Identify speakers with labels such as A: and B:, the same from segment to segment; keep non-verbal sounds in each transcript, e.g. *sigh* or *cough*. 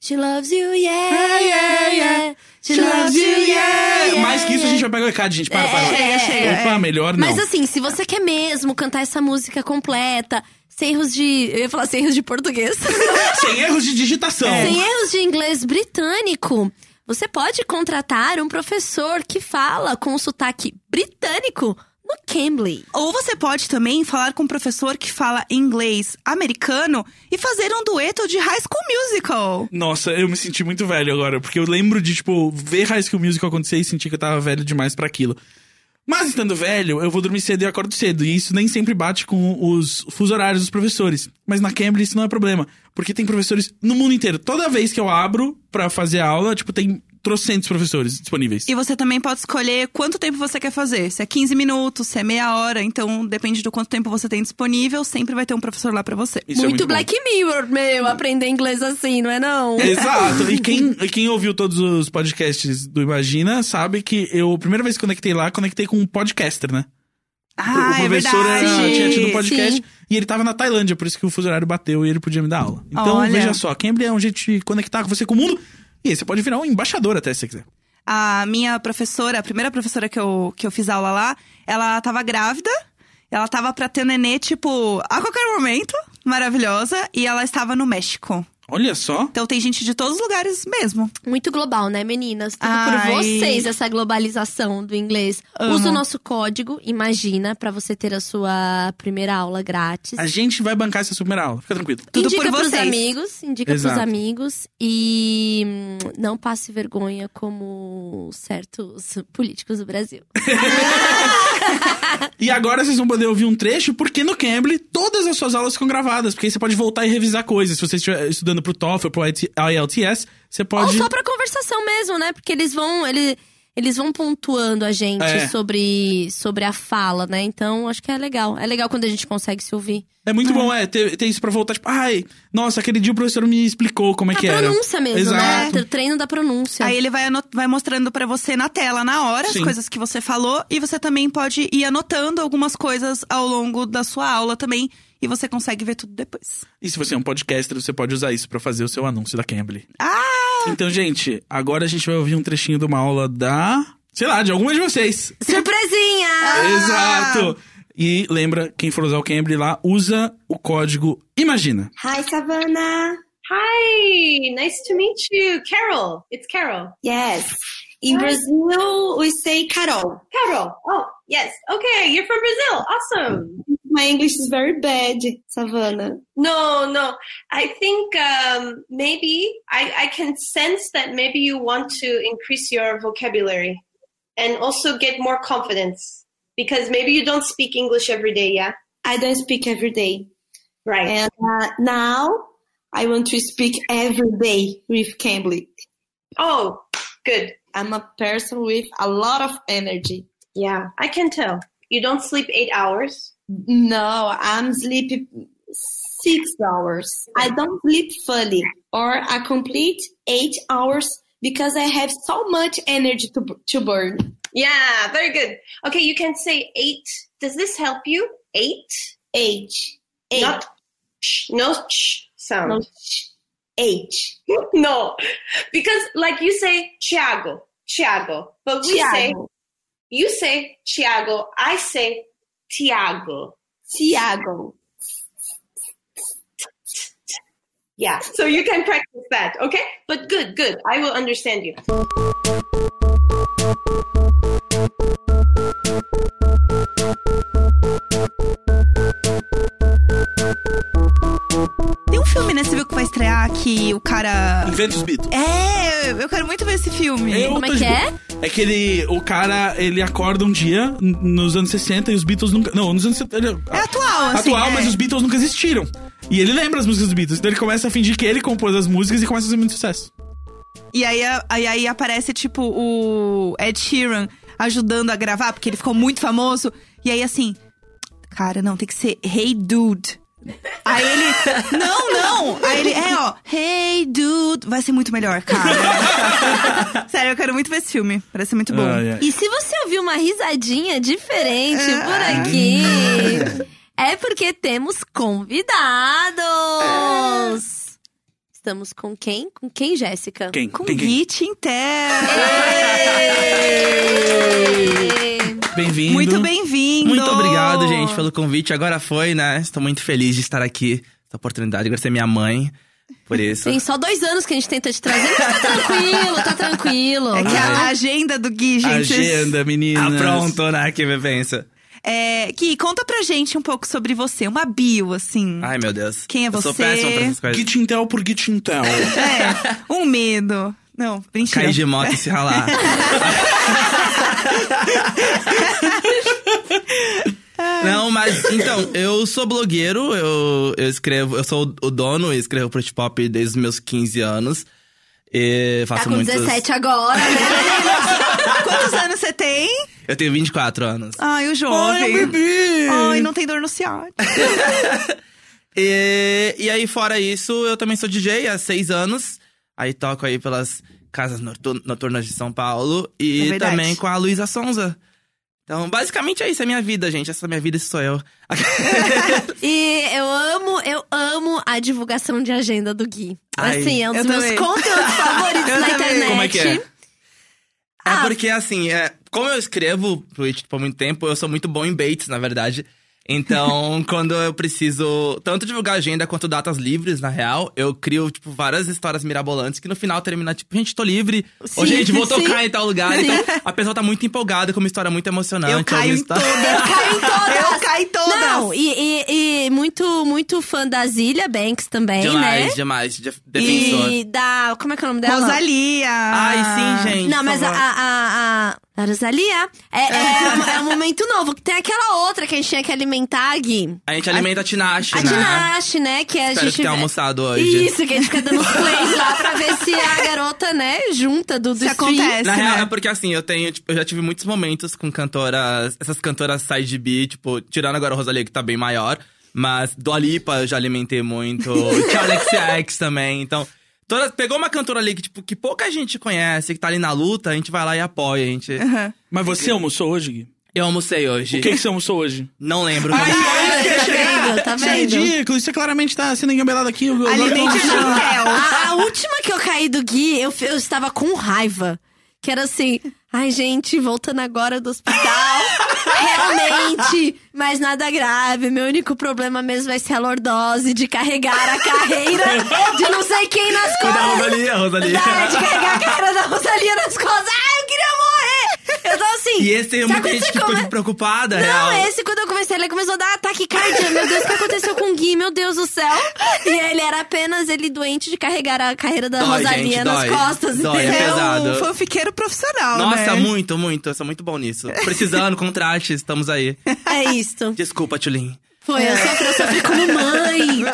A: She loves you, yeah,
B: Ah, yeah, yeah.
A: She loves you, yeah, yeah.
B: É, Mais que isso, a gente vai pegar o recado, gente. Para, para.
A: É, chega,
B: Opa, melhor não.
A: Mas assim, se você quer mesmo cantar essa música completa, sem erros de. Eu ia falar sem erros de português.
B: *laughs* Sem erros de digitação.
A: sem erros de inglês britânico, você pode contratar um professor que fala com o sotaque britânico no Cambly.
C: Ou você pode também falar com um professor que fala inglês americano e fazer um dueto de High School Musical.
B: Nossa, eu me senti muito velho agora, porque eu lembro de, tipo, ver High School Musical acontecer e sentir que eu tava velho demais pra aquilo. Mas estando velho, eu vou dormir cedo e eu acordo cedo, e isso nem sempre bate com os fuso horários dos professores. Mas na Cambridge isso não é problema, porque tem professores no mundo inteiro. Toda vez que eu abro pra fazer aula, tipo, tem trocentos professores disponíveis.
C: E você também pode escolher quanto tempo você quer fazer. Se é 15 minutos, se é meia hora. Então, depende do quanto tempo você tem disponível, sempre vai ter um professor lá pra você.
B: Isso é
A: muito,
B: muito bom.
A: Black Mirror, meu, aprender inglês assim, não é não?
B: Exato. E
C: *laughs*
B: quem, e quem ouviu todos os podcasts do Imagina sabe que eu, a primeira vez que conectei lá, conectei com um podcaster, né?
C: Ah,
B: o professor
C: é
B: era-
C: verdade.
B: tinha tido um podcast
A: sim.
B: e ele tava na Tailândia, por isso que o fuso horário bateu e ele podia me dar aula. Então,
C: Olha.
B: veja só, Cambridge é um jeito de conectar você com o mundo. E aí, você pode virar um embaixador até se você quiser.
C: A minha professora, a primeira professora que eu, que eu fiz aula lá, ela tava grávida. Ela tava pra ter nenê, tipo, a qualquer momento. Maravilhosa. E ela estava no México.
B: Olha só.
C: Então tem gente de todos os lugares mesmo.
A: Muito global, né, meninas? Tudo
C: Ai.
A: por vocês, essa globalização do inglês.
C: Amo.
A: Usa o nosso código, imagina, pra você ter a sua primeira aula grátis.
B: A gente vai bancar essa primeira aula, fica tranquilo.
C: Tudo
A: indica
C: por
A: pros
C: vocês.
A: amigos, indica
B: Exato.
A: pros amigos e hum, não passe vergonha como certos políticos do Brasil.
B: E agora vocês vão poder ouvir um trecho, porque no Cambly todas as suas aulas ficam gravadas, porque aí você pode voltar e revisar coisas. Se você estiver estudando pro TOEFL, pro IT IELTS, você pode.
A: Ou só pra conversação mesmo, né? Porque eles vão. Ele, eles vão pontuando a gente
B: É.
A: sobre, sobre a fala, né? Então, acho que é legal. É legal quando a gente consegue se ouvir.
B: É muito bom, é, ter, ter isso pra voltar, tipo, ai, nossa, aquele dia o professor me explicou como é
A: A
B: que era.
A: pronúncia mesmo,
B: Exato.
A: né? O treino da pronúncia.
C: Aí ele vai, ano- vai mostrando pra você na tela, na hora,
B: Sim.
C: as coisas que você falou. E você também pode ir anotando algumas coisas ao longo da sua aula também. E você consegue ver tudo depois.
B: E se você é um podcaster, você pode usar isso pra fazer o seu anúncio da Cambly.
C: Ah!
B: Então, gente, agora a gente vai ouvir um trechinho de uma aula da. Sei lá, de alguma de vocês.
A: Surpresinha!
C: Ah.
B: Exato! E lembra, quem for usar o Cambly lá, usa o código Imagina.
D: Hi, Savannah.
E: Hi, nice to meet you. Carol. It's Carol.
D: Yes. In Brazil, we say Carol.
E: Carol. Oh, yes. Okay, you're from Brazil. Awesome.
D: My English is very bad, Savannah.
E: No, no. I think um, maybe I, I can sense that maybe you want to increase your vocabulary and also get more confidence because maybe you don't speak English every day, yeah?
D: I don't speak every day.
E: Right.
D: And uh, now I want to speak every day with Cambly.
E: Oh, good.
D: I'm a person with a lot of energy.
E: Yeah, I can tell. You don't sleep eight hours.
D: No, I'm sleeping six hours. I don't sleep fully or a complete eight hours because I have so much energy to, to burn.
E: Yeah, very good. Okay, you can say eight. Does this help you? Eight?
D: Eight. Eight.
E: Not sh, no sh
D: No,
E: sound.
D: sh- eight.
E: *laughs* No. Because like you say Thiago, Thiago, but we say
D: Tiago.
E: you say Thiago, I say Tiago.
D: Tiago.
E: Yeah. So you can practice that, okay? But good, good. I will understand you.
C: Tem um filme, né, civil que vai estrear que o cara.
B: Inventa os Beatles.
C: É, eu quero muito ver esse filme.
B: Eu
A: Como é
B: tô de
A: que
B: boa. É que ele, o cara, ele acorda um dia n- nos anos 60 e os Beatles nunca. Não, nos anos 70.
C: É atual, assim.
B: atual,
C: é.
B: mas os Beatles nunca existiram. E ele lembra as músicas dos Beatles. Então ele começa a fingir que ele compôs as músicas e começa a fazer muito sucesso.
C: E aí, a- aí, aí aparece, tipo, o Ed Sheeran ajudando a gravar, porque ele ficou muito famoso. E aí, assim, cara, não, tem que ser Hey Dude. Aí ele, não, não. Aí ele, é, ó, Hey Dude. Vai ser muito melhor, cara. Sério, eu quero muito ver esse filme. Parece muito bom.
F: Ah,
B: Ai,
F: é.
B: ai.
A: E se você ouvir uma risadinha diferente
C: Ah.
A: por aqui,
C: Ah.
A: é porque temos convidados! Estamos com quem? Com quem, Jéssica?
B: Quem?
C: Com
B: Tem quem?
C: hit interno.
F: Tá
B: Bem-vindo.
C: Muito bem-vindo.
F: Muito obrigado, gente, pelo convite. Agora foi, né? Estou muito feliz de estar aqui, essa oportunidade. Agradecer a minha mãe por isso.
A: Tem só dois anos que a gente tenta te trazer, mas tá tranquilo, tá tranquilo.
C: É que a
F: Ai.
C: agenda do Gui, gente. vocês-
B: Agenda, meninas.
F: Ah, pronto, né? Que vivência.
C: É, Gui, conta pra gente um pouco sobre você. Uma bio, assim.
F: Ai, meu Deus.
C: Quem é
F: Eu sou
C: você?
F: péssimo pra essas coisas.
B: Git Intel por Git Intel.
C: É, um medo. Não, mentira.
F: Cair de moto e se ralar. Não, mas então, eu sou blogueiro, eu, eu escrevo, eu sou o dono e escrevo pro Pop desde os meus 15 anos. E
A: Tá
F: faço
A: com
F: muitos.
A: 17 agora,
C: *laughs*
A: né?
C: *laughs* Quantos anos você tem?
F: Eu tenho 24 anos.
C: Ai, o jovem.
B: Ai, eu bebi.
C: Ai, não tem dor no ciático.
F: Tá, E, e aí, fora isso, eu também sou DJ há seis anos. Aí toco aí pelas casas notur- noturnas de São Paulo.
C: É
F: E
C: verdade.
F: também com a Luísa Sonza. Então, basicamente é isso, é minha vida, gente. Essa é minha vida, esse sou eu.
A: E eu amo, eu amo a divulgação de agenda do Gui.
F: Ai,
A: assim, é um dos
C: eu
A: meus
C: também. *laughs*
A: conteúdos favoritos
C: Eu
A: na
C: também.
A: internet.
F: Como é que é?
A: Ah.
F: É porque, assim, é, como eu escrevo tweet por muito tempo, eu sou muito bom em baits, na verdade.
A: *laughs*
F: Então, quando eu preciso tanto divulgar agenda quanto datas livres, na real, eu crio, tipo, várias histórias mirabolantes que no final termina, tipo, gente, tô livre.
A: Sim,
F: Ou, gente, vou
A: sim.
F: tocar em tal lugar.
A: Sim.
F: Então, a pessoa tá muito empolgada, com uma história muito emocionante.
C: Eu
F: alguma
C: caio em
F: história- *laughs*
C: todas. Eu
A: *laughs*
C: caio em todas. Eu caio em todas.
A: Não, e, e- e muito, muito fã da Zilia Banks também,
F: Demais,
A: né?
F: demais. de- defensor.
A: E da. Como é que é o nome dela?
C: Rosalia.
F: Ai, sim, gente.
A: Não, mas
F: por
A: a,
F: favor.
A: a, a, a Rosalia é, é, é um momento novo. Tem aquela outra que a gente tinha que alimentar, Gui.
F: A gente alimenta a Tinashe,
A: A
F: né?
A: Dinache, né? Que a
F: Espero
A: gente.
F: que tenha almoçado hoje.
A: Isso, que a gente fica dando os plays lá pra ver se a garota, né, junta do, do
C: Se
A: stream.
C: acontece,
F: Na real, é
C: né?
F: porque assim, eu tenho, tipo, eu já tive muitos momentos com cantoras, essas cantoras side B, tipo, tirando agora a Rosalia, que tá bem maior, mas do Alipa eu já alimentei
A: *laughs*
F: muito, Alex X também, então. Todas, pegou uma cantora ali que, tipo, que pouca gente conhece, que tá ali na luta, a gente vai lá e apoia,
A: *laughs*
F: a gente.
C: Aham.
B: Mas você almoçou hoje, Gui?
F: Eu almocei hoje.
B: O que, que você almoçou hoje?
F: Não lembro.
A: Tá vendo? Tá vendo?
B: Ridículo, isso claramente tá sendo engabelado aqui. eu- eu-
C: Alimente
B: eu-
A: é
C: a
F: É
C: Raquel.
A: A, a última que eu caí do Gui, eu, eu estava com raiva. Que era assim, ai gente, voltando agora do
F: *laughs*
A: hospital. Realmente, mas nada grave. Meu único problema mesmo vai ser a lordose de carregar a carreira de não sei quem nas
F: Foi da
A: costas.
F: Rosalia, Rosalia.
A: Da- de carregar a carreira da Rosalia nas costas. Ai, eu queria morrer! Eu tô assim.
F: E esse tem
A: sabe
F: muita
A: quando
F: gente
A: você
F: que ficou
A: come-
F: tipo, preocupada,
A: Não,
F: real.
A: esse quando eu comecei, ele começou a dar taquicardia. Meu Deus, o que aconteceu com o Gui? Meu Deus do céu. E ele era apenas ele doente de carregar a carreira da
F: Dói,
A: Rosalia
F: gente,
A: nas
F: dói.
A: costas.
F: Dói,
A: entendeu?
F: é
C: É um
F: pesado.
C: fanfiqueiro profissional,
F: Nossa,
C: né?
F: muito, muito. Eu sou muito bom nisso. Precisando, *laughs* contrate, estamos aí.
A: É isto.
F: Desculpa, Tulin.
A: Foi, eu sofri, eu sofri como mãe.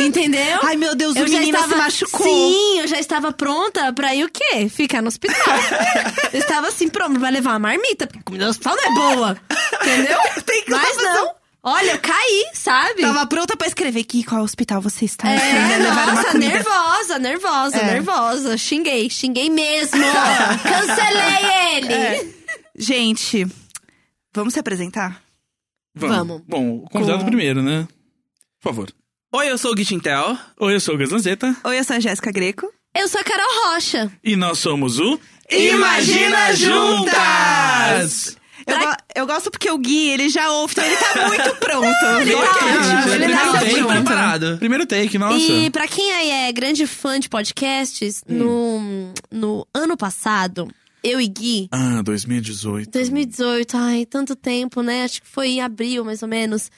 A: Entendeu?
C: Ai, meu Deus, o menino se machucou.
A: Sim, eu já estava pronta pra ir o quê? Ficar no hospital. eu estava assim, pronto, vai levar uma marmita, porque comida no hospital não é boa. Entendeu?
C: Tem que
A: Mas
C: levar-
A: não. Olha, eu caí, sabe?
C: Tava pronta pra escrever que qual hospital você está.
A: É,
C: Você ainda *laughs* levaram uma
A: nossa,
C: comida.
A: nervosa, nervosa,
C: É.
A: nervosa. Xinguei, xinguei
C: *laughs*
A: mesmo. Cancelei ele.
C: É. Gente, vamos se apresentar?
A: Vamos.
B: Bom, o convidado
C: Com-
B: primeiro, né? Por favor.
F: Oi, eu sou o Gitintel.
B: Oi, eu sou o Gazanzeta
C: Oi, eu sou a Jéssica Greco.
A: Eu sou a Carol Rocha.
B: e nós somos o.
C: Imagina
B: Juntas!
C: Eu, go- eu gosto porque o Gui, ele já ouve, então ele tá *laughs* muito pronto.
A: ele tá
C: Ok,
A: ótimo,
C: gente,
A: ele
C: ele
A: tá
C: tá
A: ótimo.
C: ótimo.
F: Bem preparado.
B: Primeiro take, nossa.
A: E pra quem aí é grande fã de podcasts,
C: Hum.
A: no, no ano passado, eu e Gui,
B: Ah, 2018.
A: 2018, ai, tanto tempo, né? Acho que foi em abril, mais ou menos.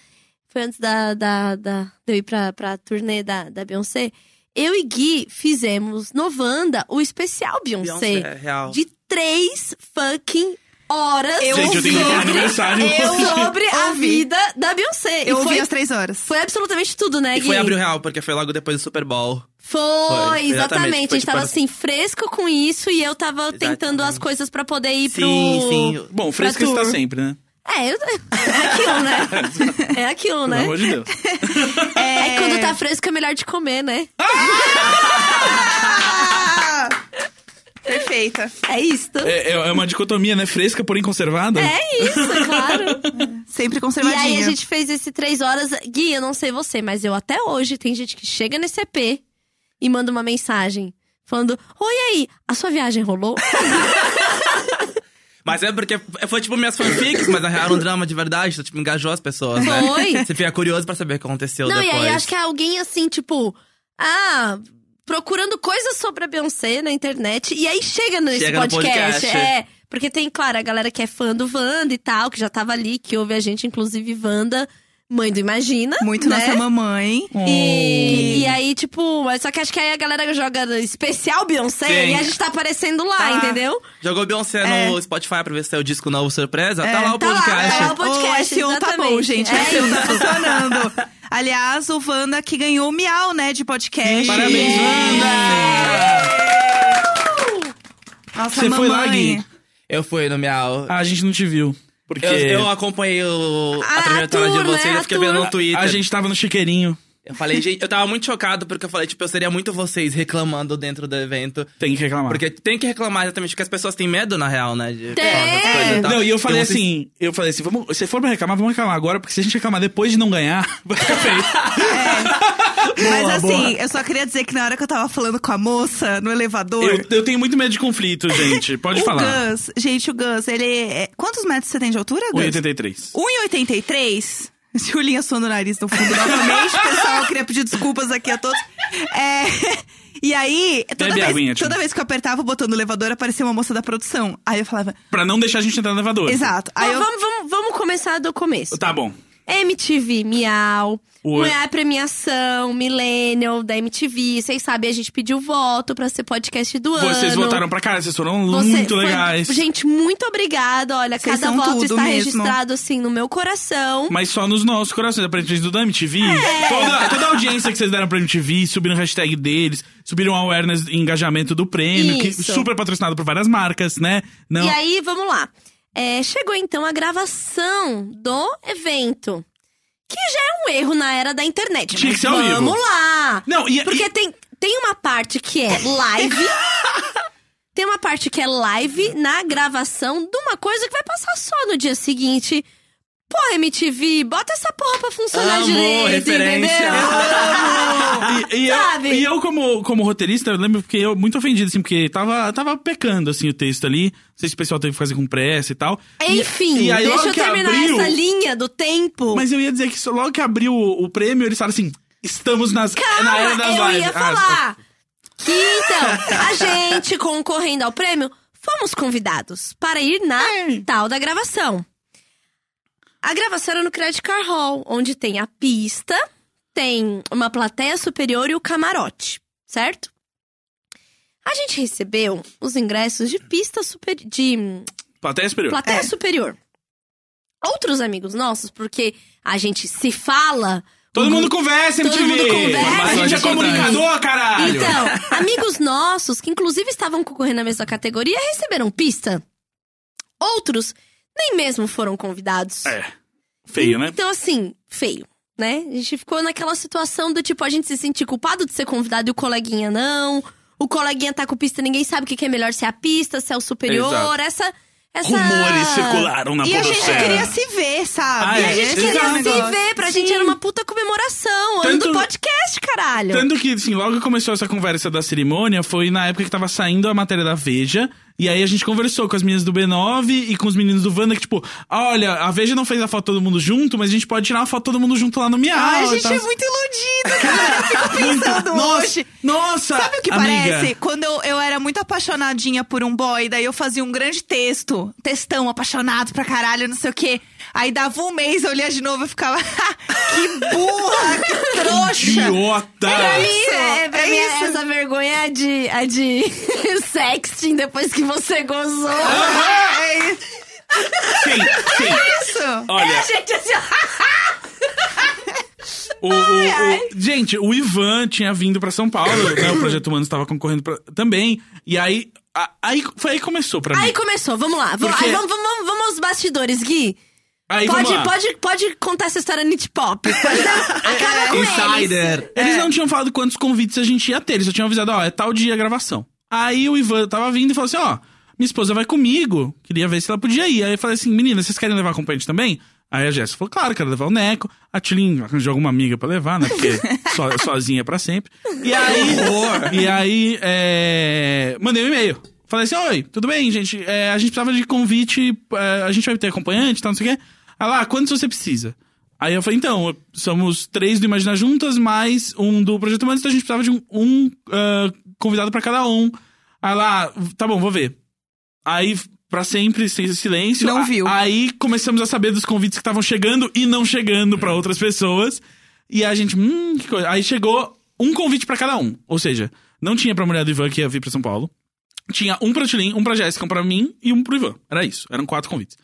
A: Foi antes da, da, da- de eu ir pra, pra turnê da, da Beyoncé. Eu e Gui fizemos Novanda, o especial Beyoncé.
F: Beyoncé, real.
A: de três fucking horas
C: Eu
B: Gente, eu tenho que falar
A: sobre,
B: aniversário.
A: eu sobre a
C: Ouvi.
A: vida da Beyoncé.
C: Eu
A: e
C: ouvi
A: foi,
C: às três horas.
A: foi absolutamente tudo, né,
F: E foi
A: Gui?
F: abril real, porque foi logo depois do Super Bowl.
A: Foi,
F: Foi,
A: exatamente.
F: exatamente.
A: a
F: Foi
A: gente
F: tipo
A: tava
F: a-
A: assim, fresco com isso e eu tava tentando as coisas pra poder ir pro.
F: Sim, sim.
B: Bom, fresco
A: Pra
B: está
A: tour.
B: sempre, né?
A: É, eu... é aquilo, né? É aquilo,
B: Pelo
A: né?
B: amor de Deus.
A: É... que quando tá fresco é melhor de comer, né?
C: Ah! Perfeita.
A: É isso.
B: É, é uma dicotomia, né? Fresca, porém conservada.
A: É isso, claro.
C: Sempre
A: E
C: conservadinha.
A: aí a gente fez esse três horas. Gui, eu não sei você, mas eu até hoje tem gente que chega nesse EP e manda uma mensagem falando: Oi, aí, a sua viagem
F: *laughs*
A: rolou?
F: Mas é porque foi tipo minhas fanfics, mas na real era um drama de verdade, então, tipo, engajou as pessoas, né?
A: Foi.
F: Você fica curioso pra saber o que aconteceu
A: Não,
F: depois.
A: e aí acho que é alguém assim, tipo, ah, procurando coisas sobre a Beyoncé na internet. E aí chega nesse
F: Chega no podcast.
A: É, porque tem, claro, a galera que é fã do Wanda e tal, que já tava ali, que ouve a gente, inclusive Wanda, mãe do Imagina.
C: Muito
A: né?
C: nossa mamãe.
A: E, e aí, tipo, mas só que acho que aí a galera joga especial Beyoncé
F: Sim.
A: e a gente tá aparecendo lá,
C: Tá.
A: entendeu?
F: Jogou Beyoncé no Spotify pra ver se é o disco novo surpresa. tá lá o
A: tá lá, tá
F: podcast.
A: lá o podcast,
C: Ô, S1 tá bom,
A: exatamente.
C: gente.
A: É
C: S1 tá funcionando. Aliás, o Wanda que ganhou o miau, né, de podcast.
B: Parabéns,
A: É.
B: Wanda!
C: Nossa,
B: Você
C: mamãe.
B: foi lá, Gui?
F: Eu fui no Miau.
B: Ah, a gente não te viu. Porque
F: Eu, eu acompanhei o, a,
A: Ah,
F: trajetória
A: a
F: de
A: tour,
F: vocês,
A: né?
F: eu fiquei
A: A
F: vendo
A: tour.
F: no Twitter.
B: a gente tava no chiqueirinho.
F: Eu falei, gente, eu tava muito chocado porque eu falei, tipo, eu seria muito vocês reclamando dentro do evento.
B: Tem que reclamar.
F: Porque tem que reclamar exatamente, porque as pessoas têm medo, na real, né? De
A: Tem.
F: falar essas coisas e tal.
B: Não, e eu falei
F: vocês-
B: assim, eu falei assim, vamos, se for pra reclamar, vamos reclamar agora, porque se a gente reclamar depois de não ganhar, *laughs* vai ficar feio.
A: É,
C: Mas
B: Boa,
C: assim,
B: boa.
C: eu só queria dizer que na hora que eu tava falando com a moça no elevador.
B: eu, eu tenho muito medo de conflito, gente. Pode
C: o
B: falar.
C: Gus, gente, o Gus, ele. é- Quantos metros você tem de altura, Gus?
B: 1,83.
C: 1,83. Julinha sua no nariz no fundo novamente, *laughs* pessoal. Eu queria pedir desculpas aqui a todos. É, *laughs* E aí, toda
B: Bebe
C: vez,
B: aguinha, Tim.
C: toda vez que eu apertava o botão do elevador, aparecia uma moça da produção. Aí eu falava,
B: Pra não deixar a gente entrar no elevador.
C: exato. Aí
A: Então,
C: eu,
A: vamos, vamos, vamos começar do começo.
B: Tá bom.
A: MTV Miau,
B: Oi.
A: foi a premiação Millennial da MTV. Vocês sabem, a gente pediu voto pra ser podcast do ano.
B: Vocês voltaram pra cá, vocês foram
A: Você-
B: muito
A: foi-
B: legais.
A: Gente, muito obrigada. Olha,
C: Vocês
A: cada
C: são
A: voto
C: tudo
A: está
C: mesmo.
A: registrado assim no meu coração.
B: Mas só nos nossos corações, aparentemente do Dami TV. Toda, toda a audiência que vocês deram pra MTV, subiram o hashtag deles, subiram a awareness e engajamento do prêmio, que
A: Isso.
B: super patrocinado por várias marcas, né? Não.
A: E aí, vamos lá. É, chegou então a gravação do evento. Que já é um erro na era da internet.
B: Tinha
A: Mas
B: que ser ao
A: vamos
B: vivo.
A: lá!
B: Não, e-
A: Porque
B: e-
A: Tem, tem uma parte que é
B: *laughs*
A: live. tem uma parte que é live na gravação de uma coisa que vai passar só no dia seguinte. Porra, MTV, bota essa porra pra funcionar
F: Amo,
A: direito,
F: referência.
A: *laughs*
B: E, e eu,
A: Sabe?
B: e eu como, como roteirista, eu lembro que eu muito ofendido, assim, porque tava, tava pecando, assim, o texto ali. Não sei se o pessoal teve que fazer com pressa e tal. *laughs* E-
A: Enfim,
B: e aí,
A: deixa
B: logo
A: eu
B: que
A: terminar
B: abriu-
A: essa linha do tempo.
B: Mas eu ia dizer que só logo que abriu o, o prêmio, eles falaram assim, estamos nas, na era das
A: eu
B: lives.
A: ia
B: Ah,
A: falar que, então, a gente concorrendo ao prêmio, fomos convidados para ir na tal da gravação. A gravação era no Credit Car Hall, onde tem a pista, tem uma plateia superior e o camarote, certo? A gente recebeu os ingressos de pista super, de hum,
B: plateia superior.
A: Plateia superior. Outros amigos nossos, porque a gente se fala.
B: Todo
A: um
B: mundo
A: grupo-
B: conversa,
A: Todo
B: MTV!
A: mundo conversa,
B: A gente é
A: MTV.
B: comunicador, caralho!
A: Então, amigos nossos, que inclusive estavam concorrendo à mesma categoria, receberam pista. Outros nem mesmo foram convidados.
B: É. Feio, né?
A: Então, assim, feio, né? A gente ficou naquela situação do tipo, a gente se sentir culpado de ser convidado e o coleguinha não. O coleguinha tá com pista, ninguém sabe o que que é melhor, se é a pista, se é o superior.
B: Exato.
A: Essa. essa...
B: Rumores circularam na
C: e a
B: produção.
C: gente queria se ver, sabe?
B: Ah,
A: E a gente
B: Esse
A: queria
B: é o
A: se ver, pra gente era uma puta comemoração. Ano do
B: Tanto-
A: podcast, caralho.
B: Tanto que, assim, logo que começou essa conversa da cerimônia, foi na época que tava saindo a matéria da Veja. E aí a gente conversou com as meninas do B9 e com os meninos do Wanda, que, tipo, olha, a Veja não fez a foto todo mundo junto, mas a gente pode tirar uma foto todo mundo junto lá no Miau.
C: Ai, a
B: e
C: gente
B: tal.
C: é muito iludida, cara. Eu fico pensando
B: Nossa,
C: hoje.
B: nossa!
C: Sabe o que
B: Tá, amiga.
C: parece? Quando eu, eu era muito apaixonadinha por um boy, daí eu fazia um grande texto, textão, apaixonado pra caralho, não sei o quê. Aí dava um mês, eu olhia de novo e ficava, *laughs* "Ah, que burra, que trouxa.
B: Idiota!
A: Pra mim, é, pra
C: é
A: mim,
C: isso.
A: essa vergonha é de, é de *laughs* sexting depois que você gozou.
C: É isso.
B: Sim, sim.
A: É,
B: Olha,
A: gente, assim,
B: o, o- o- gente, o Ivan tinha vindo pra São Paulo, né? O Projeto Humanos tava concorrendo pra- também. E aí, a- aí foi aí que começou pra
A: Aí
B: mim.
A: começou, vamos lá. Vamos,
B: Porque-
A: aí vamos, vamos, vamos- vamos aos bastidores, Gui.
B: Aí, vamos
A: pode,
B: lá.
A: pode, pode contar essa história nit pop. Pode dar- Acaba é com eles.
F: É Insider.
A: É.
B: Eles não tinham falado quantos convites a gente ia ter, eles só tinham avisado, ó, é tal dia a gravação. Aí o Ivan tava vindo e falou assim, ó, minha esposa vai comigo, queria ver se ela podia ir. Aí eu falei assim, menina, vocês querem levar acompanhante também? Aí a Jéssica falou, claro, quero levar o Neco. A Tilin arranjou alguma amiga pra levar, né?
A: *laughs*
B: Porque so- sozinha pra sempre. E aí. e aí, é, mandei um e-mail. Falei assim: Oi, tudo bem, gente? É, a gente precisava de convite, é, a gente vai ter acompanhante, tal, não sei o quê. Aí lá, quantos você precisa? Aí eu falei: Então, somos três do Imagina Juntas, mais um do Projeto Humanos, então a gente precisava de um, um, ah, convidado pra cada um. Aí lá, tá bom, vou ver. Aí, pra sempre, sem silêncio.
C: Não
B: A-
C: viu.
B: Aí começamos a saber dos convites que estavam chegando e não chegando pra outras pessoas. E a gente, hum, que coisa. Aí chegou um convite pra cada um. Ou seja, não tinha pra mulher do Ivan que ia vir pra São Paulo. Tinha um pra Tilin, um pra Jéssica, um pra mim e um pro Ivan. Era isso. Eram quatro convites.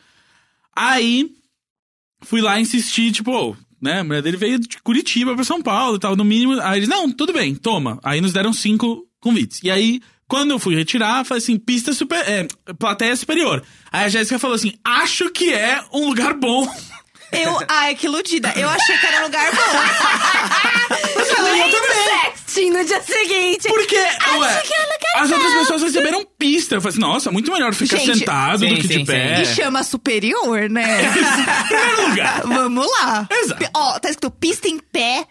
B: Aí, fui lá insistir, tipo, ô, né? A mulher dele veio de Curitiba pra São Paulo e tal, no mínimo. Aí eles, não, tudo bem, toma. Aí nos deram cinco convites. E aí, quando eu fui retirar, falei assim, pista super. É, plateia superior. Aí a Jéssica falou assim: acho que é um lugar bom. *laughs*
C: Eu, ai, que iludida. Eu achei que era um lugar bom. eu também.
A: Sim, no dia seguinte.
B: Porque, ué, as outras pessoas receberam pista. Eu falei assim, nossa, muito melhor ficar
C: Gente,
B: sentado
F: sim,
B: do que
F: sim,
B: de
F: sim.
B: pé.
C: E chama superior, né?
B: É. Primeiro lugar.
C: Vamos lá.
B: Exato.
C: Ó, tá escrito pista em pé,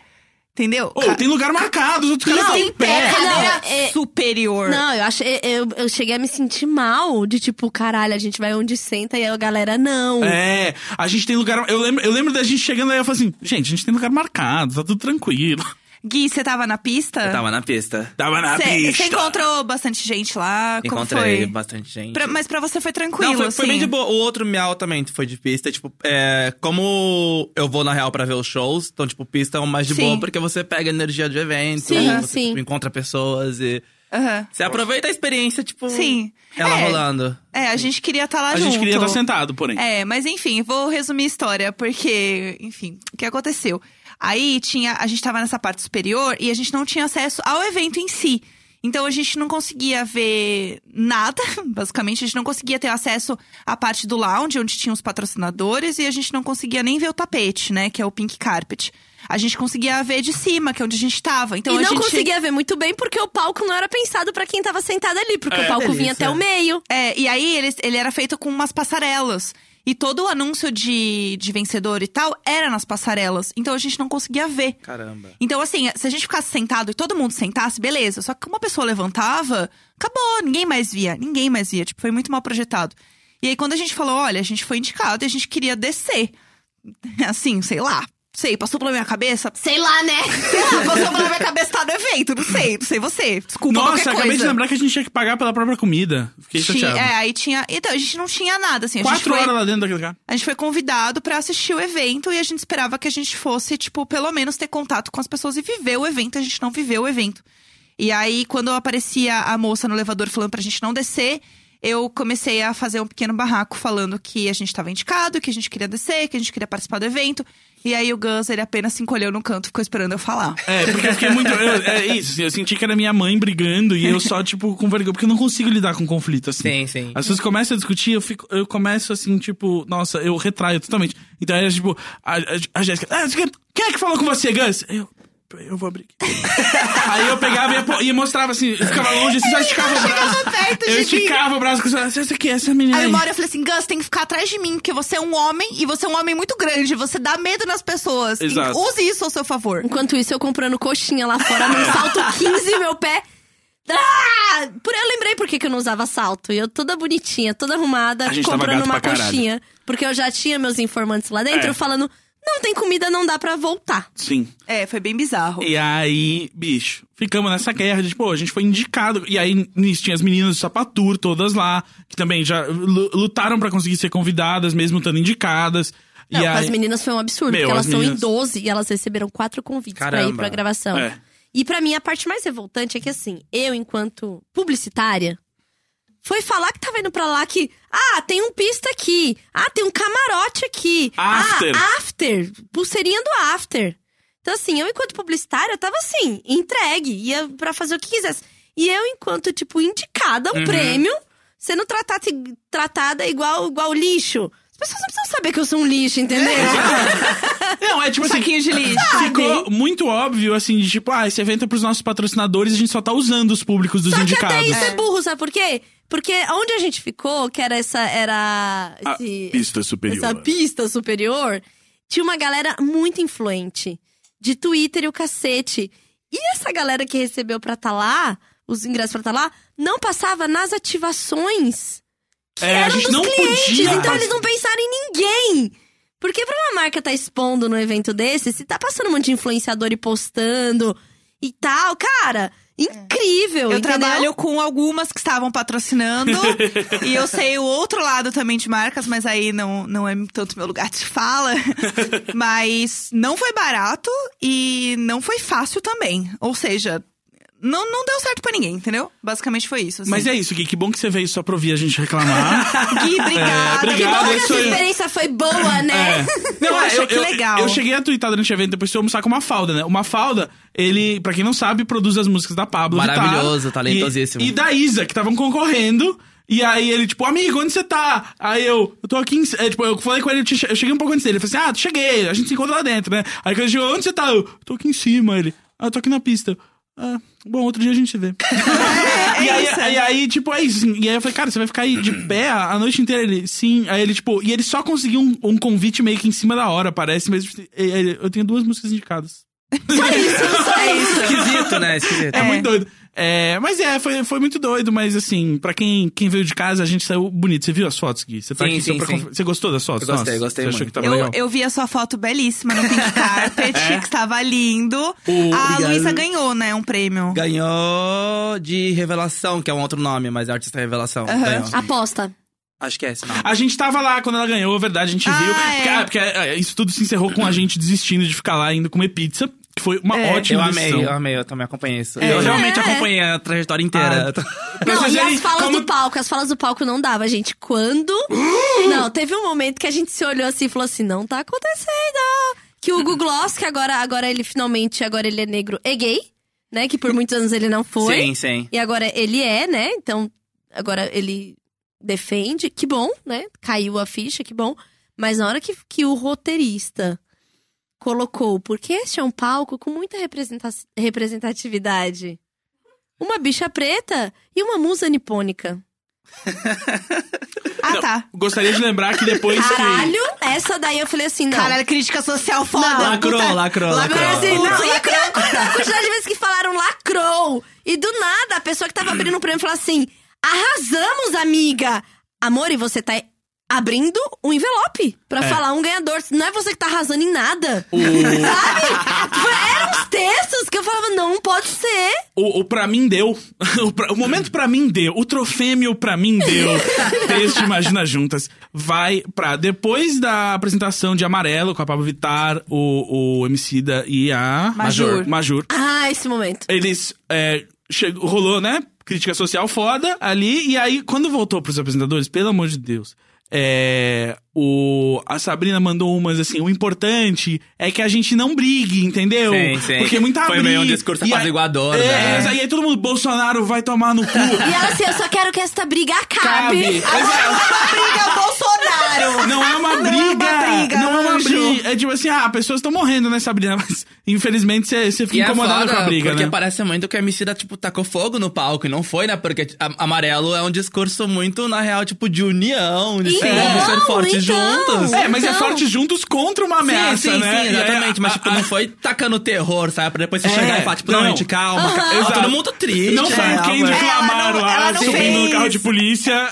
C: entendeu?
B: Ô,
C: Ca-
B: tem lugar marcado, os outros caras
C: pista
B: estão
C: em
B: em
C: pé,
B: pé.
A: Não,
C: cadeira
A: é-
C: superior.
A: Não, eu acho. Eu, eu cheguei a me sentir mal de tipo, caralho, a gente vai onde senta e a galera não.
B: É, a gente tem lugar. Eu lembro, eu lembro da gente chegando aí, eu falei assim, gente, a gente tem lugar marcado, tá tudo tranquilo.
C: Gui, você tava na pista?
F: Eu Tá. tava na pista.
B: Tava na
C: Você
B: pista.
C: encontrou bastante gente lá? Como
F: Encontrei
C: foi?
F: bastante gente.
C: Pra- mas pra você foi tranquilo,
F: Não, foi, foi
C: assim.
F: bem de boa. O outro miau também foi de pista. Tipo, é, como eu vou, na real, pra ver os shows, então, tipo, pista é o mais de
C: Sim.
F: boa, porque você pega energia de evento,
A: Sim,
F: né? você
A: sim.
F: tipo, encontra pessoas e.
C: Aham.
F: Você aproveita a experiência, tipo.
C: Sim.
F: Ela
C: É.
F: rolando.
C: É, a gente queria estar lá
B: A
C: junto.
B: gente queria estar
F: tá
B: sentado, porém.
C: É, mas enfim, vou resumir a história, porque, enfim, o que aconteceu? Aí tinha, a gente tava nessa parte superior e a gente não tinha acesso ao evento em si. Então a gente não conseguia ver nada, *laughs* basicamente, a gente não conseguia ter acesso à parte do lounge, onde tinha os patrocinadores, e a gente não conseguia nem ver o tapete, né? Que é o pink carpet. A gente conseguia ver de cima, que é onde a gente tava. Então
A: e
C: a
A: não
C: gente.
A: conseguia ver muito bem porque o palco não era pensado pra quem tava sentado ali, porque
F: É,
A: o palco vinha
F: delícia.
A: até o meio.
C: É, e aí ele, ele era feito com umas passarelas. E todo o anúncio de, de vencedor e tal era nas passarelas. Então a gente não conseguia ver.
F: Caramba.
C: Então, assim, se a gente ficasse sentado e todo mundo sentasse, beleza. Só que uma pessoa levantava, acabou, ninguém mais via, ninguém mais via. Tipo, foi muito mal projetado. E aí, quando a gente falou, olha, a gente foi indicado e a gente queria descer. *laughs* Assim, sei lá. Sei, passou pela
B: *laughs*
C: minha cabeça.
A: Sei lá, né?
C: Sei lá, passou pela minha cabeça, tá no evento. Não sei, não sei você. Desculpa qualquer
B: Nossa,
C: coisa.
B: acabei de lembrar que a gente tinha que pagar pela própria comida. Fiquei
C: Tinha-
B: chateado.
C: É, aí tinha. Então, a gente não tinha nada, assim. A gente
B: Quatro
C: foi-
B: horas lá dentro daquele cara.
C: A gente foi convidado pra assistir o evento e a gente esperava que a gente fosse, tipo, pelo menos ter contato com as pessoas e viver o evento. A gente não viveu o evento. E aí, quando aparecia a moça no elevador falando pra gente não descer, eu comecei a fazer um pequeno barraco falando que a gente tava indicado, que a gente queria descer, que a gente queria participar do evento. E aí o Gus, ele apenas se encolheu no canto, ficou esperando eu falar.
B: É, porque eu fiquei muito. eu- é isso, assim, eu senti que era minha mãe brigando e eu só, tipo, com vergonha. Porque eu não consigo lidar com conflito, assim.
F: Sim, sim.
B: As pessoas começam a discutir, eu, fico, eu começo assim, tipo, nossa, eu retraio totalmente. Então era tipo, a, a, a Jéssica, ah, você quer- quem é que falou com você, Gus? Eu, eu vou abrir.
C: *laughs*
B: aqui." Aí eu pegava e, apo- e mostrava assim, eu ficava longe, assim, só
C: *laughs*
B: esticava o braço.
C: perto de
B: Eu
C: mim.
B: esticava o braço com essa, essa aqui, essa menina.
C: Aí
B: aí."
C: uma hora eu falei assim, Gus, tem que ficar atrás de mim, porque você é um homem e você é um homem muito grande, você dá medo nas pessoas.
B: Exato.
C: Use isso ao seu favor.
A: Enquanto isso, eu comprando coxinha lá fora, num salto 15, meu pé. Ah! Por eu lembrei por que que eu não usava salto. E eu toda bonitinha, toda arrumada,
B: A gente tava
A: comprando
B: gato
A: uma
B: pra caralho.
A: coxinha. Porque eu já tinha meus informantes lá dentro
B: É.
A: falando: não tem comida, não dá pra voltar.
B: Sim.
C: É, foi bem bizarro.
B: E aí, bicho, ficamos nessa guerra de, pô, a gente foi indicado. E aí, nisso, tinha as meninas do Sapatur, todas lá, que também já lu- lutaram pra conseguir ser convidadas, mesmo estando indicadas.
A: Não,
B: e
A: com
B: aí,
A: as meninas foi um absurdo,
B: Meu,
A: porque elas
B: as
A: estão em
B: meninas-
A: 12 e elas receberam quatro convites pra ir
F: Caramba.
A: pra gravação.
B: É.
A: E pra mim, a parte mais revoltante é que, assim, eu, enquanto publicitária, foi falar que tava indo pra lá que, ah, tem um pista aqui, ah, tem um camarote aqui,
B: After.
A: ah, after, pulseirinha do after. Então, assim, eu, enquanto publicitária, eu tava assim, entregue, ia pra fazer o que quisesse. E eu, enquanto, tipo, indicada a
B: Uhum.
A: um prêmio, sendo tratada, tratada igual, igual lixo. As pessoas não precisam saber que eu sou um lixo, entendeu?
B: *laughs* Não, é tipo assim.
C: saquinho de *laughs* lixo.
B: Ficou muito óbvio, assim, de tipo, ah, esse evento é pros nossos patrocinadores, a gente só tá usando os públicos dos
A: Só que até
B: indicados.
A: isso é burro, sabe por quê? Porque onde a gente ficou, que era essa. Era.
B: A
A: esse-
B: pista superior.
A: essa pista superior, tinha uma galera muito influente. De Twitter e o cacete. E essa galera que recebeu pra tá lá, os ingressos pra tá lá, não passava nas ativações.
B: é, a gente não
A: Antes,
B: podia.
A: então eles não pensaram em ninguém. Porque pra uma marca tá expondo num evento desse, se tá passando um monte de influenciador e postando e tal, cara, incrível,
C: Eu
A: entendeu?
C: trabalho com algumas que estavam patrocinando.
B: *laughs*
C: e eu sei o outro lado também de marcas, mas aí não, não é tanto meu lugar de
B: *laughs*
C: fala. mas não foi barato e não foi fácil também. Ou seja, não, não deu certo pra ninguém, entendeu? Basicamente foi isso. assim.
B: Mas é isso, Gui. Que bom que você veio só pra ouvir a gente reclamar. *laughs*
C: Gui, obrigada.
A: Que bom
B: obrigado,
A: que essa
B: é isso aí.
A: Então,
B: É.
A: experiência foi boa, né?
B: Não,
C: Poxa,
B: eu,
C: que
B: eu-
C: legal.
B: Eu, cheguei a twittar durante o evento, depois fui almoçar com uma falda, né? Uma falda, ele, pra quem não sabe, produz as músicas da Pablo.
F: Maravilhoso,
B: Vittar,
F: talentosíssimo.
B: E, e da Isa, que estavam concorrendo. E aí ele, tipo, amigo, onde você tá? Aí eu, eu tô aqui em. é, tipo, eu falei com ele, eu tinha che- eu cheguei um pouco antes dele. Ele falou assim: ah, cheguei, a gente se encontra lá dentro, né? Aí quando ele chegou, onde você tá? Eu, tô aqui em cima. Ele, ah, eu tô aqui na pista. Ah, bom, outro dia a gente se vê.
C: É
B: e, aí, e aí, tipo, é isso. E aí eu falei, cara, você vai ficar aí de pé a a noite inteira? Ele, sim. Aí ele, tipo, e ele só conseguiu um, um convite meio que em cima da hora, parece, mas tipo, ele- eu tenho duas músicas indicadas.
C: É isso.
F: Esquisito, né? Esquisito.
B: É,
C: É.
B: muito doido. É, mas é, foi, foi muito doido, mas assim, pra quem, quem veio de casa, a gente saiu bonito. Você viu as fotos, Gui? Você tá
F: Sim,
B: aqui só
F: sim,
B: pra
F: sim.
B: confer- Você gostou das fotos?
F: Eu gostei,
B: Nossa,
F: gostei
B: Você
F: muito.
B: achou que tava
C: Eu,
B: legal? É.
C: eu vi a sua foto belíssima no Pink Carpet, que estava lindo. a
F: obrigado.
C: Luísa ganhou, né, um prêmio.
F: Ganhou de Revelação, que é um outro nome, mas é artista Revelação. Ganhou.
A: Aposta.
F: Acho que é esse nome.
B: A gente tava lá quando ela ganhou, é verdade, a gente
C: Ah,
B: viu.
C: é.
B: Porque, ah, porque, ah, isso tudo se encerrou com a gente desistindo de ficar lá indo comer pizza, que foi uma
C: É.
F: Eu
B: ótima
F: amei,
B: decisão.
F: eu amei, eu também acompanhei isso.
B: É.
F: Eu realmente
A: É.
F: acompanhei a trajetória inteira. *laughs*
B: Pra
A: não,
B: vocês
A: e
B: verem
A: as falas
B: como-
A: do palco, as falas do palco não dava, gente.
B: *gasps*
A: Quando. não, teve um momento que a gente se olhou assim e falou assim: não tá acontecendo. Que o Hugo Gloss, que agora, agora ele finalmente, agora ele é negro e gay, né? Que por muitos anos ele não foi.
F: Sim, sim.
A: E agora ele é, né? Então, agora ele defende. Que bom, né? Caiu a ficha, que bom. Mas na hora que, que o roteirista colocou, porque este é um palco com muita representa- representatividade. Uma bicha preta e uma musa nipônica.
C: Ah, tá.
B: Gostaria de lembrar que depois que-
A: Caralho, essa daí eu falei assim, não.
C: Caralho, crítica social foda.
A: Não.
F: Lacrou, lacrou,
A: Agora, assim,
F: lacrou.
A: não, e a quan- a quantidade de vezes que falaram lacrou. E do nada, a pessoa que tava abrindo o prêmio falou assim: arrasamos, amiga! Amor, e você tá abrindo um envelope pra falar um ganhador. Não é você que tá arrasando em nada. Sabe? Foi- Eram uns textos que eu falava, não pode ser.
B: O, o pra mim deu. *laughs* O, pra- o momento pra mim deu. O trofêmeo pra mim deu. Texto Imagina Juntas. Vai pra. Depois da apresentação de Amarelo com a Pablo Vittar, o, o Emicida e a.
C: Major.
B: Major.
A: Ah, esse momento.
B: Eles. É, chegou, rolou, né? Crítica social foda ali. E aí, quando voltou pros apresentadores, pelo amor de Deus. É, o, a Sabrina mandou umas assim. O importante é que a gente não brigue, entendeu?
F: Sim, sim.
B: Porque muita
F: Foi
B: briga.
F: meio um discurso
B: e a-
F: apaziguador, né?
B: é, e aí todo mundo, Bolsonaro vai tomar no cu.
A: E ela assim, eu só quero que esta briga acabe.
C: Briga Bolsonaro!
B: Não é uma briga!
C: é uma briga,
B: não é uma
C: anjo.
B: briga. É tipo assim, ah, pessoas estão morrendo, né, Sabrina? Mas infelizmente você você
F: E
B: fica
F: é
B: incomodado
F: foda,
B: com a briga,
F: porque
B: né?
F: parece muito que a Emicida, tipo, tacou fogo no palco. E não foi, né? Porque a- amarelo é um discurso muito, na real, tipo, de união. De
A: Então,
F: vamos ser fortes
A: então.
F: juntos.
B: É, mas é
A: Então-
B: forte juntos contra uma ameaça,
F: sim, sim,
B: né? E aí,
F: sim, exatamente.
B: a-
F: mas, tipo,
B: a-
F: não foi tacando terror, sabe? Pra depois você
B: É,
F: chegar e falar, tipo, não,
B: não.
F: gente, calma. calma.
B: Exato.
F: Todo mundo triste.
B: não foi
F: né?
B: o Kendrick
C: Ela não-
B: Lamar lá,
C: ela não
B: subindo no
C: fez.
B: carro de polícia.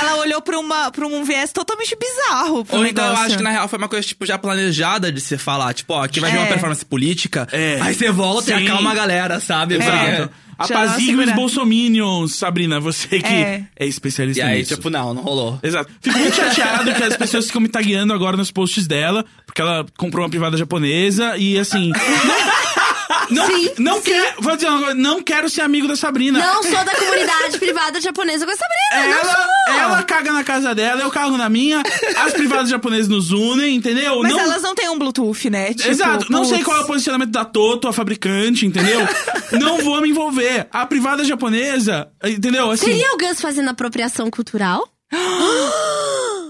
C: Ela olhou pra, uma, pra um viés totalmente bizarro. Pro
F: Ou então eu
C: negócio.
F: acho que na real foi uma coisa, tipo, já planejada de se falar. Tipo, ó, aqui vai vir uma
C: É.
F: performance política,
B: É.
F: aí você volta
B: Sim.
F: e acalma a galera, sabe?
B: *laughs* Exato.
F: Porque-
B: Apazigue os
C: segurar.
B: bolsominions, Sabrina, você que é,
C: É.
F: E
B: especialista
F: aí,
B: nisso.
F: tipo, não, não rolou.
B: Exato. Fico muito chateado que as pessoas ficam me tagueando agora nos posts dela, porque ela comprou uma privada japonesa e assim. Não, não, não quero. Vou dizer uma coisa, não quero ser amigo da Sabrina.
A: Não sou da comunidade privada japonesa com essa briga. não
B: É Ela,
A: sou.
B: ela caga na casa dela, eu cago na minha, as privadas japonesas nos unem, entendeu?
C: Mas
B: não,
C: elas não têm um Bluetooth, né? Tipo,
B: Exato, não sei
C: putz.
B: qual é o posicionamento da Toto, a
A: *laughs*
B: fabricante, entendeu? não vou me envolver. A privada japonesa, entendeu? Assim,
A: Seria o Gus fazendo apropriação cultural?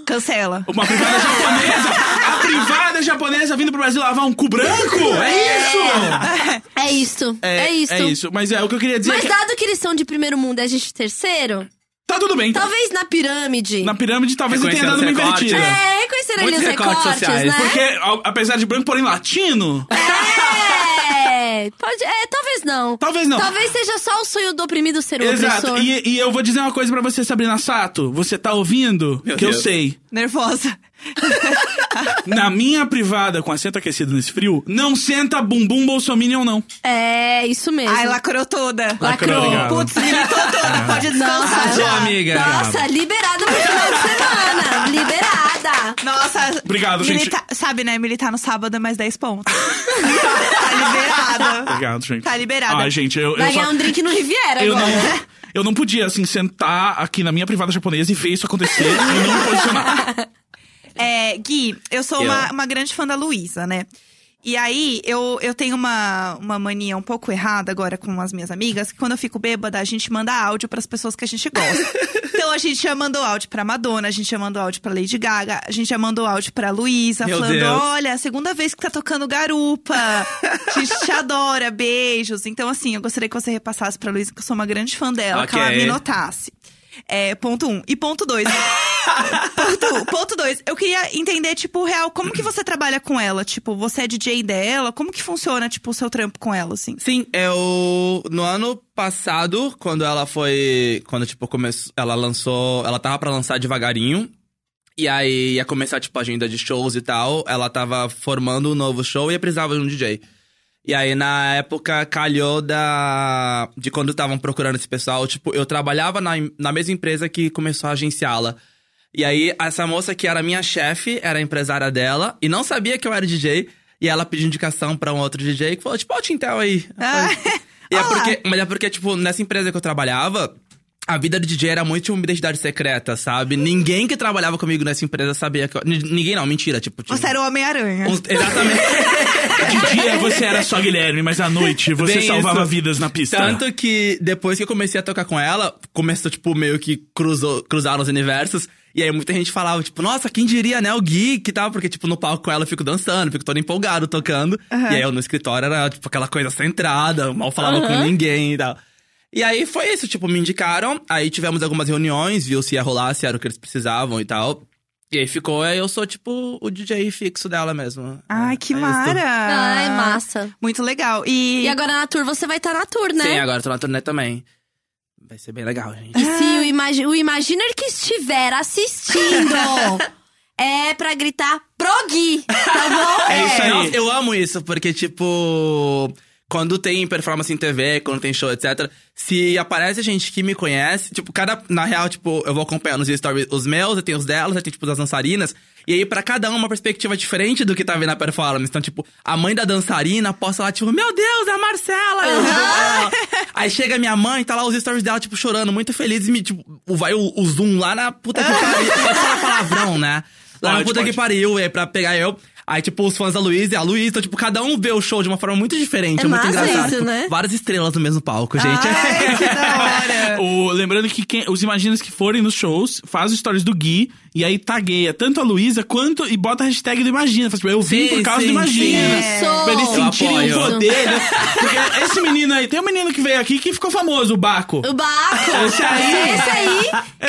C: Cancela.
A: *laughs*
B: Uma privada japonesa! A privada japonesa vindo pro Brasil lavar um cu branco! É isso!
A: É isso. É, isso.
B: É isso, mas é o que eu queria dizer. é
A: Mas
B: que-
A: dado que eles são de primeiro mundo e a gente de é terceiro,
B: Tá tudo bem.
A: Talvez na pirâmide.
B: Na pirâmide talvez eu tenha dado uma
F: Reconhecendo os recortes,
B: invertida.
F: né?
A: É, reconhecer ali
F: Muitos
A: os
F: recortes
A: recortes,
F: sociais,
A: né?
B: Porque, a- apesar de branco, porém latino,
A: É, pode, é, talvez não.
B: talvez não.
A: Talvez seja só o sonho do oprimido ser o
B: Exato.
A: opressor.
B: E, e eu vou dizer uma coisa pra você, Sabrina Sato. Você tá ouvindo?
F: Meu
B: que eu
F: Deus.
B: sei.
C: Nervosa.
B: Na minha privada, com assento aquecido nesse frio, não senta bumbum bolsominion, não.
A: É, isso mesmo.
C: Ai, lacrou toda.
A: Lacrou.
B: Obrigado.
C: Putz, militou toda. Pode descansar.
A: Nossa,
F: Arrasou,
A: já.
F: amiga.
A: Nossa, liberada pro final de semana. Liberada.
C: Nossa.
B: Obrigado, gente.
C: Milita- Sabe, né? Militar no sábado é mais 10 pontos. *laughs* tá
F: Ah,
C: liberada.
B: Obrigado, gente.
C: Tá liberada.
B: Ah, gente, eu, eu
A: Vai ganhar
B: só...
A: um drink no Riviera
B: Eu não,
A: agora.
B: eu não podia, assim, sentar aqui na minha privada japonesa e ver isso acontecer e não me posicionar.
C: É, Gui, eu sou
F: Eu.
C: Uma, uma grande fã da Luísa, né? E aí, eu, eu tenho uma, uma mania um pouco errada agora com as minhas amigas, que quando eu fico bêbada, a gente manda áudio pras pessoas que a gente
F: *laughs*
C: gosta. então a gente já mandou áudio pra Madonna, a gente já mandou áudio pra Lady Gaga, a gente já mandou áudio pra Luísa,
F: Meu
C: falando:
F: Deus.
C: olha, é a segunda vez que tá tocando garupa. A gente
F: *laughs*
C: te adora, beijos. Então, assim, eu gostaria que você repassasse pra Luísa, que eu sou uma grande fã dela, que
F: Ok.
C: ela me notasse. É, ponto um. E ponto dois. Ponto- Ponto 2. Eu queria entender, tipo, real, como que você trabalha com ela? Tipo, você é DJ dela? Como que funciona, tipo, o seu trampo com ela, assim?
F: Sim, eu. No ano passado, quando ela foi. Quando, tipo, começou. Ela lançou. Ela tava pra lançar devagarinho. E aí ia começar, tipo, a agenda de shows e tal. Ela tava formando um novo show e precisava de um DJ. E aí, na época, calhou da. De quando estavam procurando esse pessoal, tipo, eu trabalhava na, na mesma empresa que começou a agenciá-la. E aí, essa moça que era minha chefe, era a empresária dela, e não sabia que eu era DJ. E ela pediu indicação pra um outro DJ que falou, tipo, ó, o Tintel aí.
C: Ah,
F: E é
C: olha lá.
F: porque, mas é porque, tipo, nessa empresa que eu trabalhava, a vida do DJ era muito uma identidade secreta, sabe? Ninguém que trabalhava comigo nessa empresa sabia que eu. Ni- Ninguém não, mentira, tipo. tinha-
C: Você era o Homem-Aranha.
F: uns- Exatamente.
C: *laughs*
B: De dia você era só Guilherme, mas à noite você
F: Bem
B: salvava
F: isso.
B: vidas na pista.
F: Tanto que depois que eu comecei a tocar com ela, começou, tipo, meio que cruzou, cruzaram os universos. E aí muita gente falava, tipo, nossa, quem diria, né? O Gui que tal? Porque, tipo, no palco com ela eu fico dançando, fico todo empolgado tocando. E aí eu no escritório era, tipo, aquela coisa centrada, mal falava com ninguém e tal. E aí foi isso, tipo, me indicaram. Aí tivemos algumas reuniões, viu se ia rolar, se era o que eles precisavam e tal. E aí ficou, aí eu sou, tipo, o DJ fixo dela mesmo.
C: Ai, Ah, que
F: É isso.
C: mara.
A: Ai, Ah, é massa.
C: Muito legal. E,
A: E agora na tour você vai estar na tour, né?
F: Sim, agora eu tô na turnê também. Vai ser bem legal, gente.
A: E se o, imagi o Imaginer que estiver assistindo é pra gritar pro Gui, tá bom?
B: É isso aí.
F: Nossa, eu amo isso, porque, tipo, quando tem performance em TV, quando tem show, etc., se aparece gente que me conhece, tipo, cada. Na real, tipo, eu vou acompanhando os stories, os meus, eu tenho os delas, eu tenho, tipo, as dançarinas. E aí, pra cada uma, uma perspectiva diferente do que tá vendo na performance. Então, tipo, a mãe da dançarina posta lá, tipo, meu Deus, é a Marcela! Eu amo ela. Aí chega minha mãe, tá lá os stories dela, tipo, chorando, muito feliz. E me, tipo, vai o, o zoom lá na puta
B: *laughs*
F: que pariu. Pode falar palavrão, né? Lá na
B: Pode,
F: puta que
B: pode.
F: pariu pariu, é pra pegar eu. Aí, tipo, os fãs da Luísa e a Luísa, então, tipo, cada um vê o show de uma forma muito
A: É
F: diferente. É, muito
A: massa
F: engraçado.
A: isso,
F: Tipo,
A: né?
F: Várias estrelas no mesmo palco, gente.
C: Ai, que da hora.
B: O- lembrando que quem- os imaginas que forem nos shows, faz stories do Gui e aí tagueia tanto a Luísa quanto e bota a hashtag do Imagina. Faz, tipo, eu vim
F: Sim,
B: por causa
F: sim, é.
B: do Imagina.
A: sim.
B: É. Pra eles
A: Eu
B: sentirem o
F: apoio.
B: poder. né? *laughs* Porque esse menino aí, tem um menino que veio aqui que ficou famoso, o Baco.
A: O Baco!
B: *laughs* Esse aí.
A: Esse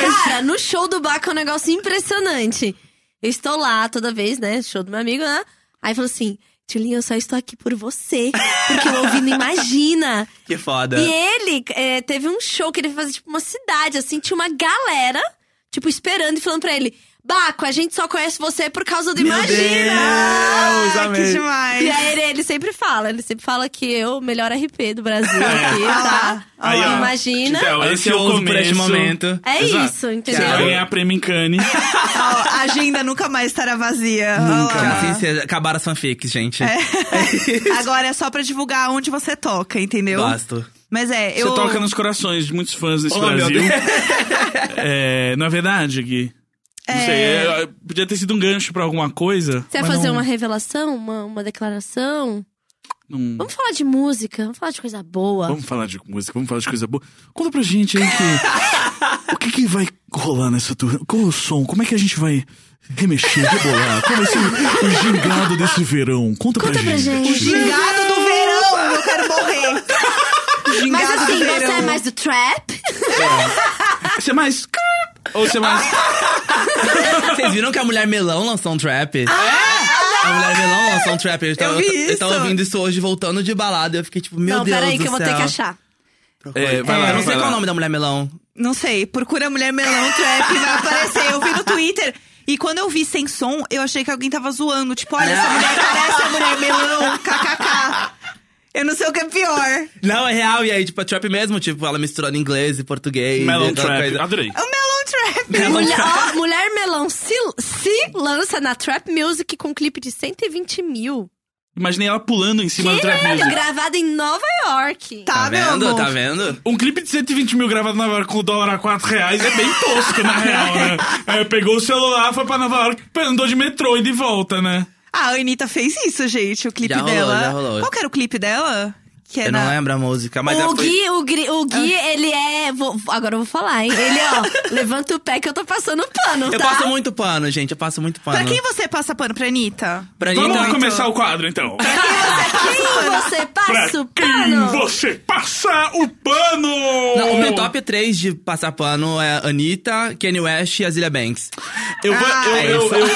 B: *laughs*
A: aí, Cara, no show do Baco é um negócio impressionante. Eu estou lá toda vez, né? Show do meu amigo, né? Aí falou assim: Tilinha, eu só estou aqui por você. Porque eu ouvi no Imagina.
F: *laughs* Que foda.
A: E ele é, teve um show que ele fazia, tipo, uma cidade, assim, tinha uma galera, tipo, esperando e falando pra ele: Baco, a gente só conhece você por causa do Imagina!
F: Deus,
C: Ah, que
F: amei.
C: demais.
A: E aí ele, ele sempre fala, ele sempre fala que eu, o melhor RP do Brasil aqui,
B: É. Ah,
C: Olha
A: tá?
C: lá, olha
B: lá.
A: Imagina.
B: Então, esse é o
F: Ansioso
B: começo.
F: por este momento.
A: É
B: Exato.
A: isso,
B: Você vai
A: entendeu?
B: ganhar prêmio
A: *laughs*
B: em Cannes.
C: Ó, a agenda nunca mais estará vazia. Olha lá.
F: Assim, cê- acabaram as fanfics, gente.
C: Agora é só pra divulgar onde você toca, entendeu?
F: Gosto.
C: Mas é,
B: Você
C: eu.
B: toca nos corações de muitos fãs desse
F: Oh, meu
B: Brasil.
F: Deus.
B: É, não é verdade, Gui? Não sei, é, é, podia ter sido um gancho pra alguma coisa.
A: Você vai
B: mas
A: fazer
B: não-
A: uma revelação, uma, uma declaração?
B: não-
A: Vamos falar de música, vamos falar de coisa boa.
B: Vamos falar de música, vamos falar de coisa boa. Conta pra gente aí que. *laughs* o que, que vai rolar nessa turma? Qual o som? Como é que a gente vai remexer, rebolar? Qual vai ser o gingado desse verão? Conta,
A: Conta pra gente.
C: Gingado do verão! Eu quero morrer! Gingado é
A: Mas assim,
C: do verão.
A: você é mais do trap?
B: ser mais. Ou ser mais.
F: Vocês viram que a Mulher Melão lançou um trap?
A: Ah,
F: É! A Mulher Melão lançou um trap. Eu tava,
C: vi
F: eu tava
C: isso.
F: ouvindo isso hoje, voltando de balada. Eu fiquei tipo, meu
A: não,
F: Deus
A: peraí,
F: do
A: que eu vou ter
F: céu.
A: que achar.
B: É, vai lá,
F: eu
B: vai
F: não sei qual é
B: lá.
F: o nome da Mulher Melão.
C: Não sei, procura Mulher Melão Trap, vai aparecer. Eu vi no Twitter. E quando eu vi sem som, eu achei que alguém tava zoando. Tipo, olha, essa mulher parece a Mulher Melão, kkk. Eu não sei o que é pior.
F: Não, é real. E aí, tipo, a trap mesmo, tipo, ela misturando inglês e português.
B: Melon
F: e toda
B: Trap.
F: coisa.
B: Adorei.
C: É O Melão Trap.
A: Mulher, ó, Mulher Melão se, se lança na Trap Music com um clipe de 120 mil.
B: Imaginei ela pulando em cima do Trap
A: Caralho,
B: Music.
A: gravado em Nova York.
B: Ah,
C: Tá,
F: Tá
C: meu
F: vendo?
C: amor.
F: Tá vendo?
B: Um clipe de 120 mil gravado em Nova York com o dólar a 4 reais é bem tosco, na real, né? É, pegou o celular, foi pra Nova York, andou de metrô e de volta, né?
C: Ah, A Anitta fez isso, gente, o clipe
F: Já rolou,
C: dela.
F: já rolou.
C: Qual que era o clipe dela? Que é
F: Eu
C: era...
F: não lembro a música, mas é ela
A: o,
F: foi...
A: Gui, o Gui, o Gui, ele é. vou- agora eu vou falar, hein? Ele, ó, levanta o pé que eu tô passando pano, tá?
F: Eu passo muito pano, gente. Eu passo muito pano.
C: Pra quem você passa pano? Pra Anitta?
F: Pra
B: Vamos
F: Anitta-
B: lá começar o quadro, então.
A: Quem você
B: Pra
A: passa o
B: quem
A: pano?
B: você passa o pano?
F: Não, o meu top 3 de passar pano é Anitta, Kanye West e Azilia Banks.
B: Eu vou,
C: Ah,
B: eu,
F: é
B: eu,
F: isso.
B: eu,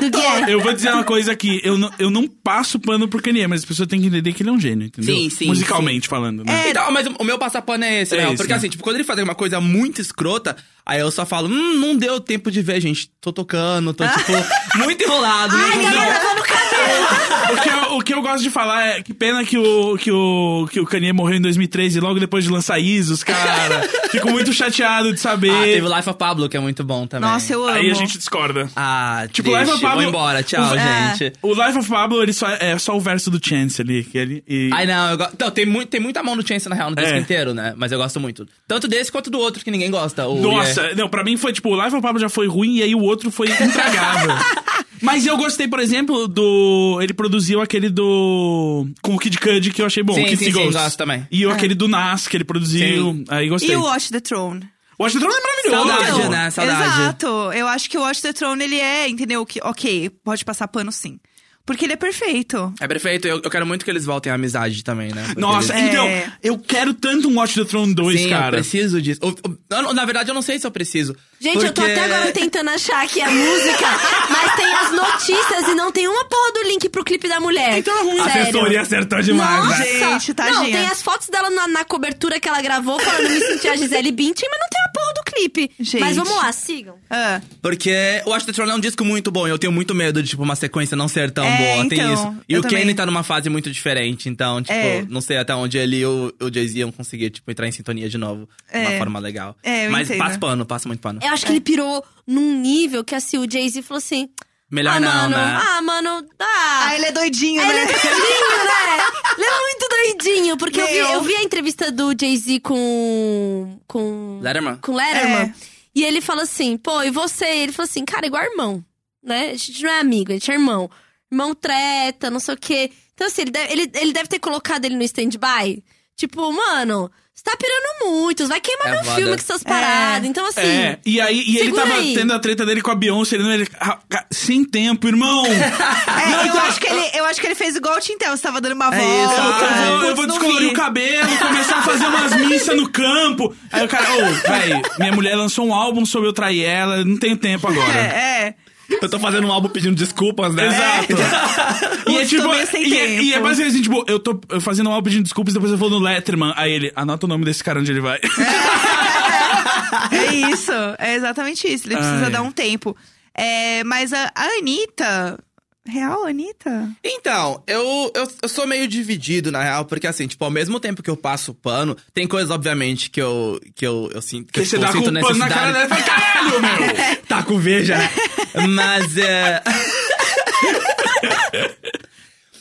A: Do Gui. é.
B: eu vou dizer uma coisa aqui. Eu não, eu não passo pano pro Kanye, mas as pessoas têm que entender que ele é um gênio, entendeu?
F: Sim, sim,
B: Musicalmente falando, né?
C: É.
F: Então, mas o- o meu passar pano é esse,
B: É
F: né?
B: esse,
F: Porque
B: né?
F: assim, tipo, quando ele faz alguma coisa muito escrota, aí eu só falo, hum, não deu tempo de ver, gente. Tô tocando, tô,
C: *laughs*
F: tipo, muito enrolado. não deu."
B: O que, eu, o que eu gosto de falar é que pena que o, que o, que o Kanye morreu em 2013 e logo depois de lançar Isos, cara.
F: *laughs*
B: Fico muito chateado de saber.
F: Ah, teve o Life of Pablo, que é muito bom também.
C: Nossa, eu amo.
B: Aí a gente discorda.
F: Ah,
B: Tipo,
F: tipo,
B: Life of Pablo-
F: vou embora, tchau,
B: Os-
C: é.
F: gente.
B: O Life of Pablo, ele só, é só o verso do Chance ali. Que ele, e-
F: Ai, não, eu go... Não, tem, muito, tem muita mão no Chance, na real, no disco
B: É.
F: inteiro, né? Mas eu gosto muito. Tanto desse quanto do outro que ninguém gosta. O
B: Nossa,
F: Yeah.
B: não, pra mim foi tipo, o Life of Pablo já foi ruim e aí o outro
F: *laughs*
B: foi intragável. Mas eu gostei, por exemplo, do. Ele produziu aquele do. Com o Kid Cudi, que eu achei bom.
F: Sim,
B: Kid
F: sim, sim,
B: Ghosts.
F: gosto também.
B: E o aquele do Nas, que ele produziu.
F: Sim.
B: Aí gostei.
C: E o Watch the Throne?
B: O Washington é maravilhoso.
F: Saudade,
B: Então,
F: né? Saudade.
C: Exato. Eu acho que o Watch the Throne, ele é, entendeu? Que, ok, pode passar pano sim. Porque ele é perfeito.
F: É perfeito, eu, eu quero muito que eles voltem à amizade também, né? Porque
B: Nossa,
F: eles-
C: É.
B: então, eu quero tanto um Watch the Throne 2,
F: Sim, eu
B: cara.
F: preciso disso. Eu- eu- eu não- na verdade, eu não sei se eu preciso.
A: Gente, eu tô
F: porque-
A: até agora tentando achar aqui a música, mas tem as notícias e não tem uma porra do link pro clipe da mulher. Então é ruim,
B: A assessoria acertou demais,
A: Nossa!
B: né?
C: Gente,
A: Não,
C: tadinha.
A: tem as fotos dela na, na cobertura que ela gravou falando me sentir a Gisele Bündchen, mas não tem a porra do clipe.
C: Gente.
A: Mas vamos lá, sigam.
C: Ah,
F: Porque o Ash the Throne é um disco muito bom e eu tenho muito medo de, tipo, uma sequência não ser tão
C: É,
F: boa.
C: então,
F: tem isso. E
C: eu
F: o
C: também.
F: Kenny tá numa fase muito diferente, então, tipo,
C: É.
F: não sei até onde ele e o, o Jay-Z iam conseguir, tipo, entrar em sintonia de novo. De
C: É.
F: uma forma legal.
C: É, eu
F: Mas
C: entendo.
F: passa pano, passa muito pano.
A: Eu acho que ele pirou num nível que assim, o Jay-Z falou assim.
F: Melhor
A: ah,
F: não,
A: mano,
F: né?
A: Ah, mano, dá.
C: ah, ele é doidinho,
A: Ele
C: né?
A: é doidinho, né? Ele é muito doidinho, porque eu vi,
C: Meu.
A: eu vi a entrevista do Jay-Z com. com.
F: Letterman.
A: com Letterman.
C: É.
A: E ele fala assim, pô, e você? Ele falou assim, cara, igual irmão, né? A gente não é amigo, a gente é irmão. Irmão treta, não sei o quê. Então, assim, ele deve, ele, ele deve ter colocado ele no stand-by. Tipo, mano, você tá pirando muito, vai queimar
F: É
A: meu
F: foda.
A: filme com essas paradas. Então, assim.
B: É, e aí e ele
A: segura
B: tava
A: aí.
B: tendo a treta dele com a Beyoncé, ele não ele, ah, ca- sem tempo, irmão.
C: É,
B: Não,
C: eu,
B: então- É
C: acho que ele, eu acho que ele fez igual o Tintel, você tava dando uma volta.
F: isso,
B: Eu,
F: Ah,
B: eu vou, eu
C: Putz,
B: vou
C: não
B: descolorir
C: vi.
B: o cabelo, começar a fazer umas missas no campo. Aí o cara, ô, véi, minha mulher lançou um álbum sobre eu trair ela, não tenho tempo agora.
C: É, *laughs* é.
F: Eu tô fazendo um álbum pedindo desculpas, né?
B: Exato.
C: *laughs*
B: E é
C: Putz,
B: tipo,
C: tô meio sem
B: e é, e é
C: tempo.
B: basicamente assim, tipo, eu tô eu fazendo um álbum pedindo desculpas, depois eu vou no Letterman, aí ele, anota o nome desse cara onde ele vai.
C: É isso, é exatamente isso. Ele precisa
B: Ai.
C: dar um tempo. É, mas a, a Anitta. Real, Anitta?
F: Então, eu, eu, eu sou meio dividido, na real, porque assim, tipo, ao mesmo tempo que eu passo pano, tem coisas, obviamente, que eu, que eu, eu sinto que
B: *laughs* Porque você
F: eu, tipo,
B: dá com
F: sinto
B: o pano na cara dela e
F: necessidade.
B: *laughs* fala, caralho, meu!
C: É.
F: Tá com veja, né? Mas é.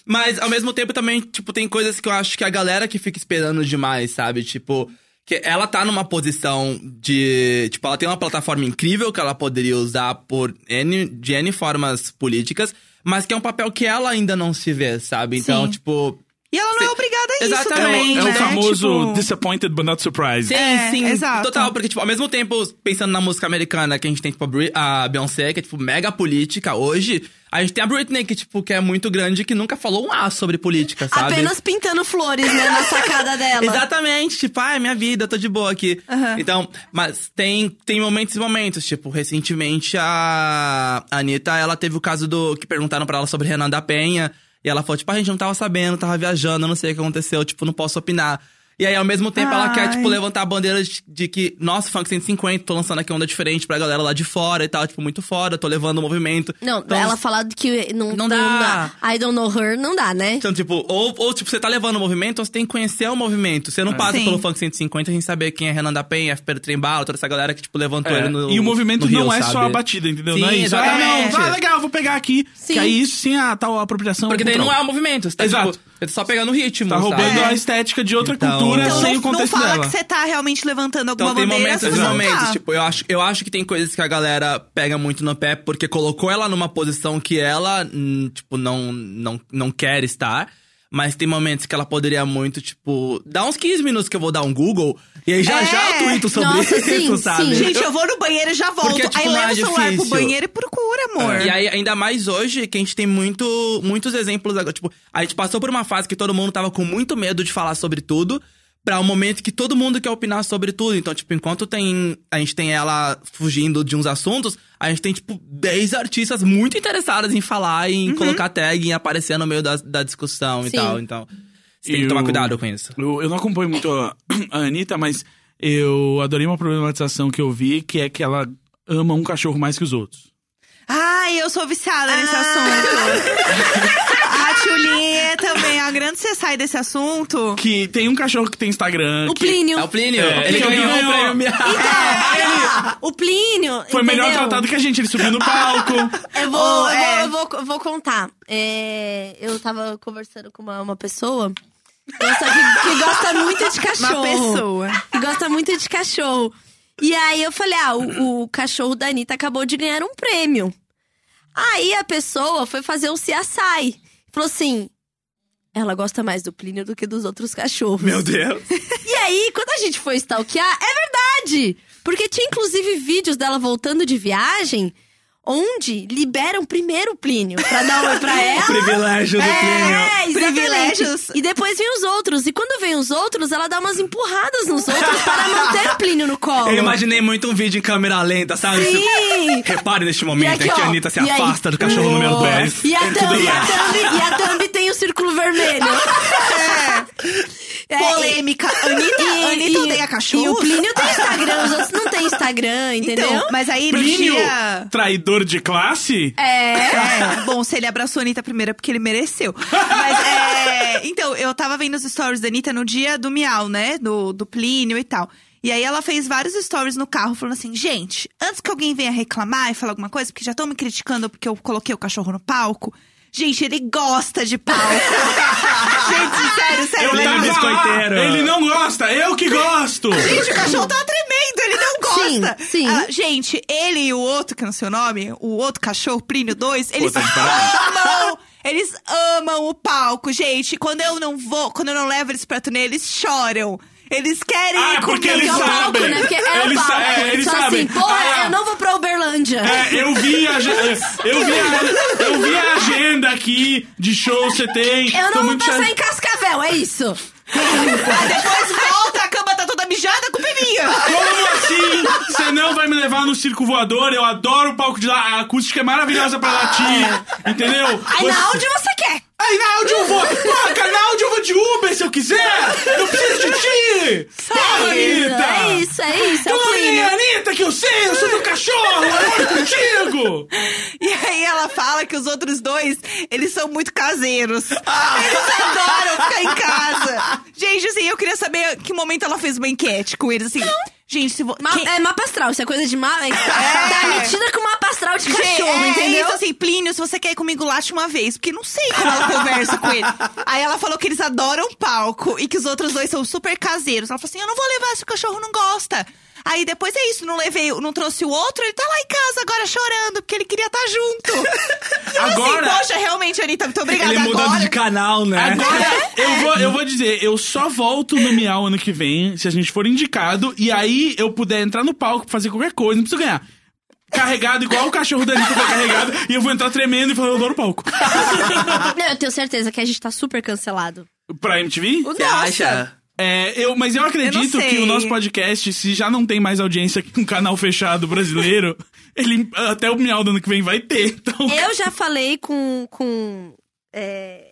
F: Mas ao mesmo tempo também, tipo, tem coisas que eu acho que a galera que fica esperando demais, sabe? Tipo, que ela tá numa posição de. Tipo, ela tem uma plataforma incrível que ela poderia usar por N, de N formas políticas, mas que é um papel que ela ainda não se vê, sabe? Então,
C: Sim.
F: tipo.
C: E ela não é obrigada a isso
F: Exatamente.
C: também,
B: É o
C: né?
B: famoso
C: Tipo,
B: disappointed but not surprised.
F: Sim,
C: É,
F: sim.
C: exato.
F: Total, porque, tipo, ao mesmo tempo, pensando na música americana que a gente tem, tipo, a, Bri- a Beyoncé, que é, tipo, mega política hoje, a gente tem a Britney, que, tipo, que é muito grande, que nunca falou um A sobre política, sabe?
A: Apenas pintando flores, né, na
F: *laughs*
A: sacada dela.
F: Exatamente, tipo, ai, minha vida, eu tô de boa aqui. Então, mas tem, tem momentos e momentos. Tipo, recentemente a a Anitta, ela teve o caso do. que perguntaram pra ela sobre Renan da Penha. E ela falou, tipo, a gente não tava sabendo, tava viajando, não sei o que aconteceu, tipo, não posso opinar. E aí, ao mesmo tempo, ela quer,
C: Ai.
F: tipo, levantar a bandeira de, de que, nossa, funk 150, tô lançando aqui onda diferente pra galera lá de fora e tal, tipo, muito fora, tô levando o movimento.
A: Não,
F: Então,
A: ela falar do que não, não,
F: Não
A: dá.
F: dá.
A: I don't know her, não dá, né?
F: Então, tipo, ou, ou tipo, você tá levando o movimento, ou você tem que conhecer o movimento.
B: É.
F: Você não passa
C: Sim.
F: pelo funk 150 sem saber quem é Renan da Penha, Pedro Trembala, toda essa galera que, tipo, levantou
B: É,
F: ele no.
B: e o movimento
F: no Rio,
B: não é só a
F: sabe?
B: batida, entendeu?
F: Sim,
B: não é isso. Ah,
F: exatamente.
B: não, ah, legal, vou pegar aqui.
A: Sim.
B: Que aí isso sim é a tal apropriação.
F: Porque daí não é
B: cultural.
F: o movimento. Você tá,
B: Exato.
F: tipo, você tá só pegando o ritmo.
B: Tá roubando
A: É.
F: sabe? É.
B: a estética de outra
F: Então-
B: cultura
C: Então
B: sem
C: não,
B: o contexto
C: não fala
B: dela.
C: que você tá realmente levantando alguma
F: Então tem
C: bandeira, se
F: momentos e
C: você não
F: momentos.
C: tá.
F: Tipo, eu acho, eu acho que tem coisas que a galera pega muito no pé porque colocou ela numa posição que ela, hum, tipo, não, não, não quer estar. Mas tem momentos que ela poderia muito, tipo, dá uns 15 minutos que eu vou dar um Google e aí já
C: É.
F: já eu tuito sobre
A: Nossa,
F: *laughs* isso,
A: sim,
F: sabe?
A: sim.
C: Gente, eu vou no banheiro e já volto.
F: Porque, tipo,
C: aí
F: não
C: leva
F: é
C: o celular pro
F: difícil. É,
C: banheiro e procura, amor.
F: E aí, ainda mais hoje, que a gente tem muito, muitos exemplos agora. Tipo, a gente passou por uma fase que todo mundo tava com muito medo de falar sobre tudo. Pra um momento que todo mundo quer opinar sobre tudo. Então, tipo, enquanto tem. A gente tem ela fugindo de uns assuntos, a gente tem, tipo, 10 artistas muito interessadas em falar, em colocar tag, em aparecer no meio da, da discussão e
A: Sim.
F: tal. Então. Você tem
B: E
F: que tomar
B: o-
F: cuidado com isso.
B: Eu, eu não acompanho muito a, a Anitta, mas eu adorei uma problematização que eu vi, que é que ela ama um cachorro mais que os outros.
C: Ai, eu sou viciada nesse *laughs* assunto. a Tchulinha também. A grande você sai desse assunto.
B: Que tem um cachorro que tem Instagram.
A: O
B: que
A: Plínio.
F: É o *laughs* Plínio.
B: É,
F: ele
B: que
F: ganhou
B: ganhou.
F: o prêmio Miau.
A: Ah, o Plínio.
B: Foi
A: entendeu?
B: melhor tratado que a gente, ele
A: *laughs*
B: subiu no palco.
A: Eu vou, eu,
C: Oh, é.
A: vou, eu vou, eu vou contar. É, eu tava conversando com uma, uma pessoa gosta- que, que gosta muito de
C: *laughs* Uma
A: cachorro.
C: pessoa.
A: Que gosta muito de cachorro. E aí eu falei: ah, o, o cachorro da Anitta acabou de ganhar um prêmio. Aí a pessoa foi fazer um CSI. Falou assim. Ela gosta mais do Plínio do que dos outros cachorros.
F: *laughs* Meu Deus.
A: E aí, quando a gente foi stalkear, é verdade! Porque tinha inclusive vídeos dela voltando de viagem, onde liberam primeiro o Plínio pra
F: *laughs*
A: dar oi pra ela.
F: Privilégio do
A: É, exatamente.
C: Privilégios.
A: E depois vem os outros. E quando vem os outros, ela dá umas empurradas nos outros para manter o Plínio no colo.
F: Eu imaginei muito um vídeo em câmera lenta, sabe?
A: Sim!
F: Repare neste momento
A: E
F: é
A: aqui,
F: que a
A: ó.
F: Anitta se
A: E aí?
F: afasta do cachorro número 10.
A: E a, thumb, e, a thumb, e a thumb tem o círculo vermelho. É.
C: Polêmica. Anitta, Anitta odeia cachorro.
A: E o Plínio tem Instagram, os outros não têm Instagram, entendeu?
C: Então, mas aí no
B: Plínio,
C: dia...
B: traidor de classe?
A: É.
C: É, bom, se ele abraçou a Anitta primeiro é porque ele mereceu. Mas é. Então, eu tava vendo os stories da Anitta no dia do Miau, né? Do, do Plínio e tal. E aí ela fez vários stories no carro falando assim: gente, antes que alguém venha reclamar e falar alguma coisa, porque já estão me criticando porque eu coloquei o cachorro no palco. Gente, ele gosta de palco. gente, sério, sério. né?
F: Eu
C: mas-
F: tava- é biscoiteiro.
B: Ele não gosta, eu que gosto!
C: Gente, o cachorro tava tremendo, ele não
A: Sim,
C: gosta.
A: sim.
C: Ela- gente, ele e o outro, que eu não sei o nome, o outro cachorro, Plínio 2, eles
B: Puta, tá de parabéns.
C: amam. Eles amam o palco, gente. Quando eu não vou, quando eu não levo eles pra turnê, eles choram. Eles querem ir
B: Ah,
C: comigo.
B: porque eles
A: é o palco,
B: sabem.
A: né? Porque é
B: Eles
A: o palco.
B: sa- é, eles
A: Só
B: sabem.
A: assim, porra,
B: Ah,
A: eu não vou pra Uberlândia.
B: É, eu vi a agen- eu vi a, eu vi a agenda aqui de show que você tem.
A: eu
B: É, tô
A: não vou
B: muito
A: passar
B: chate-
A: em Cascavel, é isso.
C: Aí Ah, depois volta, a cama tá toda mijada com peninha. *laughs*
B: Como assim? Você não vai me levar no circo voador? Eu adoro o palco de lá. A acústica é maravilhosa pra latir. Entendeu?
A: Aí
B: Você-
A: na áudio você quer.
B: Aí na áudio eu
F: um
B: vou. Porra, na áudio eu vou de Uber se eu quiser. Eu preciso de ti. Porra, Anitta.
A: É isso, é isso, é o
B: Tô nem aí,
A: Plínio.
B: Anitta, que eu sei. Eu sou do cachorro. Eu vou contigo.
C: E aí ela fala que os outros dois, eles são muito caseiros.
B: Ah.
C: Eles adoram ficar em casa. Gente, assim, eu queria saber que momento ela fez uma enquete com eles, assim. Gente, se vo...
A: Ma-
C: quem-
A: É mapa astral, isso é coisa de mapa. É. Tá metida com mapa astral de cachorro,
C: é,
A: entendeu?
C: isso, assim, Plínio, se você quer ir comigo, late uma vez. Porque não sei como ela conversa com ele. Aí ela falou que eles adoram palco e que os outros dois são super caseiros. Ela falou assim, eu não vou levar se o cachorro não gosta. Aí depois é isso, não levei, não trouxe o outro, ele tá lá em casa agora chorando, porque ele queria estar junto.
B: Agora-
C: Agora, assim, poxa, realmente, Anitta, muito obrigada.
G: Ele mudando
C: agora,
G: de canal, né?
B: Agora,
F: *laughs*
B: eu vou, eu vou dizer, eu só volto no Miau ano que vem, se a gente for indicado, e aí eu puder entrar no palco pra fazer qualquer coisa, não preciso ganhar. Carregado, igual o cachorro da Anitta foi carregado, e eu vou entrar tremendo e falar, eu adoro o palco.
A: Não, eu tenho certeza que a gente tá super cancelado.
B: pra MTV?
C: Nossa.
F: Você acha?
B: É, eu, mas eu acredito
C: Eu não sei.
B: que o nosso podcast, se já não tem mais audiência com um canal fechado brasileiro, *laughs* ele até o Miau do ano que vem vai ter. Então,
A: Eu já falei com. com. é,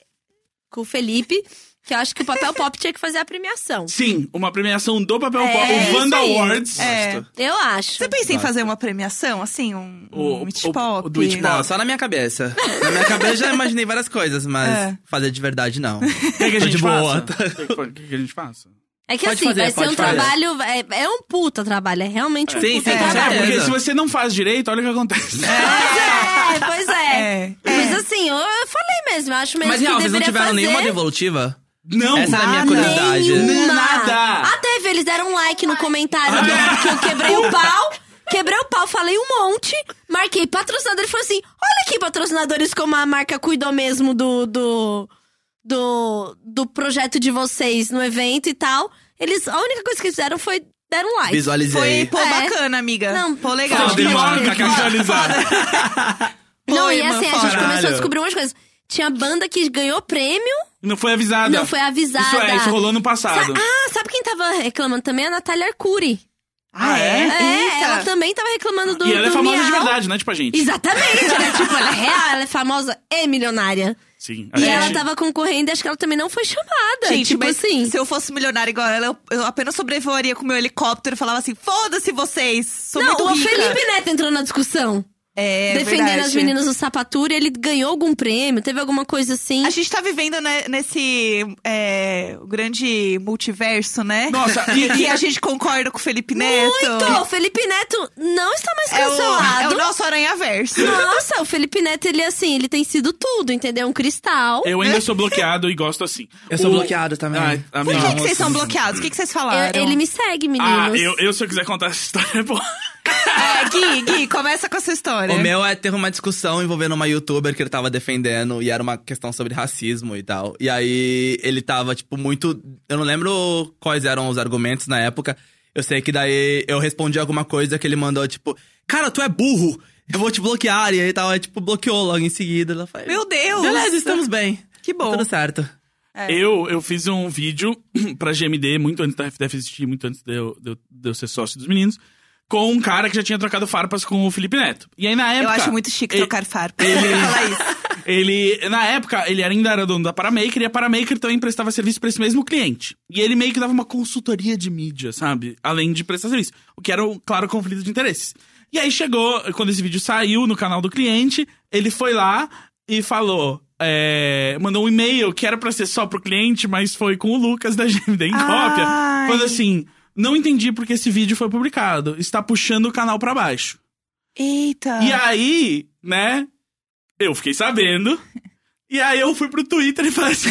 A: com o Felipe que eu acho que o papel pop tinha que fazer a premiação.
B: sim, uma premiação do Papel
A: É,
B: Pop,
A: isso
B: o Wanda
A: aí.
B: Awards.
C: É.
A: Eu acho.
C: Você pensa em fazer uma premiação, assim, um,
B: O-
C: um It
B: o-
C: Pop?
B: o do It
F: Não, tipo, só na minha cabeça. Na minha cabeça já imaginei várias coisas, mas
C: É.
F: fazer de verdade
B: O
F: não.
B: que, é que a
F: Tô
B: gente
F: Tá de boa. *laughs*
B: passa? O que, é que a gente passa?
A: É que
F: Pode
A: assim,
F: fazer,
A: vai ser
F: pode
A: um
F: fazer.
A: trabalho. É, é um puta trabalho, é realmente um
F: Sim,
A: puta
F: sim, com
A: trabalho.
B: É, porque
F: certeza. É.
B: se você não faz direito, olha o que acontece.
A: Pois *laughs* é, pois é.
C: É.
A: Mas assim, eu eu falei mesmo, eu acho mesmo
F: Mas
A: que
F: real, vocês não
A: deveria
F: tiveram
A: fazer.
F: nenhuma devolutiva?
B: Não,
F: Essa é a minha
C: nada.
F: curiosidade.
A: Nenhuma.
B: Nada.
A: Ah, teve, eles deram um like no comentário dela,
F: Ah.
A: porque eu quebrei o pau. Quebrei o pau, falei um monte, marquei patrocinador e falou assim: olha aqui, patrocinadores, como a marca cuidou mesmo do, do, do, do projeto de vocês no evento e tal. Eles, a única coisa que eles fizeram foi deram um like.
C: Foi,
F: Visualizei.
C: pô,
A: É.
C: bacana, amiga.
A: Não.
C: pô, legal.
B: Foda, marca, casualizada.
A: Não, e
C: Foi,
A: assim, a
C: mano,
A: gente
F: caralho.
A: começou a descobrir umas coisas. Tinha banda que ganhou prêmio,
B: Não foi avisada.
A: não foi avisada.
B: Isso é, isso rolou no
A: Sa-
B: passado.
A: ah, sabe quem tava reclamando também? A Natália Arcuri.
C: Ah, é?
A: É,
C: Eita.
A: ela também tava reclamando do
B: e ela é
A: do
B: famosa de
A: Miau.
B: verdade, né? Tipo a gente.
A: Exatamente, ela é tipo, ela é real, ela é famosa e milionária.
B: Sim. a
A: E
B: gente-
A: ela tá- tava concorrendo e acho que ela também não foi chamada.
C: Gente,
A: tipo
C: mas
A: assim.
C: se eu fosse milionária igual ela, eu, eu apenas sobrevoaria com o meu helicóptero e falava assim, foda-se vocês, sou
A: Não,
C: muito
A: o
C: rica.
A: Felipe Neto entrou na discussão.
C: é,
A: defendendo
C: verdade.
A: as meninas assim. do Sapatura, ele ganhou algum prêmio, teve alguma coisa assim.
C: A gente tá vivendo né, nesse é, grande multiverso, né?
B: Nossa, e-
C: *laughs* e, a gente concorda com o Felipe Neto.
A: Muito! O Felipe Neto não está mais
C: É o, é
A: cancelado.
C: o nosso aranhaverso.
A: Nossa, o Felipe Neto, ele assim, ele tem sido tudo, entendeu? Um cristal.
B: Eu ainda sou bloqueado e gosto assim.
F: Eu sou
B: O-
F: bloqueado também.
B: Ai,
C: Por
B: amiga.
C: que, que
F: Não,
C: vocês são
F: assim,
C: bloqueados? O que, que vocês
A: Eu-
C: falaram?
A: É, ele me segue,
B: Ah,
A: meninos.
B: eu, eu se eu quiser contar essa *laughs* história é boa.
C: É, Gui, Gui, começa com essa história.
F: O meu é ter uma discussão envolvendo uma youtuber que ele tava defendendo e era uma questão sobre racismo e tal. E aí ele tava, tipo, muito. Eu não lembro quais eram os argumentos na época. Eu sei que daí eu respondi alguma coisa que ele mandou, tipo, cara, tu é burro! Eu vou te bloquear. E aí tal, aí, tipo, bloqueou logo em seguida. Ela falou,
C: Meu Deus!
F: Beleza, estamos bem.
C: Que bom.
F: Tá tudo certo.
B: Eu, eu fiz um vídeo *clears throat* pra GMD, muito antes da FDF existir, muito antes de eu, de, eu, de eu ser sócio dos meninos, com um cara que já tinha trocado farpas com o Felipe Neto. E aí na
C: Eu
B: época.
C: acho muito chique
B: ele-
C: trocar farpa.
B: Ele-
C: Fala isso.
B: Ele, na época, ele ainda era dono da Paramaker e a Paramaker também prestava serviço pra esse mesmo cliente. E ele meio que dava uma consultoria de mídia, sabe? Além de prestar serviço. O que era um claro conflito de interesses. E aí chegou, quando esse vídeo saiu no canal do cliente, ele foi lá e falou. é, mandou um e-mail que era pra ser só pro cliente, mas foi com o Lucas da GMD em cópia.
C: Ai.
B: Falando assim: não entendi porque esse vídeo foi publicado. Está puxando o canal pra baixo.
C: Eita!
B: E aí, né? Eu fiquei sabendo. E aí eu fui pro Twitter e falei assim,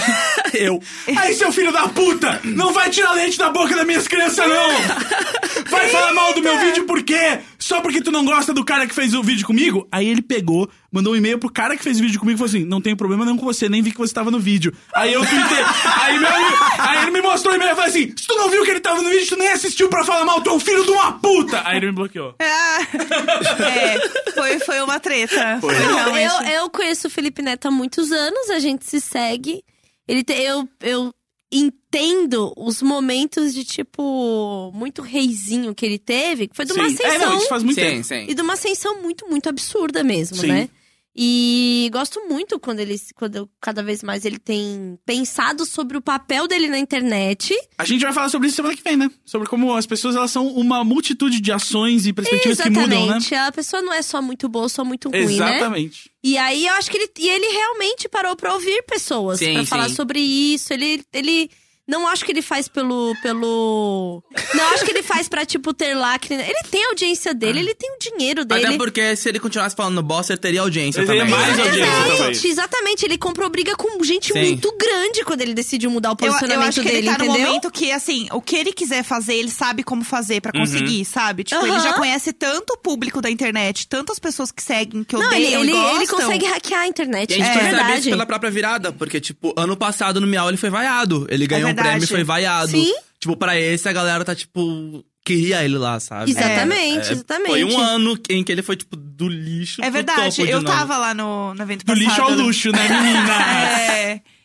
B: *laughs* eu. Aí, seu filho da puta! Não vai tirar leite da boca das minhas crianças, não! Vai falar mal do meu vídeo por quê? Só porque tu não gosta do cara que fez o vídeo comigo? Aí ele pegou, mandou um e-mail pro cara que fez o vídeo comigo e falou assim: não tenho problema não com você, nem vi que você tava no vídeo. Aí eu tuitei. aí, meu, amigo- aí ele me mostrou o e-mail e falou assim: se tu não viu que ele tava no vídeo, tu nem assistiu pra falar mal, tu é um filho de uma puta! Aí ele me bloqueou.
C: Ah, *laughs* é, foi, foi uma treta. Foi.
A: Não,
C: realmente.
A: eu, eu conheço o Felipe Neto há muitos anos, a gente se segue. Ele te- eu, eu entendo os momentos de, tipo, muito reizinho que ele teve, que foi de uma
B: Sim. É, não,
A: ascensão.
B: isso faz muito tempo.
F: sim, sim.
A: E de uma ascensão muito, muito absurda mesmo,
B: Sim.
A: né? E gosto muito quando ele se- quando cada vez mais ele tem pensado sobre o papel dele na internet.
B: A gente vai falar sobre isso semana que vem, né? Sobre como as pessoas elas são uma multitude de ações e perspectivas
A: Exatamente.
B: que mudam, né?
A: A pessoa não é só muito boa, só muito ruim, né?
B: Exatamente.
A: E aí eu acho que ele, e ele realmente parou pra ouvir pessoas
F: Sim,
A: pra falar
F: sim.
A: sobre isso. Ele, ele Não acho que ele faz pelo. pelo. Não acho que ele faz pra, tipo, ter lá. que- Ele tem a audiência dele, ele tem o dinheiro dele.
F: Ah. Até porque se ele continuasse falando bosta, ele teria audiência
B: Ele teria
F: também.
B: mais audiência
A: Exatamente,
B: também.
A: exatamente. Ele comprou briga com gente
F: Sim.
A: muito grande quando ele decidiu mudar o
C: Eu, eu
A: posicionamento
C: acho que
A: dele,
C: ele tá num
A: entendeu?
C: momento que, assim, o que ele quiser fazer, ele sabe como fazer pra conseguir, sabe? Tipo, ele
A: Aham.
C: já conhece tanto o público da internet, tantas pessoas que seguem, que
A: Não, ele,
C: odeiam e
A: ele,
C: gostam.
A: ele consegue hackear a internet,
F: E a gente
A: é
F: percebe isso
A: verdade.
F: pela própria virada, porque, tipo, ano passado no Miau ele foi vaiado. Ele ganhou um
C: verdade.
F: prêmio e foi vaiado.
A: É Sim.
F: Tipo, pra esse a galera tá, tipo, queria ele lá, sabe?
A: Exatamente,
F: É,
A: exatamente.
F: Foi um ano em que ele foi, tipo, do lixo
C: É
F: pro
C: verdade,
F: topo de
C: eu
F: novo.
C: tava lá no, no evento
B: Do
C: passado.
B: lixo ao luxo, né, *laughs* menina?
C: *laughs*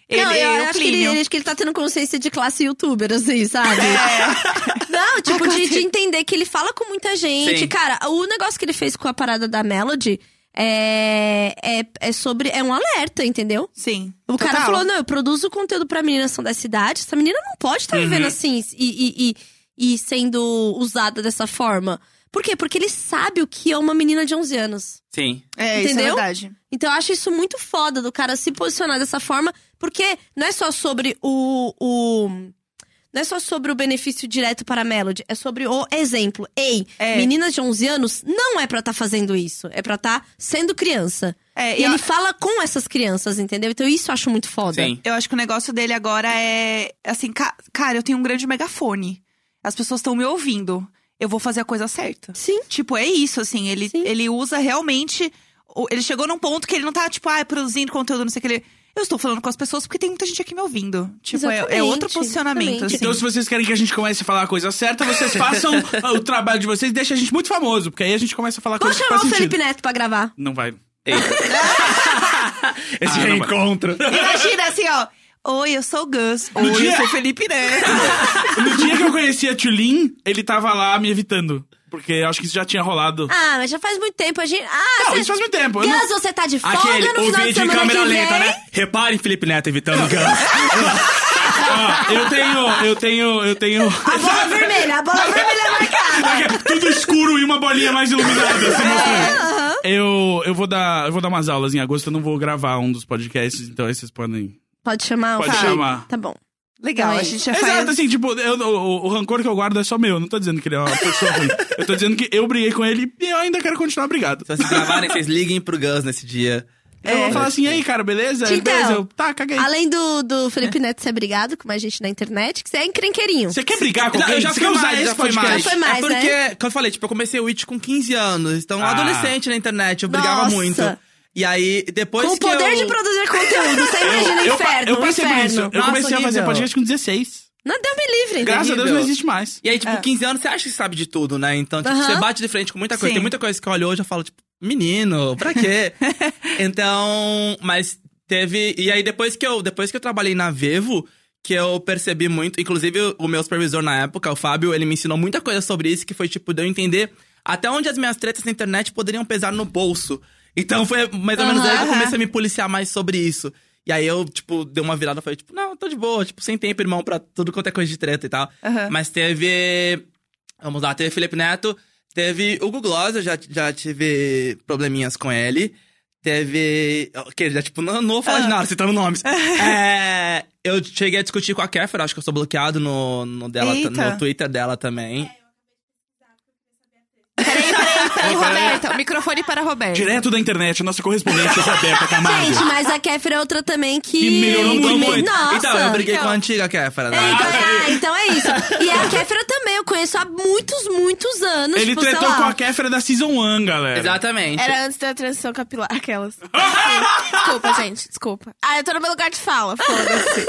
C: É, ele,
A: Não, eu,
C: eu,
A: acho que ele,
C: Plínio.
A: eu acho que ele tá tendo consciência de classe youtuber, assim,
C: *laughs*
A: sabe?
C: É.
A: Não, tipo, de, de entender que ele fala com muita gente.
F: Sim.
A: Cara, o negócio que ele fez com a parada da Melody é, é, é sobre. É um alerta, entendeu?
C: Sim.
A: O cara
C: total.
A: falou: não, eu produzo conteúdo pra meninas são da cidade. Essa menina não pode
C: Uhum.
A: estar vivendo assim e, e, e, e sendo usada dessa forma. Por quê? Porque ele sabe o que é uma menina de 11 anos.
F: Sim.
C: É, isso é
A: Entendeu?
C: verdade.
A: Então eu acho isso muito foda do cara se posicionar dessa forma, porque não é só sobre o. o não é só sobre o benefício direto para a Melody, é sobre o exemplo. Ei,
C: É.
A: meninas de 11 anos não é pra estar fazendo isso, é pra estar sendo criança.
C: É,
A: e
C: eu,
A: ele fala com essas crianças, entendeu? Então isso eu acho muito foda.
F: Sim.
C: eu acho que o negócio dele agora é. Assim, ca- cara, eu tenho um grande megafone. As pessoas estão me ouvindo. Eu vou fazer a coisa certa.
A: Sim.
C: Tipo, é isso, assim. Ele,
A: Sim.
C: ele usa realmente. o- Ele chegou num ponto que ele não tá, tipo, ah, produzindo conteúdo, não sei o que. Ele, eu estou falando com as pessoas porque tem muita gente aqui me ouvindo. Tipo, é- é,
A: Exatamente,
C: outro posicionamento,
A: exatamente.
C: assim.
B: Então, se vocês querem que a gente comece a falar a coisa certa,
A: *laughs*
B: vocês façam o trabalho de vocês e deixem a gente muito famoso, porque aí a gente começa a falar
A: Vamos
B: coisas que
A: chamar o
B: faz
A: Felipe
B: sentido.
A: Neto pra gravar.
B: Não vai. *laughs*
F: Esse
B: Ah, não,
F: *laughs* reencontro.
C: Imagina assim, ó. Oi, eu sou o Gus.
B: No
C: Oi,
B: dia-
C: eu sou o Felipe Neto.
B: No dia que eu conheci a Tulin, ele tava lá me evitando. Porque eu acho que isso já tinha rolado.
A: Ah, mas já faz muito tempo a gente. Ah,
B: não,
A: você-
B: isso é faz muito tempo. eu não-
A: Gus, você tá de folga no
F: Aquele, o
A: final de
F: vídeo em
A: semana
F: câmera
A: que vem.
F: lenta, né? Reparem Felipe Neto evitando o
B: Ó, eu tenho, eu tenho, eu tenho.
A: A bola vermelha, a bola vermelha é marcada.
B: *laughs* Tudo escuro e uma bolinha mais iluminada se
F: É.
B: mostrando. Eu, eu, vou dar, eu vou dar umas aulas em agosto, eu não vou gravar um dos podcasts, então aí vocês podem.
A: Pode chamar o
B: Pode
A: Felipe.
B: chamar.
A: Tá bom.
C: Legal,
A: Então é
C: a gente já faz.
B: Exato, assim, tipo, eu- o, o rancor que eu guardo é só meu. eu Não tô dizendo que ele é uma pessoa ruim. Eu tô dizendo que eu briguei com ele e eu ainda quero continuar brigado.
F: Então, Se vocês gravarem, vocês liguem pro Gus nesse dia.
B: Eu vou falar assim, e aí, cara, beleza?
A: Então,
B: beleza, eu, tá, caguei.
A: Além do, do Felipe Neto ser brigado com mais gente na internet, que você é encrenqueirinho.
B: Você quer brigar Ah, com
F: Não,
B: alguém?
F: eu já
B: Você
F: fui
B: quer usar
F: mais,
B: esse
F: já fui
B: podcast?
F: mais.
A: Já foi mais, né?
F: é porque, como eu falei, tipo, eu comecei o It com 15 anos. Então,
B: Ah.
F: adolescente na internet, eu brigava
A: Nossa.
F: muito. E aí, depois
A: Com o
F: que
A: poder
F: eu...
A: de produzir conteúdo, você imagina o
B: *laughs* eu, pa-
A: inferno.
B: eu passei por
A: inferno.
B: isso. Eu
F: Nossa,
B: comecei a fazer
F: horrível.
B: podcast com 16.
A: Não, Deus me livre.
C: é
B: Graças a Deus
F: Terrível.
B: não existe mais.
F: E aí, tipo, 15 anos, você acha que sabe de tudo, né? Então, tipo,
A: Aham.
F: você bate de frente com muita coisa.
C: Sim.
F: Tem muita coisa que eu olho hoje e eu falo, tipo, menino, pra quê? então, mas teve... E aí, depois que eu, depois que eu trabalhei na Vevo, que eu percebi muito... Inclusive, o meu supervisor na época, o Fábio, ele me ensinou muita coisa sobre isso, que foi, tipo, de eu entender até onde as minhas tretas na internet poderiam pesar no bolso. Então, foi mais ou menos aí que eu
C: Aham.
F: comecei a me policiar mais sobre isso. E aí, eu, tipo, dei uma virada e falei, tipo, não, tô de boa. Tipo, sem tempo, irmão, pra tudo quanto é coisa de treta e tal.
C: Aham.
F: Mas teve. Vamos lá, teve Felipe Neto, teve o Hugo Gloss, eu já, já tive probleminhas com ele. Teve. Que já, tipo, não, não
C: Ah.
F: vou falar de
B: Ah.
F: nada, citando
C: *laughs*
F: nomes. É, eu cheguei a discutir com a Kéfera, acho que eu sou bloqueado no, no, dela,
C: Eita.
F: no Twitter dela também.
C: Peraí, peraí, peraí, Roberta. O microfone para a Roberta.
B: Direto da internet, nossa correspondente Roberta Camargo.
A: Gente, mas a Kéfera é outra também que.
B: Que melhorou
A: que
B: muito, é,
A: me-
B: muito.
A: Nossa.
F: então, eu briguei
C: então.
F: com a antiga Kéfera, né?
A: Então, ah, então é isso. E a Kéfera também, eu conheço há muitos, muitos anos.
B: Ele
A: tipo, sei
B: tretou
A: lá.
B: com a Kéfera da Season 1, galera. *laughs*
F: Exatamente.
G: Era antes da transição capilar,
F: *laughs*
G: aquelas. desculpa, gente, desculpa. Ah, eu tô no meu lugar de fala,
F: *laughs*
G: foda-se.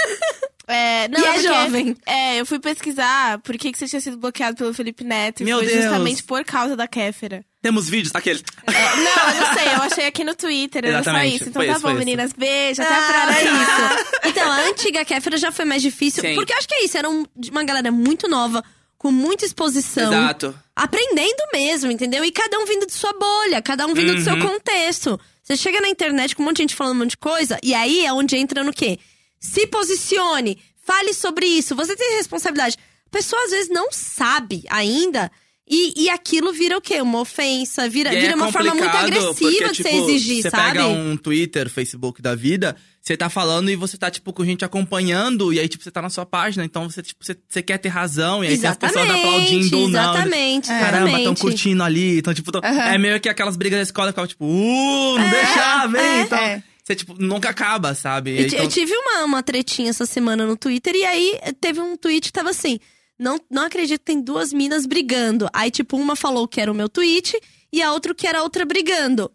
G: É, não,
A: E é
G: porque-
A: jovem.
G: É, eu fui pesquisar por que, que você tinha sido bloqueado pelo Felipe Neto. E
F: Meu
G: foi
F: Deus.
G: justamente por causa da Kéfera.
F: Temos vídeos, tá aquele.
G: É, não, eu não sei, eu achei aqui no Twitter, era só
F: Exatamente,
G: isso. Então
F: foi
G: tá
F: isso, foi
G: bom,
F: isso.
G: meninas, beijo, até a
A: Ah,
G: próxima.
A: era isso.
B: *laughs*
A: Então, a antiga Kéfera já foi mais difícil.
F: Sim.
A: Porque eu acho que é isso. Era um- uma galera muito nova, com muita exposição.
F: Exato.
A: aprendendo mesmo, entendeu? E cada um vindo de sua bolha, cada um vindo do
F: Uhum.
A: seu contexto. Você chega na internet com um monte de gente falando um monte de coisa, e aí é onde entra no quê? Se posicione, fale sobre isso, você tem responsabilidade. A pessoa às vezes não sabe ainda E, e aquilo vira o quê? Uma ofensa, vira,
F: E aí
A: vira
F: é
A: uma forma muito
F: complicado,
A: agressiva
F: porque,
A: de
F: tipo,
A: você exigir,
F: você
A: sabe?
F: pega um Twitter, Facebook da vida, você tá falando e você tá, tipo, com gente acompanhando, e aí, tipo, você tá na sua página, então você, tipo, você, você quer ter razão, e aí tem as
A: exatamente,
F: pessoas aplaudindo ou não. né?
A: exatamente,
F: Caramba,
A: exatamente.
F: tão curtindo ali. Então, tipo, tão-
C: Aham.
F: é meio que aquelas brigas da escola que ficava, tipo, uh, não deixar, vem.
A: é,
F: então,
C: é.
F: você, tipo, nunca acaba, sabe?
A: Eu, ti-
F: Então-
A: eu tive uma, uma tretinha essa semana no Twitter e aí eh, teve um tweet que tava assim: não, não acredito que tem duas minas brigando. Aí, tipo, uma falou que era o meu tweet e a outra que era a outra brigando.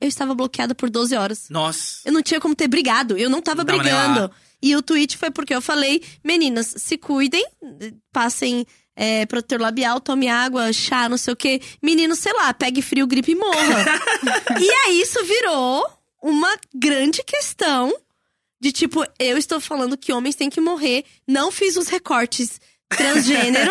A: Eu estava bloqueada por 12 horas.
F: Nossa.
A: Eu não tinha como ter brigado, eu não tava
F: Não tava nem lá.
A: brigando. E o tweet foi porque eu falei: meninas, se cuidem, eh, passem. eh, protetor labial, tome água, chá, não sei o quê. Menino, sei lá, pegue frio, gripe e
F: *laughs*
A: morra. E aí isso virou uma grande questão de tipo, eu estou falando que homens têm que morrer, não fiz os recortes
F: *laughs*
A: transgênero,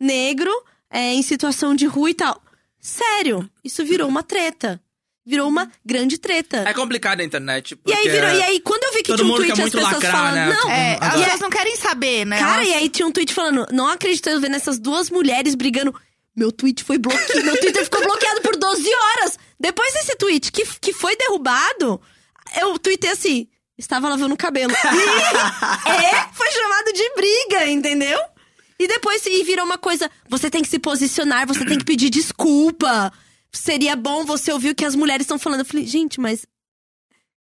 A: negro, é, em situação de rua e tal. Sério, isso virou uma treta. Virou uma grande treta.
F: É complicado a internet.
A: E aí
F: porque- é
A: virou, e aí quando eu vi que
F: todo
A: tinha um
F: mundo quer
A: tweet as
F: muito
A: pessoas
F: lacrar,
A: falando,
F: né?
A: não,
C: É,
F: Agora-
C: as pessoas não querem saber, né?
A: Cara,
C: Elas-
A: e aí tinha um tweet falando, não acredito, eu vendo essas duas mulheres brigando. Meu tweet foi bloqueado, meu Twitter ficou bloqueado por 12 horas. Depois desse tweet, que, que foi derrubado, eu tweetei assim, estava lavando o
F: *laughs*
A: cabelo. E é, foi chamado de briga, entendeu? E depois e virou uma coisa, você tem que se posicionar, você tem que pedir desculpa. Seria bom você ouvir o que as mulheres estão falando. Eu falei, gente, mas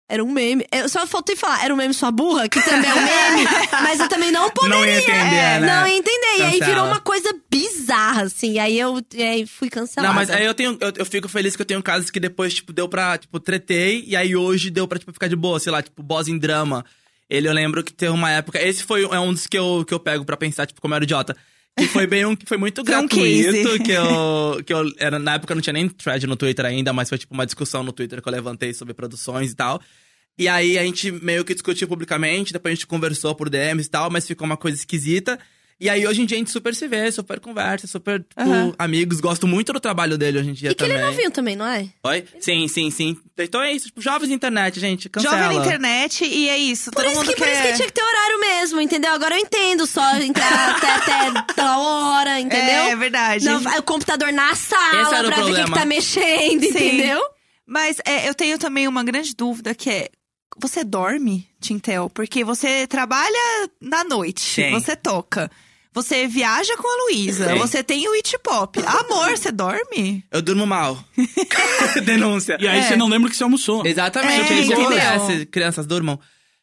A: era um meme. Eu só faltei falar, era um meme sua burra, que também é um
F: *laughs*
A: meme. mas eu também não poderia.
F: Não ia entender,
A: é,
F: né?
A: Não ia entender. E aí
F: Cancela.
A: virou uma coisa bizarra, assim. E aí eu e aí fui cancelada.
F: Não, mas aí eu tenho. Eu, eu fico feliz que eu tenho casos que depois, tipo, deu pra, tipo, tretei, e aí hoje deu pra, tipo, ficar de boa, sei lá, tipo, boss em drama. Ele eu lembro que teve uma época. Esse foi é um dos que eu, que eu pego pra pensar, tipo, como eu era idiota. Que foi bem um que foi
C: *laughs*
F: muito
C: Foi um
F: gratuito.
C: case. *laughs*
F: que eu. Que eu era, na época eu não tinha nem thread no Twitter ainda, mas foi tipo uma discussão no Twitter que eu levantei sobre produções e tal. E aí a gente meio que discutiu publicamente, depois a gente conversou por DMs e tal, mas ficou uma coisa esquisita. E aí hoje em dia a gente super se vê, super conversa, super tipo,
C: Aham.
F: amigos. Gosto muito do trabalho dele hoje em dia
A: E que
F: também.
A: ele é novinho também, não é?
F: Oi? Sim, sim, sim. Então é isso, tipo, jovens na internet, gente, cancela.
C: Jovem na internet e é isso.
A: Por
C: todo
A: isso,
C: mundo
A: que, por
C: quer...
A: isso que tinha que ter horário mesmo, entendeu? Agora eu entendo só entrar até, até tal hora,
C: É, é
A: entendeu?
C: verdade.
A: Não, vai o computador na
F: Esse
A: sala
F: era
A: pra ver o
F: o
A: que que,
F: problema.
A: tá mexendo,
C: Sim.
A: entendeu?
C: Mas é, eu tenho também uma grande dúvida que é. Você dorme, Tintel? Porque você trabalha na noite,
F: Sim.
C: você toca. Você viaja com a Luísa,
F: Sim.
C: você tem o It Pop. Amor, você dorme?
F: Eu durmo
C: *laughs*
F: mal. Denúncia.
B: E aí
C: É.
B: você não lembra que você almoçou.
F: Exatamente,
C: É,
F: isso
C: entendeu?
F: acontece, crianças durmam.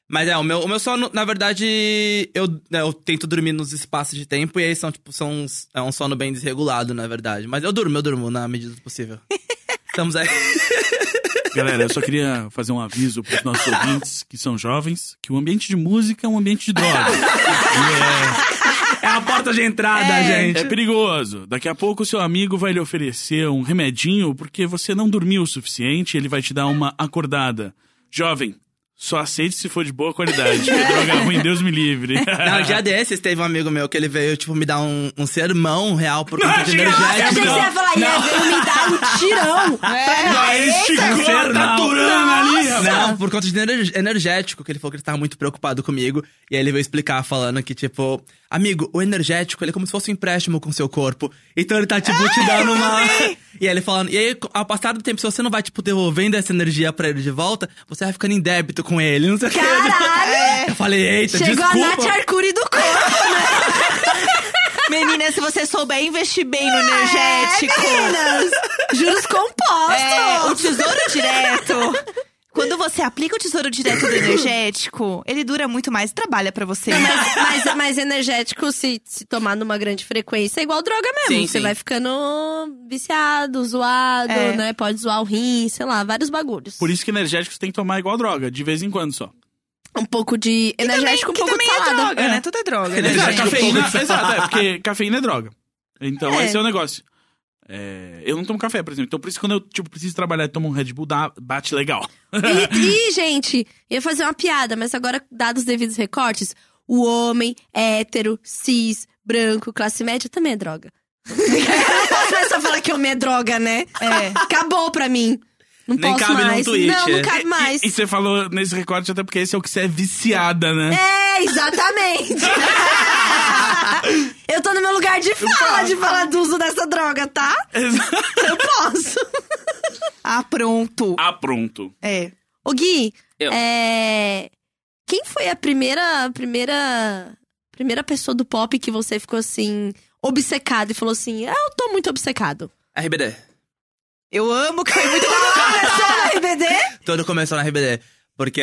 F: Mas é, o meu, o meu sono, na verdade, eu, né, eu tento dormir nos espaços de tempo e aí são, tipo, são uns- é um sono bem desregulado, na verdade. Mas eu durmo, eu durmo na medida do
C: *laughs*
F: possível. Estamos aí.
B: Galera, eu só queria fazer um aviso pros nossos ouvintes que são jovens, que o ambiente de música é um ambiente
A: *laughs*
B: de droga.
F: É a porta de entrada,
B: É perigoso. Daqui a pouco o seu amigo vai lhe oferecer um remedinho porque você não dormiu o suficiente, ele vai te dar uma acordada. Jovem, só aceite se for de boa qualidade. Droga é ruim, Deus me livre.
F: Não, um dia desses teve um amigo meu que ele veio, tipo, me dar um, um sermão real por conta de
B: Nossa,
A: Nossa, eu achei que
F: energético.
A: você ia falar, ia me dar um tirão.
B: Aí esticou,
A: tá
F: Infernal.
B: taturando ali, rapaz.
F: Um Não, por conta de ener- energético, que ele falou que ele tava muito preocupado comigo. E aí ele veio explicar, falando que, tipo, amigo, o energético, ele é como se fosse um empréstimo com o seu corpo. Então ele tá, tipo, te dando uma. E aí ele falando, e aí, ao passar do tempo, se você não vai, tipo, devolvendo essa energia pra ele de volta, você vai ficando em débito com ele. Não sei o que.
A: Caralho!
F: Eu falei, eita,
A: Chegou a
F: É. desculpa.
A: Nath Arcuri do corpo.
C: Menina, se você souber investir bem no energético.
A: meninas. Juros compostos.
C: É, o tesouro direto. *laughs* Quando você aplica o tesouro direto do energético, ele dura muito mais, trabalha pra você. Um
A: Mas, mas, mas energético, se, se tomar numa grande frequência, é igual droga mesmo.
F: Sim,
A: você
F: sim.
A: vai ficando viciado, zoado,
C: É.
A: né? Pode zoar o rim, sei lá, vários bagulhos.
B: Por isso que energético você tem que tomar igual droga, de vez em quando só.
A: Um pouco de energético,
C: que
A: um pouco de
C: também é
A: salada.
C: droga,
B: É.
C: né? Tudo é droga. né,
F: Exato,
C: gente?
B: cafeína,
A: *laughs*
F: pouco de-
B: exato, é, porque *laughs* cafeína é droga. Então,
A: É.
B: esse é o negócio. É, eu não tomo café, por exemplo. Então, por isso que quando eu tipo, preciso trabalhar e tomo um Red Bull, dá, bate legal.
A: E, e, gente, ia fazer uma piada, mas agora, dados os devidos recortes, o homem hétero, cis, branco, classe média também é *laughs* droga. Eu não posso mais só falar que homem é droga, né?
C: É.
A: Acabou pra mim. Não
F: Nem
A: posso
F: cabe num
A: mais.
F: tweet,
A: não, não
F: é.
A: cabe mais.
B: E você falou nesse recorte até porque esse é o que você é viciada, né?
A: É,
F: *laughs*
A: exatamente. Eu tô no meu lugar de fala de falar do uso dessa droga, tá? Eu posso.
C: Ah, pronto.
B: ah, pronto.
C: É.
A: Ô Gui,
F: Eu.
A: é, quem foi a primeira, primeira, primeira pessoa do pop que você ficou assim obcecado e falou assim, ah, eu tô muito obcecado.
F: RBD.
C: Eu amo que foi muito
A: Começou na RBD?
F: Tudo começou na RBD. Porque.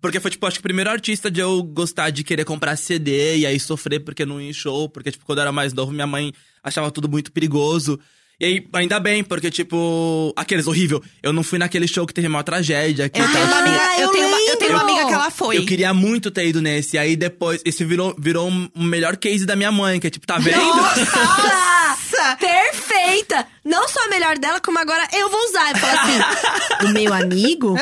F: Porque foi, tipo, acho que o primeiro artista de eu gostar de querer comprar CD e aí sofrer porque não ia em show. Porque, tipo, quando eu era mais novo, minha mãe achava tudo muito perigoso. E aí, ainda bem, porque, tipo, aqueles horrível. Eu não fui naquele show que teve uma tragédia. Que assim,
C: Eu tenho uma
A: Ah,
C: amiga, eu
A: eu
C: tenho uma, eu tenho uma
A: lembro.
C: amiga que ela foi.
F: Eu queria muito ter ido nesse. E aí depois, esse virou, virou um um melhor case da minha mãe, que é tipo, tá vendo?
A: Nossa! *laughs* Perfeita! Não só a melhor dela, como agora eu vou usar. Eu falo assim: o meu amigo,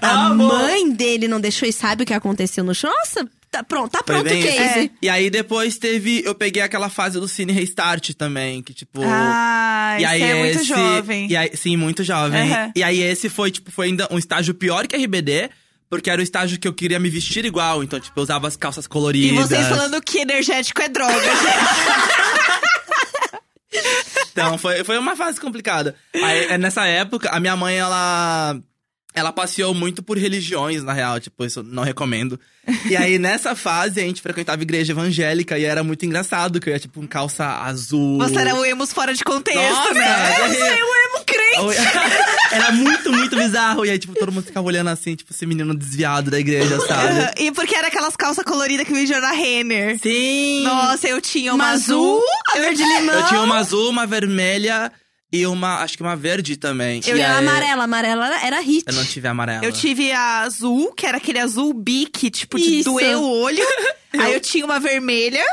C: tá
A: a mãe dele não deixou e sabe o que aconteceu no show? Nossa, tá pronto, tá
F: Foi
A: pronto o
F: bem isso.
A: case.
F: E aí depois teve. Eu peguei aquela fase do Cine Restart também, que tipo.
C: Ah,
F: e
C: isso
F: aí
C: é muito
F: esse-
C: jovem.
F: E aí, sim, muito jovem.
C: Aham.
F: E aí esse foi, tipo, foi ainda um estágio pior que RBD, porque era o estágio que eu queria me vestir igual. Então, tipo, eu usava as calças
C: E
F: coloridas.
C: vocês falando que energético é droga, gente.
F: Então, foi, foi uma fase complicada. Aí, é, nessa época, a minha mãe, ela. Ela passeou muito por religiões, na real, tipo, isso eu não recomendo. E aí, nessa fase, a gente frequentava igreja evangélica e era muito engraçado, que eu ia, tipo, com calça azul.
C: Você era o emos fora de contexto,
F: Nossa,
C: né?
F: eu sei,
C: o emo crente.
F: *laughs* Era muito, muito bizarro. E aí, tipo, todo mundo ficava olhando assim, tipo, esse menino desviado da igreja,
C: *laughs*
F: sabe?
C: E porque era aquelas calças coloridas que vendiam na Renner.
F: Sim!
C: Nossa, eu tinha uma
A: Uma
C: azul.
A: azul, a verde limão.
F: Eu tinha uma azul, uma vermelha e uma, acho que uma verde também.
A: É. Eu
F: E
A: tinha
F: aí-
A: amarela, amarela era- era hit.
F: Eu não tive a amarela.
C: Eu tive a azul, que era aquele azul bique, tipo, de
A: Isso.
C: doer o *laughs* olho. Aí eu tinha uma vermelha.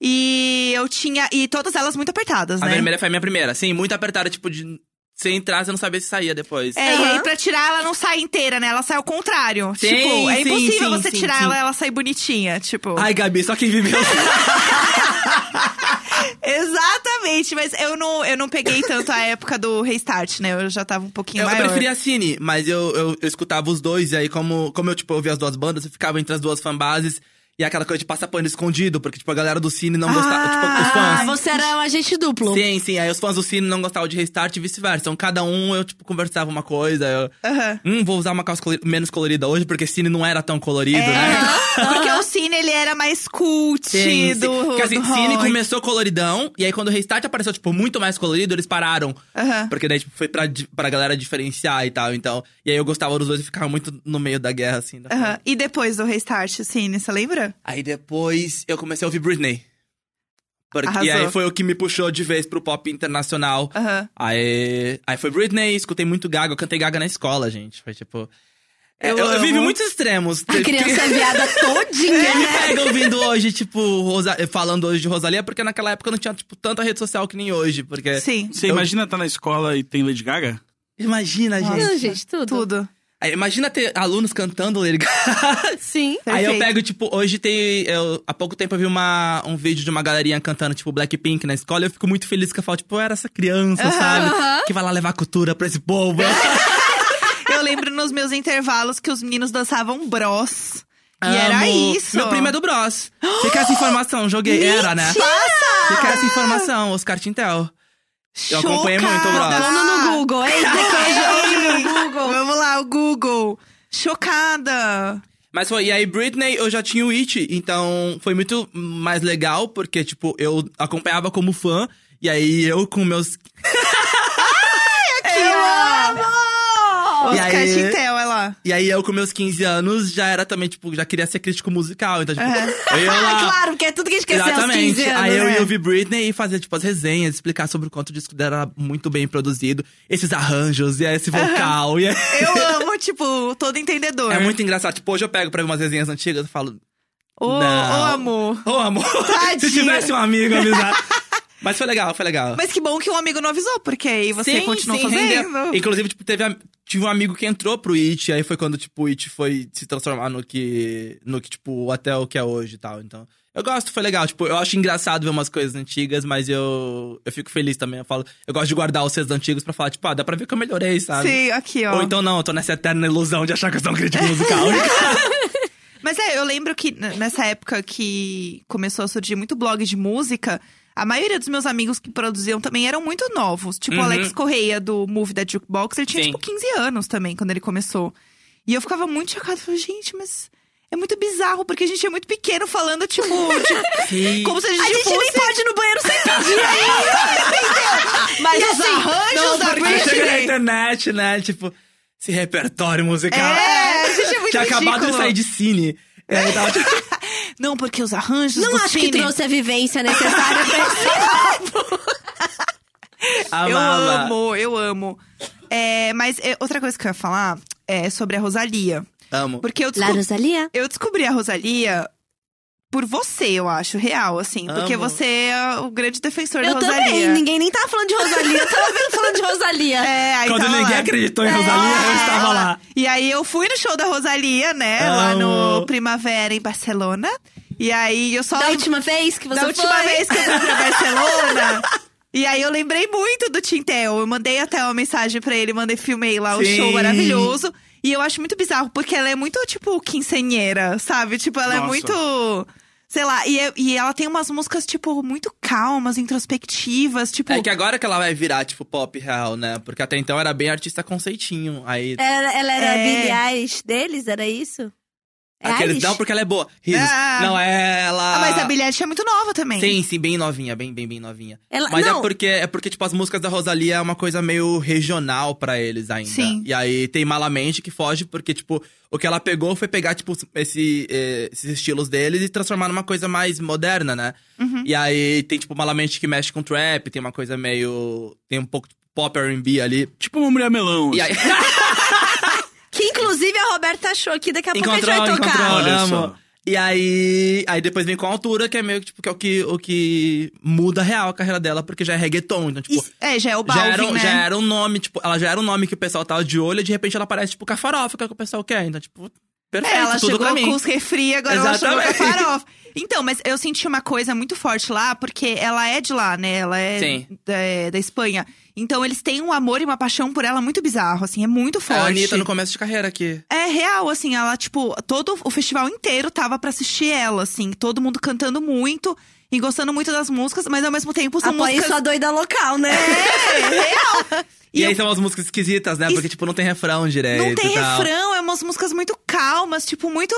C: E eu tinha. E todas elas muito apertadas,
F: A
C: né?
F: vermelha foi a minha primeira, sim, muito apertada, tipo, de você entrar, você não sabia se saía depois.
C: É, e aí
A: Aham.
C: pra tirar ela não sai inteira, né? Ela sai ao contrário.
F: Sim,
C: tipo, é
F: sim,
C: impossível
F: sim,
C: você
F: sim,
C: tirar
F: sim.
C: ela, ela sai bonitinha, tipo.
F: Ai, Gabi, só quem viveu.
C: Exatamente, mas eu não, eu não peguei tanto a época do restart, né? Eu já tava um pouquinho
F: *laughs* eu, eu
C: maior.
F: preferia a Cine, mas eu, eu, eu escutava os dois, e aí, como, como eu, tipo, ouvia as duas bandas, eu ficava entre as duas fanbases. E aquela coisa de passar pano escondido, porque, tipo, a galera do Cine não gostava. Tipo, os fãs.
A: Ah, você era um agente duplo.
F: Sim, sim. Aí os fãs do Cine não gostavam de restart e vice-versa. Então cada um, eu, tipo, conversava uma coisa. Eu,
C: Aham.
F: hum, vou usar uma calça colori- menos colorida hoje, porque Cine não era tão colorido,
C: É,
F: né?
C: Porque o Cine, ele era mais cult
F: Sim, sim.
C: do,
F: Porque assim,
C: do
F: Cine
C: rock.
F: começou coloridão, e aí quando o restart apareceu, tipo, muito mais colorido, eles pararam.
C: Aham.
F: Porque daí, tipo, foi pra, di- pra galera diferenciar e tal, então. E aí eu gostava dos dois e ficava muito no meio da guerra, assim. da-
C: Aham. E depois do restart, o Cine, você lembra?
F: Aí depois eu comecei a ouvir Britney. Porque- e
C: Arrasou.
F: aí foi o que me puxou de vez pro pop internacional.
C: Aham.
F: Aí, aí foi Britney, escutei muito Gaga, eu cantei Gaga na escola, gente. Foi tipo. é,
C: Eu
F: Eu, eu,
C: amo.
F: vivi muitos extremos.
A: A criança
F: *laughs*
A: é viada todinha,
F: Me
A: né?
F: pega ouvindo hoje, tipo, Rosa- falando hoje de Rosalia, porque naquela época eu não tinha, tipo, tanta rede social que nem hoje. Porque.
C: Sim.
B: Você
F: Eu-
B: imagina estar na escola e tem Lady Gaga?
F: Imagina,
A: Não,
F: gente.
A: gente, tudo.
C: Tudo.
F: Aí, imagina ter alunos cantando Lady Gaga.
A: Sim.
F: *laughs* Aí eu
C: Perfeito.
F: pego, tipo, hoje tem. eu- há pouco tempo eu vi uma, um vídeo de uma galerinha cantando, tipo, Blackpink na escola. E eu fico muito feliz que eu falo, tipo, eu era essa criança, sabe?
A: aham.
F: Que vai lá levar cultura pra esse
A: *laughs*
F: povo.
C: Eu lembro nos meus intervalos que os meninos dançavam bros. E
F: Amo.
C: era isso.
F: Meu primo é do Bros. Fica essa informação, joguei.
A: *gasps*
F: Era, né? Fica essa informação, Oscar Tintel. Eu acompanhei muito o Bros.
C: Chocada.
A: Vamos no Google. Eita, que hoje, hoje no Google.
C: Vamos lá, o Google. Chocada.
F: Mas foi, e aí Britney, eu já tinha o It, então foi muito mais legal, porque, tipo, eu acompanhava como fã, e aí eu com meus... E
C: Oscar
F: aí-
C: Chintel, é lá.
F: E aí eu com meus 15 anos já era também, tipo, já queria ser crítico musical, então, tipo, eu
A: Ah,
F: lá...
A: *laughs* claro, porque é tudo que a gente quer ser aos
F: Exatamente.
A: 15 anos.
F: aí eu
A: né?
F: ia ouvir Britney e fazia, tipo, as resenhas, explicar sobre o quanto o disco dela era muito bem produzido, esses arranjos, e esse vocal, e aí-
C: *laughs* Eu amo, tipo, todo entendedor.
F: É muito engraçado. Tipo, hoje eu pego pra ver umas resenhas antigas e falo.
C: Ô, ô,
F: não.
C: amor.
F: Ô, amor.
C: Tadinha.
F: Se tivesse um amigo avisar. Mas foi legal, foi legal.
C: Mas que bom que um amigo não avisou, porque aí você
F: Sim,
C: continuou
F: sim,
C: fazendo.
F: rendeu. Inclusive, tipo, teve am- tive um amigo que entrou pro It, aí foi quando, tipo, o It foi se transformar no que. no que, tipo, até o que é hoje e tal. Então. Eu gosto, foi legal. Tipo, eu acho engraçado ver umas coisas antigas, mas eu, eu fico feliz também. Eu falo, eu gosto de guardar os seus antigos pra falar, tipo, ah, dá pra ver que eu melhorei, sabe?
C: Sim, aqui, ó.
F: Ou então não, eu tô nessa eterna ilusão de achar que eu sou um
C: *laughs*
F: crítico musical. *laughs*
C: Mas é, eu lembro que n- nessa época que começou a surgir muito blog de música, a maioria dos meus amigos que produziam também eram muito novos. Tipo, o
F: Uhum.
C: Alex Correia, do Move da Jukebox, ele tinha,
F: Sim.
C: tipo, 15 anos também, quando ele começou. E eu ficava muito chocada. Falei, gente, mas é muito bizarro, porque a gente é muito pequeno falando,
F: *laughs*
C: tipo, de-
F: Sim.
C: como se a gente fosse...
A: pode ir no banheiro *laughs* sem pedir. E
C: Mas os
A: assim,
C: arranjos
A: não,
C: da
F: Aí chega na
C: Britney...
F: internet, né? Tipo, esse repertório musical.
C: É, a gente é muito
F: Tinha acabado de
C: ridículo.
F: sair de cine. E aí tava,
C: *laughs*
F: tipo,
C: Não, porque os arranjos
A: Não
C: do
A: acho que
C: Cine-
A: trouxe a vivência necessária *laughs* pra esse
C: Eu
F: amava.
C: amo, eu amo. É, mas é, outra coisa que eu ia falar é sobre a Rosalia.
F: Amo.
C: Porque eu,
A: La
C: descob-
A: Rosalia.
C: eu descobri a Rosalia por você, eu acho, real, assim. Porque
F: Amo.
C: você é o grande defensor
A: Eu
C: da Rosalia.
A: também. Ninguém nem tava falando de Rosalia. Eu tava vendo falando de Rosalia.
C: É, aí
F: Quando
C: tava
F: ninguém
C: lá. É.
F: acreditou em Rosalia, eu estava lá.
C: E aí eu fui no show da Rosalia, né? Lá
F: Amo.
C: no Primavera, em Barcelona. E aí eu só
A: Da última vez que você
C: da última
A: foi.
C: vez que eu fui pra Barcelona. E aí eu lembrei muito do Tintel. Eu mandei até uma mensagem pra ele, mandei filmei lá o
F: Sim.
C: show maravilhoso. E eu acho muito bizarro, porque ela é muito, tipo, quincenheira, sabe? Tipo, ela
B: Nossa.
C: é muito. Sei lá, e, é- e ela tem umas músicas, tipo, muito calmas, introspectivas, tipo.
F: É que agora que ela vai virar, tipo, pop real, né? Porque até então era bem artista conceitinho. Aí.
A: Ela, ela era a
C: É.
A: Billie Eilish deles? Era isso? É
F: aquele,
A: Eilish?
F: não, porque ela é boa. Risos.
C: Ah.
F: Não, é ela.
C: Ah, mas a Billie Eilish é muito nova também.
F: Sim, sim, bem novinha, bem, bem, bem novinha.
A: Ela-
F: Mas
A: não.
F: é porque é porque tipo as músicas da Rosalia é uma coisa meio regional pra eles ainda.
C: Sim.
F: E aí tem Malamente que foge porque tipo o que ela pegou foi pegar tipo esse, eh, esses estilos deles e transformar numa coisa mais moderna, né?
A: Uhum.
F: E aí tem tipo Malamente que mexe com trap, tem uma coisa meio tem um pouco de pop R&B ali.
B: Tipo uma mulher melão.
F: E aí *laughs*
A: Ah, Que inclusive a Roberta achou aqui. Daqui a pouco a gente
F: encontrou,
A: vai
F: encontrou,
A: tocar.
B: Olha
F: amo.
B: só.
F: E aí, aí depois vem com a altura, que é meio que, tipo, que é o que, o que muda real a carreira dela, porque já é reggaeton, então, tipo,
C: E- é, já é o Balvin,
F: já era, um-
C: né?
F: já era um nome, tipo, ela já era um nome que o pessoal tava de olho e de repente ela parece, tipo, com a farofa, que é o que o pessoal quer. Então, tipo, perfeito,
C: É, ela
F: tudo pra
C: chegou
F: mim.
C: com os refri, agora ela
F: Exatamente.
C: chegou com a farofa. Então, mas eu senti uma coisa muito forte lá, porque ela é de lá, né? Ela é
F: Sim.
C: da, da Espanha. Então, eles têm um amor e uma paixão por ela muito bizarro, assim, é muito forte.
F: A Anitta no começo de carreira aqui.
C: É real, assim, ela, tipo, todo o festival inteiro tava pra assistir ela, assim, todo mundo cantando muito e gostando muito das músicas, mas ao mesmo tempo são
A: Apoie
C: músicas.
A: sua doida local, né?
F: E,
C: E
F: aí
C: eu-
F: são umas músicas esquisitas, né?
C: Isso-
F: Porque, tipo, não tem refrão direito.
C: Não tem
F: e tal.
C: refrão, é umas músicas muito calmas, tipo, muito.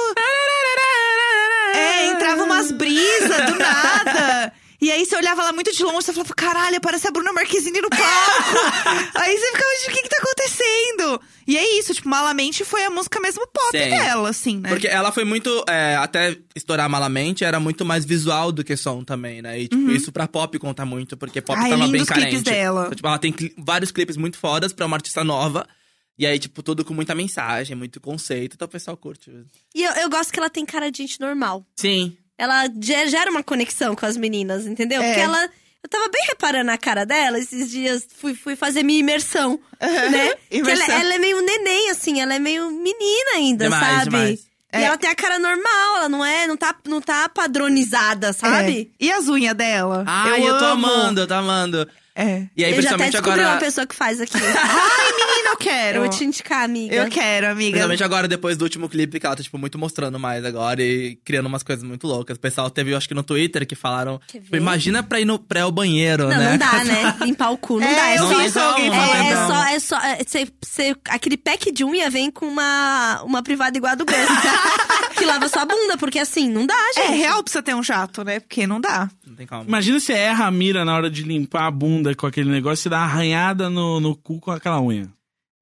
C: É, entrava umas brisas do nada. E aí você olhava lá muito de longe, você falava, caralho, parece a Bruna Marquezine no
F: *laughs*
C: palco. aí você ficava, tipo, o que que tá acontecendo? E é isso, tipo, Malamente foi a música mesmo pop
F: Sim.
C: dela, assim, né? *laughs*
F: Porque ela foi muito. é, até estourar malamente, era muito mais visual do que som também, né? E, tipo, isso pra pop conta muito, porque pop
C: Uhum. Ai,
F: tava
C: lindo
F: bem
C: os
F: carente.
C: clipes dela.
F: Então, tipo, ela tem cli- vários clipes muito fodas pra uma artista nova. E aí, tipo, tudo com muita mensagem, muito conceito. Então o pessoal curte.
A: E eu, eu gosto que ela tem cara de gente normal.
F: Sim.
A: Ela ge- gera uma conexão com as meninas, entendeu?
C: É.
A: Porque ela. Eu tava bem reparando a cara dela esses dias. Fui, fui fazer minha imersão,
C: *laughs*
A: né? Que
C: É. Imersão.
A: Ela, ela é meio neném, assim. Ela é meio menina ainda,
F: Demais,
A: sabe?
F: demais.
A: E ela tem a cara normal, ela não é, não tá, não tá padronizada, sabe?
C: É. E as unhas dela?
F: Ai, eu, tô
C: amo.
F: amando, eu tô amando.
C: É.
F: E aí,
A: eu já até
F: principalmente
A: descobri uma
F: agora.
A: pessoa que faz aqui.
C: Menina, eu quero.
A: eu vou te indicar, amiga.
C: Eu quero, amiga.
F: Principalmente agora, depois do último clipe, que ela tá, tipo, muito mostrando mais agora e criando umas coisas muito loucas. O pessoal teve, eu acho que no Twitter, que falaram.
A: Quer
F: tipo,
A: ver?
F: imagina pra ir no pré ao banheiro,
A: Não,
F: né? *laughs*
A: não dá, né? Limpar o cu, não
C: É,
A: dá. É
C: eu
A: só-
F: Não,
C: vi
F: mas
C: isso
F: não,
C: alguém
F: não,
C: falando.
A: É, é
F: Então.
A: só, é só. é, cê- cê- aquele pack de unha vem com uma, uma privada igual a do Gus. né?
C: *laughs*
A: que lava sua bunda, porque assim, não dá,
C: É
A: gente.
C: real precisa ter um jato, né? Porque não dá.
F: Não tem calma.
B: Imagina se erra a mira na hora de limpar a bunda com aquele negócio e dá uma arranhada no, no cu com aquela unha.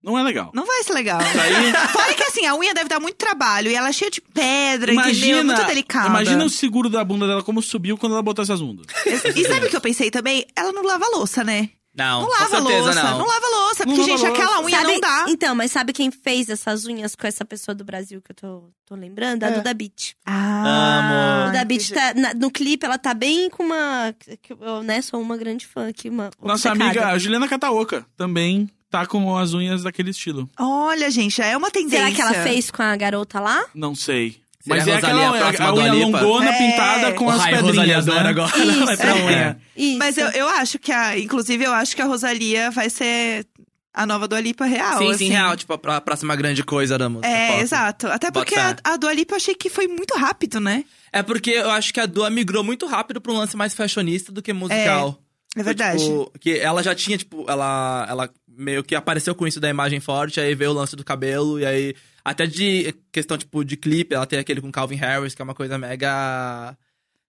B: Não é legal.
C: Não vai ser legal.
B: Aí-
C: Fora que assim, a unha deve dar muito trabalho e ela é cheia de pedra,
B: imagina,
C: entendeu? É Muito delicada.
B: imagina o seguro da bunda dela como subiu quando ela botou essas bundas.
C: E sabe o que eu pensei também? Ela não lava a louça, né?
F: Não,
C: Não
F: com
C: lava a
F: certeza
C: louça, não. lava a louça. Porque,
B: Não lava
C: gente,
B: a louça.
C: aquela unha
A: Sabe-
C: não dá.
A: Então, mas sabe quem fez essas unhas com essa pessoa do Brasil que eu tô, tô lembrando? A
C: É.
A: Duda Beat.
F: Ah,
A: A Duda Beat tá. na- no clipe, ela tá bem com uma. que Eu, né, sou uma grande fã aqui, uma.
B: Nossa
A: obcecada.
B: amiga a Juliana Cataoca também tá com as unhas daquele estilo.
C: Olha, gente, já é uma tendência.
A: Será que ela fez com a garota lá?
B: Não sei. Mas é
F: Será a Rosalía
B: aquela
F: a
B: unha,
F: próxima
B: a
F: Dua
B: unha
F: Lipa?
B: longona
C: É.
B: pintada com as
F: Ai, Rosalía
B: pedrinhas, né? é.
F: adora agora. Ela vai pra
A: Isso.
F: unha.
A: Isso.
C: Mas eu, eu acho que a. Inclusive, eu acho que a Rosalia vai ser a nova Dua Lipa real.
F: Sim,
C: assim.
F: sim, real. Tipo, a pró- próxima grande coisa da música.
C: É,
F: pop.
C: exato. Até
F: Bota
C: porque a,
F: fé.
C: a Dua Lipa eu achei que foi muito rápido, né?
F: É porque eu acho que a Dua migrou muito rápido pra um lance mais fashionista do que musical.
C: É
F: Foi,
C: verdade.
F: tipo, que ela já tinha, tipo, ela, ela meio que apareceu com isso da imagem forte, aí veio o lance do cabelo, e aí. Até de questão, tipo, de clipe, ela tem aquele com Calvin Harris, que é uma coisa mega.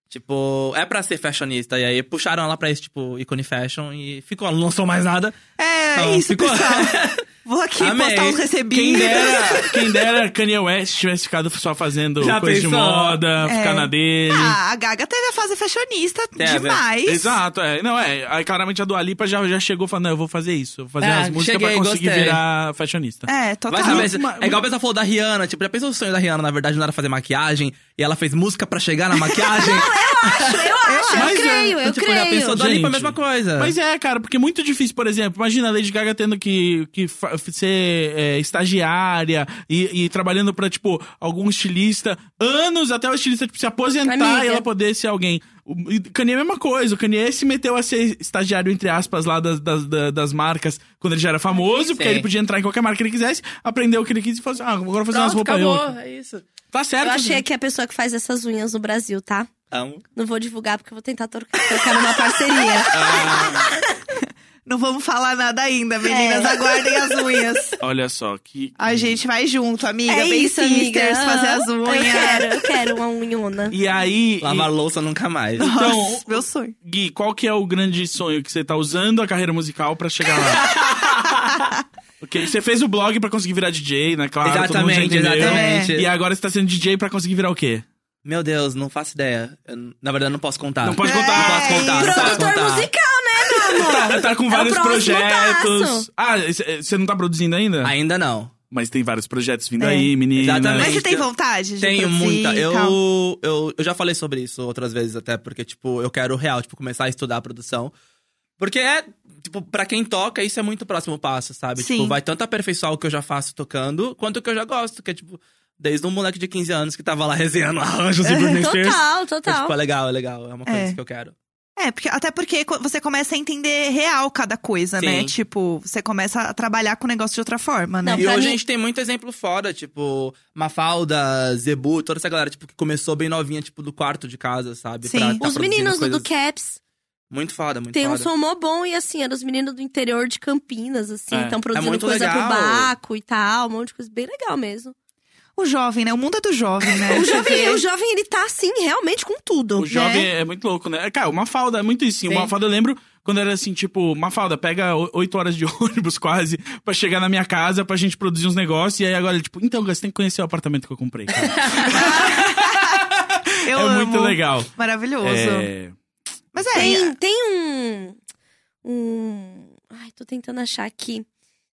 F: Tipo, é pra ser fashionista. E aí puxaram ela pra esse, tipo, ícone fashion e ficou, ela não lançou mais nada.
C: é
F: Então,
C: isso,
F: ficou-
C: pessoal.
F: *laughs*
C: Vou aqui
A: um
F: Amei.
C: postar uns
B: Quem
C: recebidos.
B: dera, quem dera Kanye West tivesse ficado só fazendo
F: Já
B: coisa de
F: pensou?
B: moda, ficar na dele.
C: É. Ah, a Gaga teve a fase fashionista
F: Teve. é,
C: demais.
B: Exato, é. Não, é. Aí claramente a Dua Lipa já, já chegou falando, não, eu vou fazer isso, eu vou fazer
F: É,
B: as músicas
F: cheguei,
B: pra conseguir
F: gostei.
B: virar fashionista.
C: É, total.
F: Vai saber, se-
B: Mas-
F: é igual o pessoal falou da Rihanna, tipo, já pensou o sonho da Rihanna, na verdade, não era fazer maquiagem, e ela fez música pra chegar na maquiagem?
A: Acho, eu acho, eu
B: Mas,
A: creio, eu
F: então, tipo, já pensou
A: creio.
F: Dua Lipa, a
B: Gente.
F: mesma coisa.
B: Mas é, cara, porque é muito difícil, por exemplo, imagina a Lady Gaga tendo que, que fa- ser é, estagiária e, e trabalhando pra, tipo, algum estilista, anos até o estilista tipo, se aposentar
G: Amiga.
B: e ela poder ser alguém. O e Kanye é a mesma coisa, o Kanye se meteu a ser estagiário, entre aspas, lá das, das, da- das marcas quando ele já era famoso, porque
F: Sim.
B: aí ele podia entrar em qualquer marca que ele quisesse, aprender o que ele quis e fazer, ah, agora vou fazer umas
F: Pronto,
B: roupas
F: acabou,
B: eu.
F: é isso.
B: Tá certo,
A: Eu achei
B: gente.
A: que é a pessoa que faz essas unhas no Brasil, tá?
F: Amo.
A: Não vou divulgar porque eu vou tentar tor- trocar numa *laughs* parceria.
C: Não vamos falar nada ainda, meninas.
A: É.
C: Aguardem as
A: *laughs*
C: unhas.
B: Olha só, que.
C: A gente vai junto, amiga.
A: É isso,
C: Pensa,
A: amiga.
C: misters, fazer as
A: Eu
C: unhas.
A: quero, eu quero uma unhona.
B: E aí.
F: Lavar louça nunca mais.
B: Então,
C: Meu sonho.
B: Gui, qual que é o grande sonho que você tá usando a carreira musical pra chegar lá? *laughs* ok, você fez o blog pra conseguir virar DJ, né? Claro, todo mundo já
F: Exatamente,
B: entendeu.
F: exatamente.
B: E agora você tá sendo DJ pra conseguir virar o quê?
F: Meu Deus, não faço ideia. Eu, na verdade, não posso contar.
B: Ah. Não pode
F: Não
B: contar.
F: posso contar. não posso
A: Produtor
F: contar.
A: musical, né, meu amor?
B: Tá, tá com
A: É o
B: vários
A: próximo
B: projetos.
A: passo.
B: Ah, e c- você não tá produzindo ainda?
F: Ainda não.
B: Mas tem vários projetos vindo
C: É.
B: aí, menina.
F: Exatamente.
C: Mas você tem
F: Eu-
C: vontade de
F: Tenho
C: produzir
F: muita.
C: e
F: Eu,
C: tal?
F: eu, eu já falei sobre isso outras vezes até, porque, tipo, eu quero real, tipo, começar a estudar a produção. Porque é, tipo, pra quem toca, isso é muito o próximo passo, sabe?
C: Sim.
F: Tipo, vai tanto aperfeiçoar o que eu já faço tocando, quanto o que eu já gosto, que é, tipo, desde um moleque de 15 anos que tava lá *laughs* resenhando arranjos e Britney Spears.
A: Total,
F: Então,
A: total.
F: tipo, é legal, é legal. É uma coisa
C: É.
F: que eu quero.
C: É, porque, até porque co- você começa a entender real cada coisa, né?
F: Sim.
C: Tipo, você começa a trabalhar com o negócio de outra forma, né?
A: Não,
F: E
A: pra
F: hoje
A: mim-
F: a gente tem muito exemplo fora, tipo, Mafalda, Zebu, toda essa galera, tipo, que começou bem novinha, tipo, do quarto de casa, sabe?
C: Sim.
F: Pra tá
A: Os
F: produzindo
A: meninos do
F: coisas
A: Caps
F: Muito foda, muito
A: têm um
F: foda.
A: som mó bom e assim, eram os meninos do interior de Campinas, assim,
B: É,
A: estão
B: é
A: produzindo
F: muito
A: coisa pro
F: legal.
A: Baco e tal, um monte de coisa bem legal mesmo.
C: O jovem, né? O mundo é do jovem, né?
A: O jovem, o jovem, ele tá assim, realmente com tudo.
B: O jovem é muito louco, né? Cara, uma falda é muito isso. Sim.
F: Sim.
B: Uma falda eu lembro quando era assim, tipo, uma falda pega o- oito horas de *laughs* ônibus quase pra chegar na minha casa pra gente produzir uns negócios. E aí agora, tipo, então, você tem que conhecer o apartamento que eu comprei. cara."
C: Eu
B: é
C: amo.
B: muito legal.
C: Maravilhoso.
B: É...
C: Mas é,
A: Tem, tem um. Um. Ai, tô tentando achar aqui.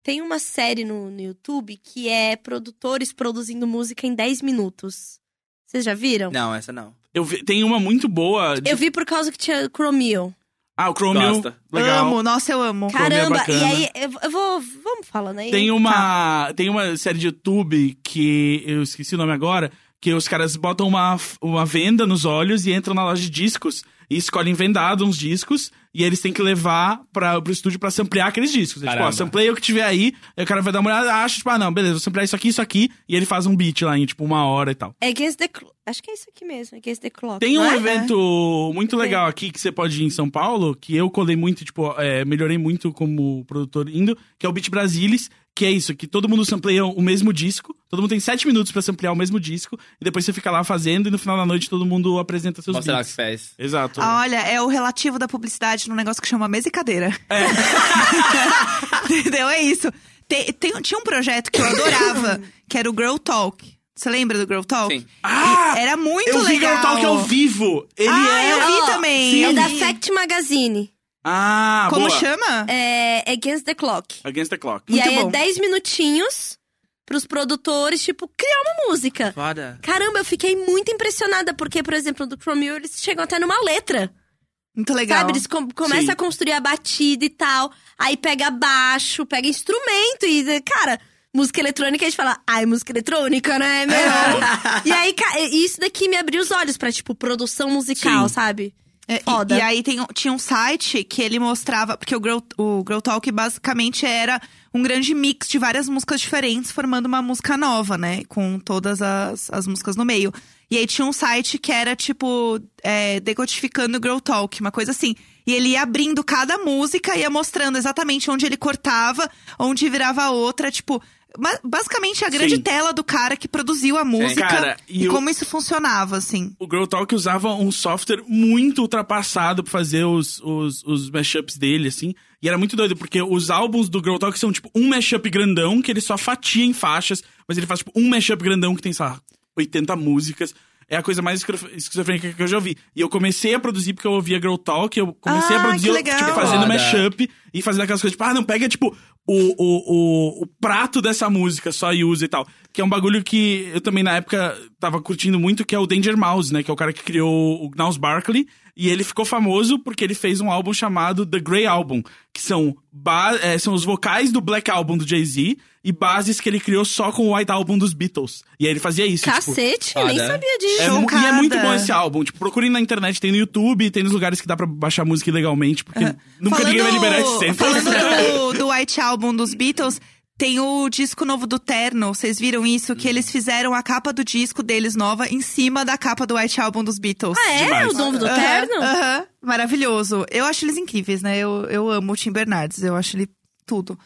A: Tem uma série no, no YouTube que é produtores produzindo música em 10 minutos. Vocês já viram?
F: Não, essa não.
B: Eu vi- tem uma muito boa. de-
A: Eu vi por causa que tinha Chromeo.
B: Ah, o Chromium.
F: Gosta.
B: Legal.
C: amo. Nossa, eu amo.
B: Chromeo é
A: Caramba, e
B: bacana.
A: aí eu, eu vou. Vamos falando aí.
B: Tem um uma, tem uma série de YouTube que eu esqueci o nome agora, que os caras botam uma, uma venda nos olhos e entram na loja de discos e escolhem vendado uns discos e eles têm que levar pra, pro estúdio pra samplear aqueles discos. É tipo, ó,
F: Caramba.
B: sampleia o que tiver aí, aí o cara vai dar uma olhada, acha, tipo, ah, não, beleza, vou samplear isso aqui, isso aqui, e ele faz um beat lá em, tipo, uma hora e tal.
A: É Against the Clock. Acho que é isso aqui mesmo, Against the Clock.
B: Tem um
A: não é?
B: evento muito legal aqui que você pode ir em São Paulo, que eu colei muito, tipo, é, melhorei muito como produtor indo, que é o Beat Brasilis, que é isso, que todo mundo sampleia o mesmo disco, todo mundo tem sete minutos pra samplear o mesmo disco, e depois você fica lá fazendo, e no final da noite todo mundo apresenta seus
F: Mostra lá o que
B: beats.
F: fez.
B: Exato.
C: Ah, olha, é o relativo da publicidade num negócio que chama mesa e cadeira. *laughs* Entendeu? É isso. Te- tem- tinha um projeto que eu adorava, que era o Girl Talk. Você lembra do Girl Talk?
F: Sim.
B: Ah!
C: Era é muito
B: eu vi
C: legal.
B: o Talk ao vivo! Ele
C: Ah,
B: é...
C: eu vi também.
B: Sim.
C: eu
A: É da
C: vi.
A: Fact Magazine.
B: Ah,
C: Como
B: boa.
C: chama?
A: É Against the Clock.
B: Against the Clock.
A: e
C: Muito
A: aí
C: bom.
A: é 10 minutinhos pros produtores, tipo, criar uma música.
F: Foda.
A: Caramba, eu fiquei muito impressionada, porque, por exemplo, do Chromeo eles chegam até numa letra.
C: Muito legal.
A: Sabe? Eles com- começam
B: Sim.
A: a construir a batida e tal. Aí pega baixo, pega instrumento e, cara, música eletrônica, a gente fala, ai, música eletrônica, né, meu?
C: *laughs*
A: e aí, ca- e isso daqui me abriu os olhos pra, tipo, produção musical, sabe?
C: É, e-
A: Foda.
C: E, aí tem um- tinha um site que ele mostrava. Porque o Grow, o Grow Talk basicamente era um grande mix de várias músicas diferentes, formando uma música nova, né? Com todas as, as músicas no meio. E aí tinha um site que era tipo é, decodificando o Grow Talk, uma coisa assim. E ele ia abrindo cada música, ia mostrando exatamente onde ele cortava, onde virava outra, tipo. ba- Basicamente a grande
B: Sim.
C: tela do cara que produziu a música
B: Cara,
C: e,
B: e eu-
C: como isso funcionava, assim.
B: O Grow Talk usava um software muito ultrapassado pra fazer os, os, os mashups dele, assim. E era muito doido, porque os álbuns do Grow Talk são, tipo, um mashup grandão que ele só fatia em faixas, mas ele faz, tipo, um mashup grandão que tem, sei lá, 80 músicas. É a coisa mais esquizofre- esquizofrênica que eu já ouvi. E eu comecei a produzir porque eu ouvia Grow Talk, eu comecei
C: Ah,
B: a produzir,
C: que
B: eu,
C: legal.
B: tipo, fazendo
F: Foda.
B: mashup e fazendo aquelas coisas, tipo, ah, não, pega, tipo, o, o, o, o prato dessa música só e usa e tal. Que é um bagulho que eu também, na época, tava curtindo muito, que é o Danger Mouse, né? Que é o cara que criou o Gnaus Barkley. E ele ficou famoso porque ele fez um álbum chamado The Grey Album, que são, ba- eh, são os vocais do Black Album do Jay-Z e bases que ele criou só com o White Album dos Beatles. E aí ele fazia isso, tipo,
A: Cacete, nem
F: foda.
A: sabia disso.
B: é, mu- e é
C: Chocada.
B: muito bom esse álbum. Tipo, procurem na internet, tem no YouTube, tem nos lugares que dá pra baixar música ilegalmente, porque nunca ninguém vai liberar esse sempre.
C: Falando do, do White Album dos Beatles, tem o disco novo do Terno. Vocês viram isso? Que eles fizeram a capa do disco deles nova em cima da capa do White Album dos Beatles.
A: Ah, é?
B: demais.
A: O dono do
C: Aham,
A: terno?
C: aham. Maravilhoso. Eu acho eles incríveis, né? Eu, eu amo o Tim Bernardes, eu acho ele tudo.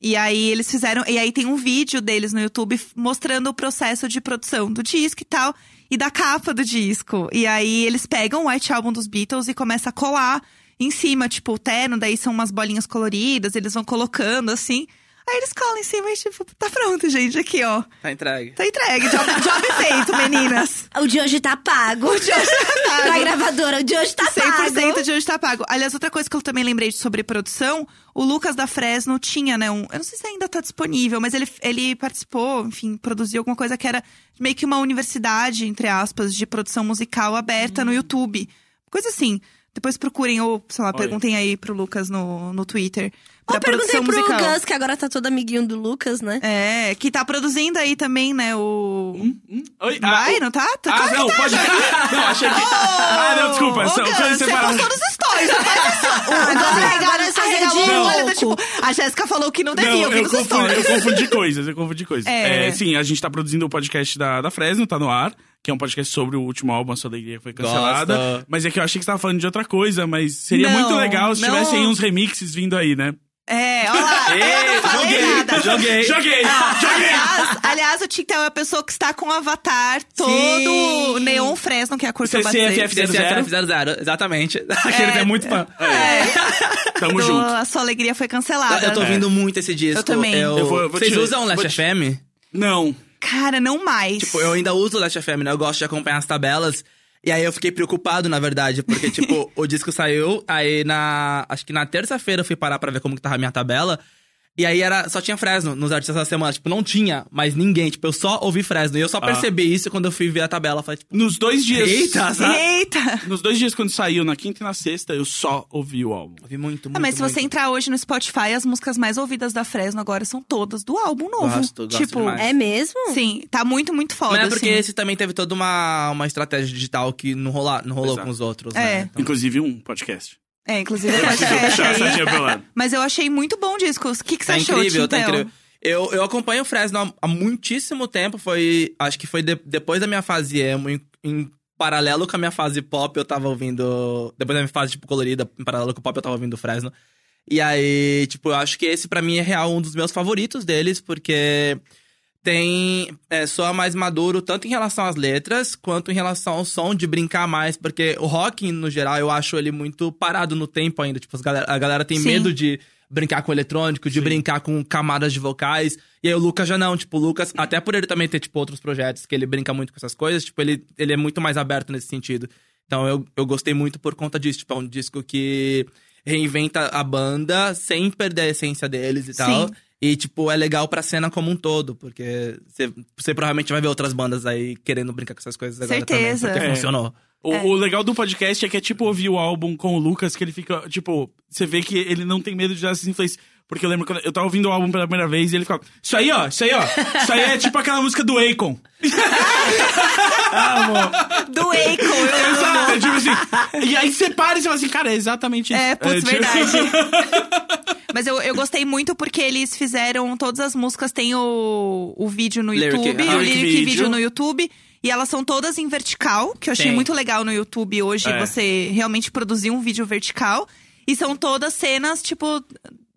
C: E aí eles fizeram. E aí tem um vídeo deles no YouTube f- mostrando o processo de produção do disco e tal, e da capa do disco. E aí eles pegam o White Album dos Beatles e começam a colar em cima, tipo, o terno, daí são umas bolinhas coloridas, eles vão colocando assim. Aí eles colam em cima e, tipo, tá pronto, gente, aqui, ó.
F: Tá entregue.
C: Tá entregue, job, job feito, meninas.
A: O de hoje tá pago. O de hoje *laughs* tá pago. pra gravadora, o de hoje tá
C: 100%
A: pago.
C: de hoje tá pago. Aliás, outra coisa que eu também lembrei de sobre produção, o Lucas da Fresno tinha, né, um, eu não sei se ainda tá disponível, mas ele, ele participou, enfim, produziu alguma coisa que era meio que uma universidade, entre aspas, de produção musical aberta no YouTube. Coisa assim. Depois procurem ou, sei lá,
F: Olha.
C: perguntem aí pro Lucas no, no Twitter.
A: Eu
C: da
A: perguntei
C: produção
A: pro
C: musical.
A: Gus, que agora tá todo amiguinho do Lucas, né?
C: É, que tá produzindo aí também, né, o...
B: *laughs* Oi, ah,
C: Vai,
B: o-
C: não tá? Tá-
B: Ah,
C: claro que
B: não,
C: tá,
B: pode. *laughs* não, achei que. ah, não, desculpa.
C: Ô,
B: são
C: Gus,
B: coisas
C: você
B: separadas.
C: postou nos stories, não faz isso. O Gus
A: agora-
C: regala-
A: agora só
C: arregalou
A: regalou
C: o
A: um
C: olho, tá
A: pouco.
C: tipo, a Jéssica falou que não devia,
B: Não,
C: eu vi
B: eu
C: nos
B: confundi, eu
C: stories.
B: confundi coisas, eu confundi coisas.
C: É.
B: É. sim, a gente tá produzindo o podcast da, da Fresno, tá no ar, que é um podcast sobre o último álbum, A Sua Alegria Foi Cancelada.
F: Gosta.
B: Mas é que eu achei que você tava falando de outra coisa, mas seria
C: Não,
B: muito legal se
C: não.
B: tivessem uns remixes vindo aí, né?
C: É, olha lá, *laughs* eu não falei nada.
B: joguei, joguei, joguei.
C: Aliás, aliás, o TikTok é a pessoa que está com o avatar todo
F: Sim.
C: neon fresno, que é a cor que eu batei.
B: CCFF. Zero,
F: é
B: zero.
F: CCF00, exatamente. *laughs*
B: Aquele que é muito fã. Tamo
C: É. Do
B: junto.
C: A sua alegria foi cancelada.
A: Ah,
F: Eu tô
A: é.
F: ouvindo muito esse disco.
C: Eu também.
B: Eu vou- eu vou
F: Vocês
B: te-
F: usam
B: vou
F: Last
B: te-
F: FM?
B: Não.
C: Cara, não mais.
F: Tipo, eu ainda uso o Last FM, né? Eu gosto de acompanhar as tabelas. E aí eu fiquei preocupado, na verdade, porque, tipo, o disco saiu, aí na. Acho que na terça-feira eu fui parar pra ver como que tava a minha tabela. E aí era. Só tinha Fresno nos artistas da semana. Tipo, não tinha mais ninguém. Tipo, eu só ouvi Fresno. E eu só percebi isso quando eu fui ver a tabela. Eu Falei, tipo,
B: Nos dois dias.
F: Eita, sabe?
C: Eita! Ah,
B: Nos dois dias quando saiu, na quinta e na sexta, eu só ouvi o álbum.
F: Ouvi muito, muito.
C: Ah, mas se
F: muito.
B: então.
C: você entrar hoje no Spotify, as músicas mais ouvidas da Fresno agora são todas do álbum novo.
F: Gosto, gosto
C: tipo,
F: demais.
A: É mesmo?
C: sim, tá muito, muito foda.
F: Mas é porque
C: assim.
F: esse também teve toda uma, uma estratégia digital que não, rola, não rolou
B: Exato.
F: com os outros,
C: É.
F: né? Então,
B: Inclusive um podcast.
C: É,
B: *laughs*
C: inclusive o
B: Se eu
C: podcast
B: puxar a
C: aí.
B: sardinha pro lado.
C: Mas eu achei muito bom o disco. O que, que você
F: tá
C: achou,
F: incrível, tá
C: Tintel?
F: incrível. Eu, eu acompanho o Fresno há- há muitíssimo tempo, foi. Acho que foi de- depois da minha fase emo, em, em paralelo com a minha fase pop, eu tava ouvindo. Depois da minha fase, tipo, colorida, em paralelo com o pop, eu tava ouvindo o Fresno. E aí, tipo, eu acho que esse pra mim é real um dos meus favoritos deles, porque tem. É só mais maduro, tanto em relação às letras, quanto em relação ao som, de brincar mais, porque o rock, no geral, eu acho ele muito parado no tempo ainda. Tipo, as galera- a galera tem
C: Sim.
F: medo de brincar com eletrônico, de brincar com camadas de vocais. E aí o Lucas já não, tipo, o Lucas, até por ele também ter, tipo, outros projetos que ele brinca muito com essas coisas, tipo, ele, ele é muito mais aberto nesse sentido. Então eu, eu gostei muito por conta disso. Tipo, é um disco que reinventa a banda sem perder a essência deles e tal.
C: Sim.
F: E, tipo, é legal pra cena como um todo, porque você- você provavelmente vai ver outras bandas aí querendo brincar com essas coisas agora
C: Certeza.
F: também. Porque
B: É.
F: funcionou.
B: O, o legal do podcast é que é tipo ouvir o álbum com o Lucas, que ele fica, tipo, você vê que ele não tem medo de dar essas influências. Porque eu lembro quando eu tava ouvindo o álbum pela primeira vez e ele ficava: Isso aí, ó, isso aí, ó. Isso aí é tipo aquela música do
C: *laughs*
B: Akon. Ah,
C: Do Akon, eu amo.
B: Exato, é tipo assim. E aí você para e você fala assim: Cara, é exatamente isso.
C: É, putz,
B: tipo-
C: verdade. *laughs* Mas eu, eu gostei muito porque eles fizeram todas as músicas, tem o, o vídeo no
F: Lyric,
C: YouTube,
F: aham.
C: o
B: Lyric
C: lyric
B: vídeo.
C: vídeo. no YouTube. E elas são todas em vertical, que eu achei
F: Tem.
C: muito legal no YouTube hoje,
B: É.
C: você realmente produzir um vídeo vertical. E são todas cenas, tipo,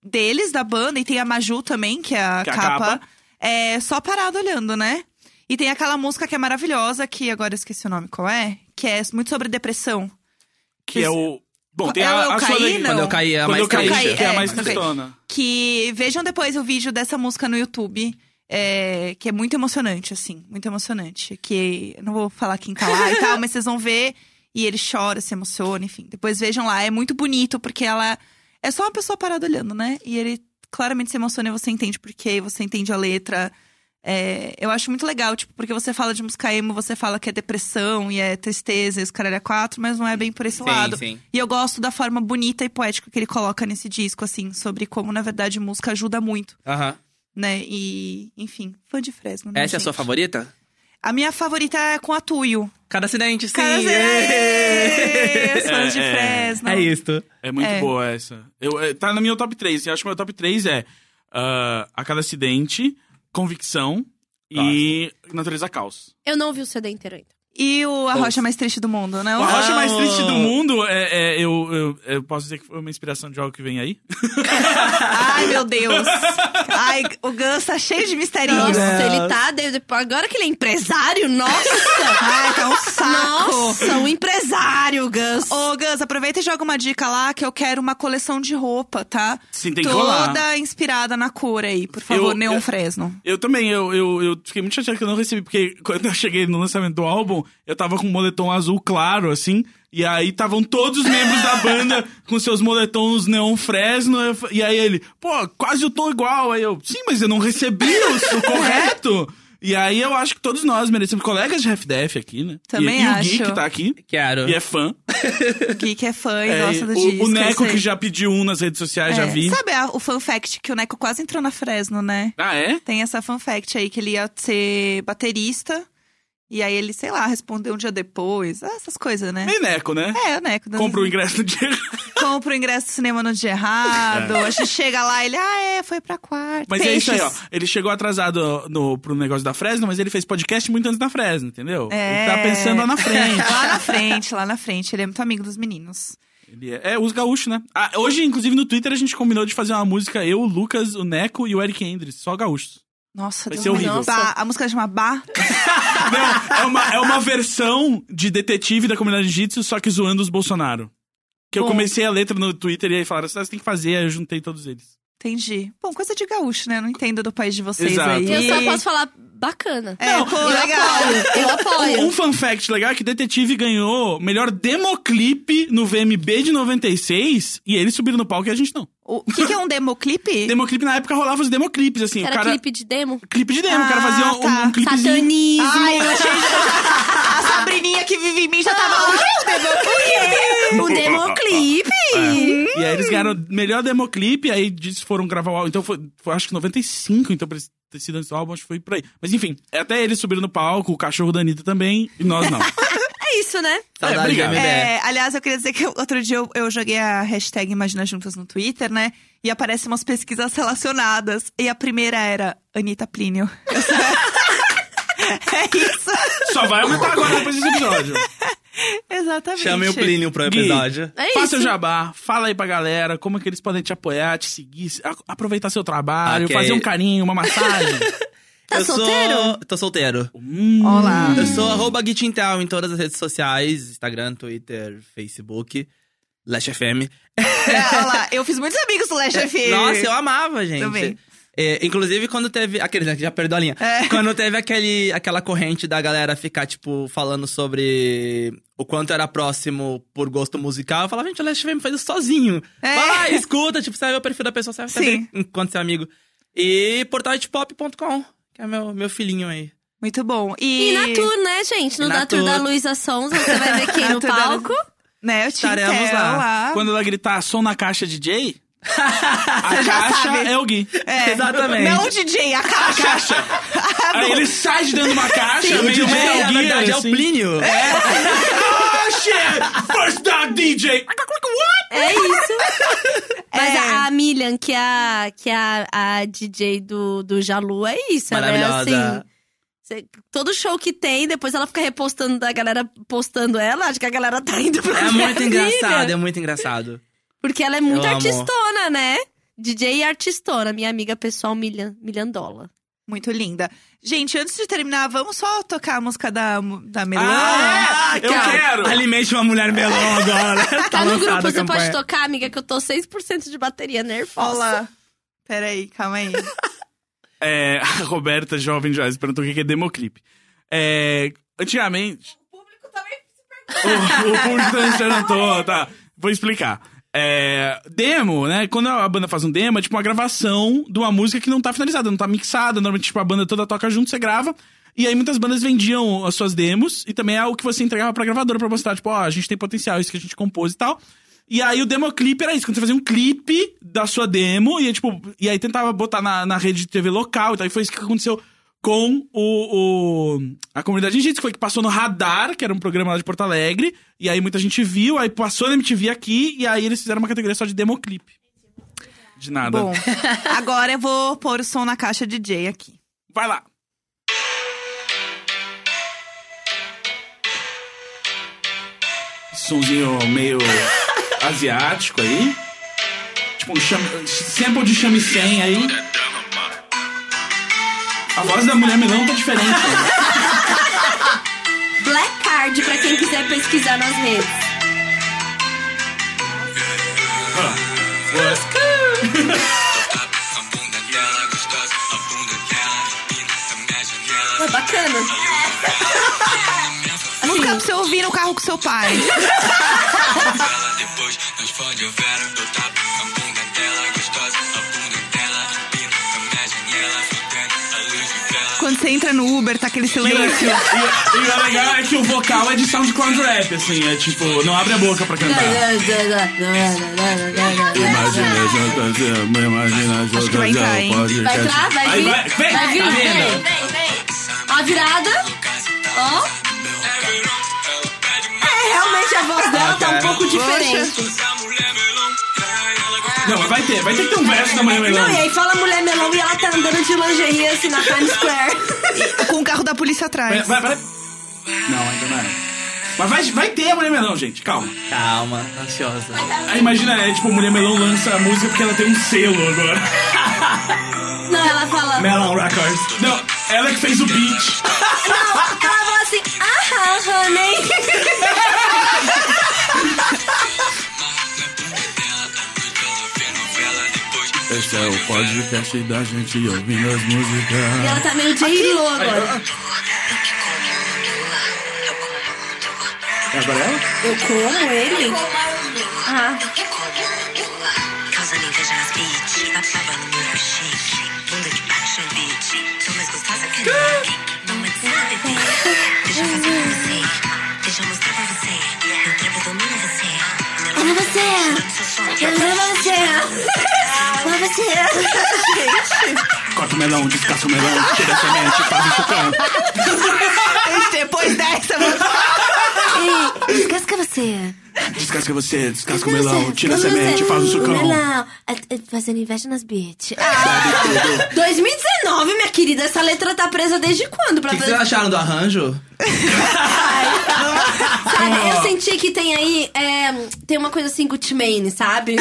C: deles, da banda, e tem a Maju também, que é a
B: Que é a
C: capa.
B: capa.
C: É só parado olhando, né? E tem aquela música que é maravilhosa, que agora eu esqueci o nome qual é, que é muito sobre depressão.
B: que é o. Bom, tem
C: É
B: a,
C: o
B: a
C: Eu
B: sua.
C: Caí,
B: lei-
C: não?
F: Quando eu caí, é a
B: Quando
F: mais
B: eu caí,
F: triste.
C: caí,
B: que é a
C: é,
B: mais
C: ok.
B: tristona.
C: que vejam depois o vídeo dessa música no YouTube. é, que é muito emocionante, assim, muito emocionante. Que eu não vou falar quem tá lá e tal, mas vocês vão ver e ele chora, se emociona, enfim. Depois vejam lá, é muito bonito, porque ela é só uma pessoa parada olhando, né? E ele claramente se emociona e você entende por quê, você entende a letra. É, eu acho muito legal, tipo, porque você fala de música emo, você fala que é depressão e é tristeza e os caralho é quatro, mas não é bem por esse lado.
F: sim.
C: E eu gosto da forma bonita e poética que ele coloca nesse disco, assim, sobre como, na verdade, música ajuda muito,
F: Aham.
C: né? E, enfim, fã de Fresno. né,
F: Essa é a
C: gente?
F: sua favorita?
C: A minha favorita é com a Tuyo.
F: Cada acidente, sim.
C: Cara,
F: é. *laughs*
C: é, os fãs de
B: É, é.
C: Fresno.
F: É isso.
B: É muito
C: É.
B: boa essa. Eu, é, tá no meu top 3. Eu acho que meu top 3 é ah, A Cada Acidente, Convicção e Natureza Caos.
A: Eu não vi o CD inteiro ainda.
C: E o
F: Então
C: A Rocha Mais Triste do Mundo, né?
B: A rocha mais
F: Uau!
B: triste do mundo, é, é, eu, eu, eu posso dizer que foi uma inspiração de algo que vem aí.
F: *laughs*
C: Ai, meu Deus. Ai, o Gus tá cheio de misterinhos.
A: Nossa, ele tá. desde- Agora que ele é empresário, nossa!
C: Ai, tá um saco.
A: *laughs* Nossa, um empresário, Gus.
C: Ô, Gus, aproveita e joga uma dica lá que eu quero uma coleção de roupa, tá?
B: Sim, tem que rolar.
C: Toda inspirada na cor aí, por favor,
B: Eu-
C: Neon
B: eu-
C: Fresno.
B: Eu também, eu, eu, eu fiquei muito chateado que eu não recebi, porque quando eu cheguei no lançamento do álbum, eu tava com um moletom azul claro, assim, e aí estavam todos os membros da
C: *laughs*
B: banda com seus moletons neon fresno, eu fa- e aí ele, pô, quase eu tô igual. Aí eu, sim, mas eu não recebi
C: *laughs*
B: o seu correto. E aí eu acho que todos nós merecemos, colegas de FDF aqui, né?
C: Também
B: e,
C: acho.
B: E o Gui que tá aqui,
F: Quero.
B: e é fã.
C: O Gui que é fã e
B: É,
C: gosta do
B: o,
C: disco.
B: o Neco
C: é isso aí.
B: que já pediu um nas redes sociais, já
C: É.
B: vi.
C: Sabe a- o fan fact que o Neco quase entrou na Fresno, né?
B: Ah, é?
C: Tem essa fan fact aí que ele ia ser baterista. E aí ele, sei lá, respondeu um dia depois. Ah, Essas coisas, né?
B: Meio Neco, né?
C: É, o Neco.
B: Compra o ingresso no dia.
C: *laughs* Compra o ingresso do cinema no dia errado. A gente chega lá ele, ah, é, foi pra quarta.
B: É. Mas é isso aí,
C: Peixes.
B: ó. Ele chegou atrasado no, pro negócio da Fresno, mas ele fez podcast muito antes da Fresno, entendeu?
C: É.
B: Ele tá pensando lá na frente.
C: *laughs*
B: *laughs*
C: lá na frente, lá na frente. Ele é muito amigo dos meninos.
B: Ele é, é os gaúchos, né? Ah, hoje, inclusive, no Twitter a gente combinou de fazer uma música, eu, o Lucas, o Neco e o Eric Hendrix, só gaúchos.
C: Nossa,
B: Vai
C: Deus
B: ser
C: me
B: horrível.
C: livre. Bah, a música chama Bah.
B: Não, é uma, é uma versão de detetive da comunidade jiu-jitsu, só que zoando os Bolsonaro. Que eu
C: Bom.
B: comecei a letra no Twitter e aí falaram, "Ah, você tem que fazer, aí eu juntei todos eles.
C: Entendi. Bom, coisa de gaúcho, né? Eu Não entendo do país de vocês
B: Exato.
C: aí.
A: Eu só posso falar bacana.
C: É, pô,
A: eu
C: legal.
A: apoio, eu apoio.
B: Um fun fact legal é que Detetive ganhou melhor democlipe no VMB de 96 e eles subiram no palco e a gente não.
C: O que, que é um democlipe?
B: Democlipe na época rolava os democlipes, assim.
A: Era
B: o cara... clipe...
A: clipe de demo?
B: de demo, o cara
C: Ah,
B: fazia um,
C: tá.
B: um clipezinho.
A: Satanismo.
C: *laughs* a Sabrininha que vive em mim já tava lá. *laughs*
A: um
F: *laughs* É.
C: Uhum.
A: democlipe.
B: E aí eles ganharam o melhor democlipe, aí disso foram gravar o álbum. Então foi, foi acho que 95, então pra ter sido antes do álbum, acho que foi por aí. Mas enfim, é até eles subiram no palco, o cachorro da Anitta também, e
A: *laughs*
B: nós não.
C: É isso, né?
F: Saudade
B: É,
F: da
B: obrigado.
F: MBR.
C: É, aliás, eu queria dizer que outro dia eu, eu joguei a hashtag Imagina Juntas no Twitter, né? E aparecem umas pesquisas relacionadas. E a primeira era Anitta Plínio. *laughs* é isso.
B: Só vai aumentar agora depois
A: *laughs*
B: desse episódio.
C: Exatamente.
F: Chame o Plínio pro episódio.
A: É
B: Faça o
A: isso.
B: jabá, fala aí pra galera como é que eles podem te apoiar, te seguir, se- a- aproveitar seu trabalho,
F: Ok.
B: fazer um carinho, uma massagem.
A: Tá
F: eu Sou...
A: solteiro? Ah.
F: Tô solteiro.
B: Hum.
C: Olá.
F: Eu sou arroba Guitintel em todas as redes sociais: Instagram, Twitter, Facebook, Lash FM.
C: É, olha lá, eu fiz muitos amigos do Leste FM.
F: Nossa, eu amava, gente.
C: Também.
F: É, inclusive, quando teve. Aquele, né, que já perdeu a linha.
C: É.
F: Quando teve aquele, aquela corrente da galera ficar, tipo, falando sobre o quanto era próximo por gosto musical, eu falava, gente, o Last FM faz isso sozinho.
C: É.
F: Vai lá, escuta, tipo, sabe o perfil da pessoa, sabe
C: Sim.
F: sabe enquanto seu amigo. E portalhitpop.com, que é meu, meu filhinho aí.
C: Muito bom. E,
A: E na tour, né, gente? No
F: E na
A: da tour
F: tour.
A: da Luísa Sons, você vai ver quem
C: Na
A: no
C: tour dela-
A: palco.
C: Né, eu te
B: Ah,
F: Estaremos
C: quero
F: lá.
C: lá.
B: Quando ela gritar som na caixa DJ, A
C: já
B: caixa
C: sabe.
B: é o Gui.
C: É.
F: Exatamente.
C: Não o DJ, a caixa.
B: Caixa. Aí ele sai de dentro de uma caixa,
F: o
B: meio de
F: DJ,
B: Metal
F: na
B: Gear,
F: verdade, é o
B: assim.
F: Plínio. É.
B: Ah, shit! First dog DJ!
A: É isso. *laughs* Mas a, a Milian, que é, a- que é a, a DJ do, do Jalu, é isso. Ela é
F: Maravilhosa.
A: assim. cê- todo show que tem, depois ela fica repostando da galera postando ela, acho que a galera tá indo pra
F: É muito
A: Brasília.
F: engraçado, é muito engraçado.
A: Porque ela é muito
F: Eu amo.
A: artistona, né? DJ e artistona, minha amiga pessoal Milian, Miliandola.
C: Muito linda. Gente, antes de terminar, vamos só tocar a música da, da Melô.
B: Ah, eu quero!
F: Alimente uma mulher
B: *laughs*
F: melão agora.
A: Tá, no
F: lançada
A: grupo, você
F: a
A: pode
F: campanha.
A: tocar, amiga, que eu tô 6% de bateria nervosa.
C: Olha lá. Peraí, calma aí.
B: É, *laughs* a Roberta Jovem Joyce perguntou o que que é democlipe. É, antigamente. O público também se perguntou. O, público também se perguntou, tá. Vou explicar. É, demo, né? Quando a banda faz um demo, é tipo uma gravação de uma música que não tá finalizada, não tá mixada. Normalmente, tipo, a banda toda toca junto, você grava. E aí muitas bandas vendiam as suas demos e também é o que você entregava pra gravadora pra mostrar, tipo, ó, a gente tem potencial, isso que a gente compôs e tal. E aí o democlipe era isso, quando você fazia um clipe da sua demo e, aí, tipo, e aí tentava botar na, na rede de TV local e tal. E foi isso que aconteceu com o, o- a comunidade indígena, que foi que passou no Radar, que era um programa lá de Porto Alegre. E aí muita gente viu, aí passou na MTV aqui e aí eles fizeram uma categoria só de democlipe. De nada.
C: Bom, agora eu vou pôr o som na caixa DJ aqui.
B: Vai lá. Sonzinho meio asiático aí. Tipo um cham... sample de shamisen aí. A voz da mulher melão tá diferente. né?
A: Black Card, pra quem quiser pesquisar nas redes. Foi bacana.
C: Música pra você ouvir no carro com seu pai. Quando você entra no Uber, tá
B: *laughs*
C: aquele
B: E, o-
C: silêncio.
B: e o- e o legal é que o vocal é de SoundCloud rap, assim. É tipo, não abre a boca pra cantar.
C: Acho que vai entrar, hein?
A: Vai entrar? Vai
B: Então, Aí
A: vir?
B: vai, vem,
A: vai vir?
B: tá
A: vem,
B: vendo?
A: vem, vem. A virada. Ó. É, realmente a voz dela tá um pouco diferente.
B: Não, mas vai ter, vai ter que ter um verso da mulher melão.
A: Não, é e aí fala mulher melão e ela tá andando de lingerie assim na Times
B: *laughs*
A: Square.
C: Com o carro da polícia
B: Vai,
C: atrás.
B: vai, vai. Não, ainda não é. Mas vai, vai ter a Mulher Melão, gente, calma.
F: Calma, tá ansiosa.
B: Aí imagina, é tipo, Mulher Melão lança a música porque ela tem um selo agora. *laughs*
A: Não, ela fala.
B: Melão Records. Não, ela que fez o beat.
A: Ela fala assim, aham, honey.
B: Este é o podcast da gente ouvindo as
A: E
B: músicas.
A: ela tá meio J-Lo agora.
B: É agora ela?
A: Eu como ele? Como você? Eu amo você. Como você?
B: *laughs* Corta o melão, descasca o melão, tira a semente, faz o sucão.
C: Depois dessa, eu vou-
A: Ei, descasca você.
B: Descasca você, descasca o melão, tira a semente, faz o sucão. É,
A: Melão. É- é Fazendo inveja nas bitch. Ah, 2019, minha querida. Essa letra tá presa desde quando? Pra
F: O que, que vocês acharam do arranjo?
A: Sabe, eu senti que tem aí. é, tem uma coisa assim, Gucci sabe?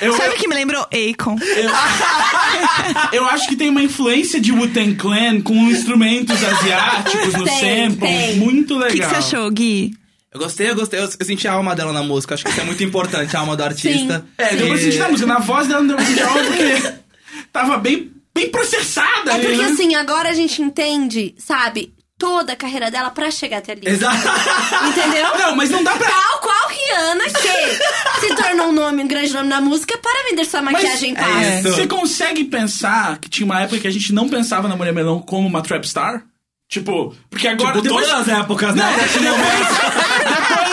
B: Eu,
C: Sabe o que me lembrou? Akon.
B: eu acho que tem uma influência de Wu-Tang Clan com instrumentos asiáticos no
A: *laughs* Tem,
B: sample.
A: tem.
B: Muito
C: O
B: legal.
C: que, que você achou, Gui?
F: Eu gostei, eu gostei. Eu, eu senti a alma dela na música. Acho que isso é muito importante, a alma do artista.
B: É, deu pra sentir na música. Na voz dela não deu pra sentir
A: *laughs*
B: algo porque tava bem, bem processada.
A: É
B: ali,
A: porque
B: né?
A: assim, agora a gente entende, sabe? Toda a carreira dela pra chegar até ali.
F: Exato.
A: Entendeu?
B: Não, mas não dá pra...
A: Tal qual Rihanna,
B: *laughs*
A: que se tornou um nome, um grande nome na música, para vender sua maquiagem
B: é
A: passa.
F: isso.
B: Você consegue pensar que tinha uma época que a gente não pensava na Mulher Melão como uma trap star? Tipo, porque agora...
F: Tipo,
B: depois...
F: todas as épocas, né?
B: Não, depois,
F: *laughs*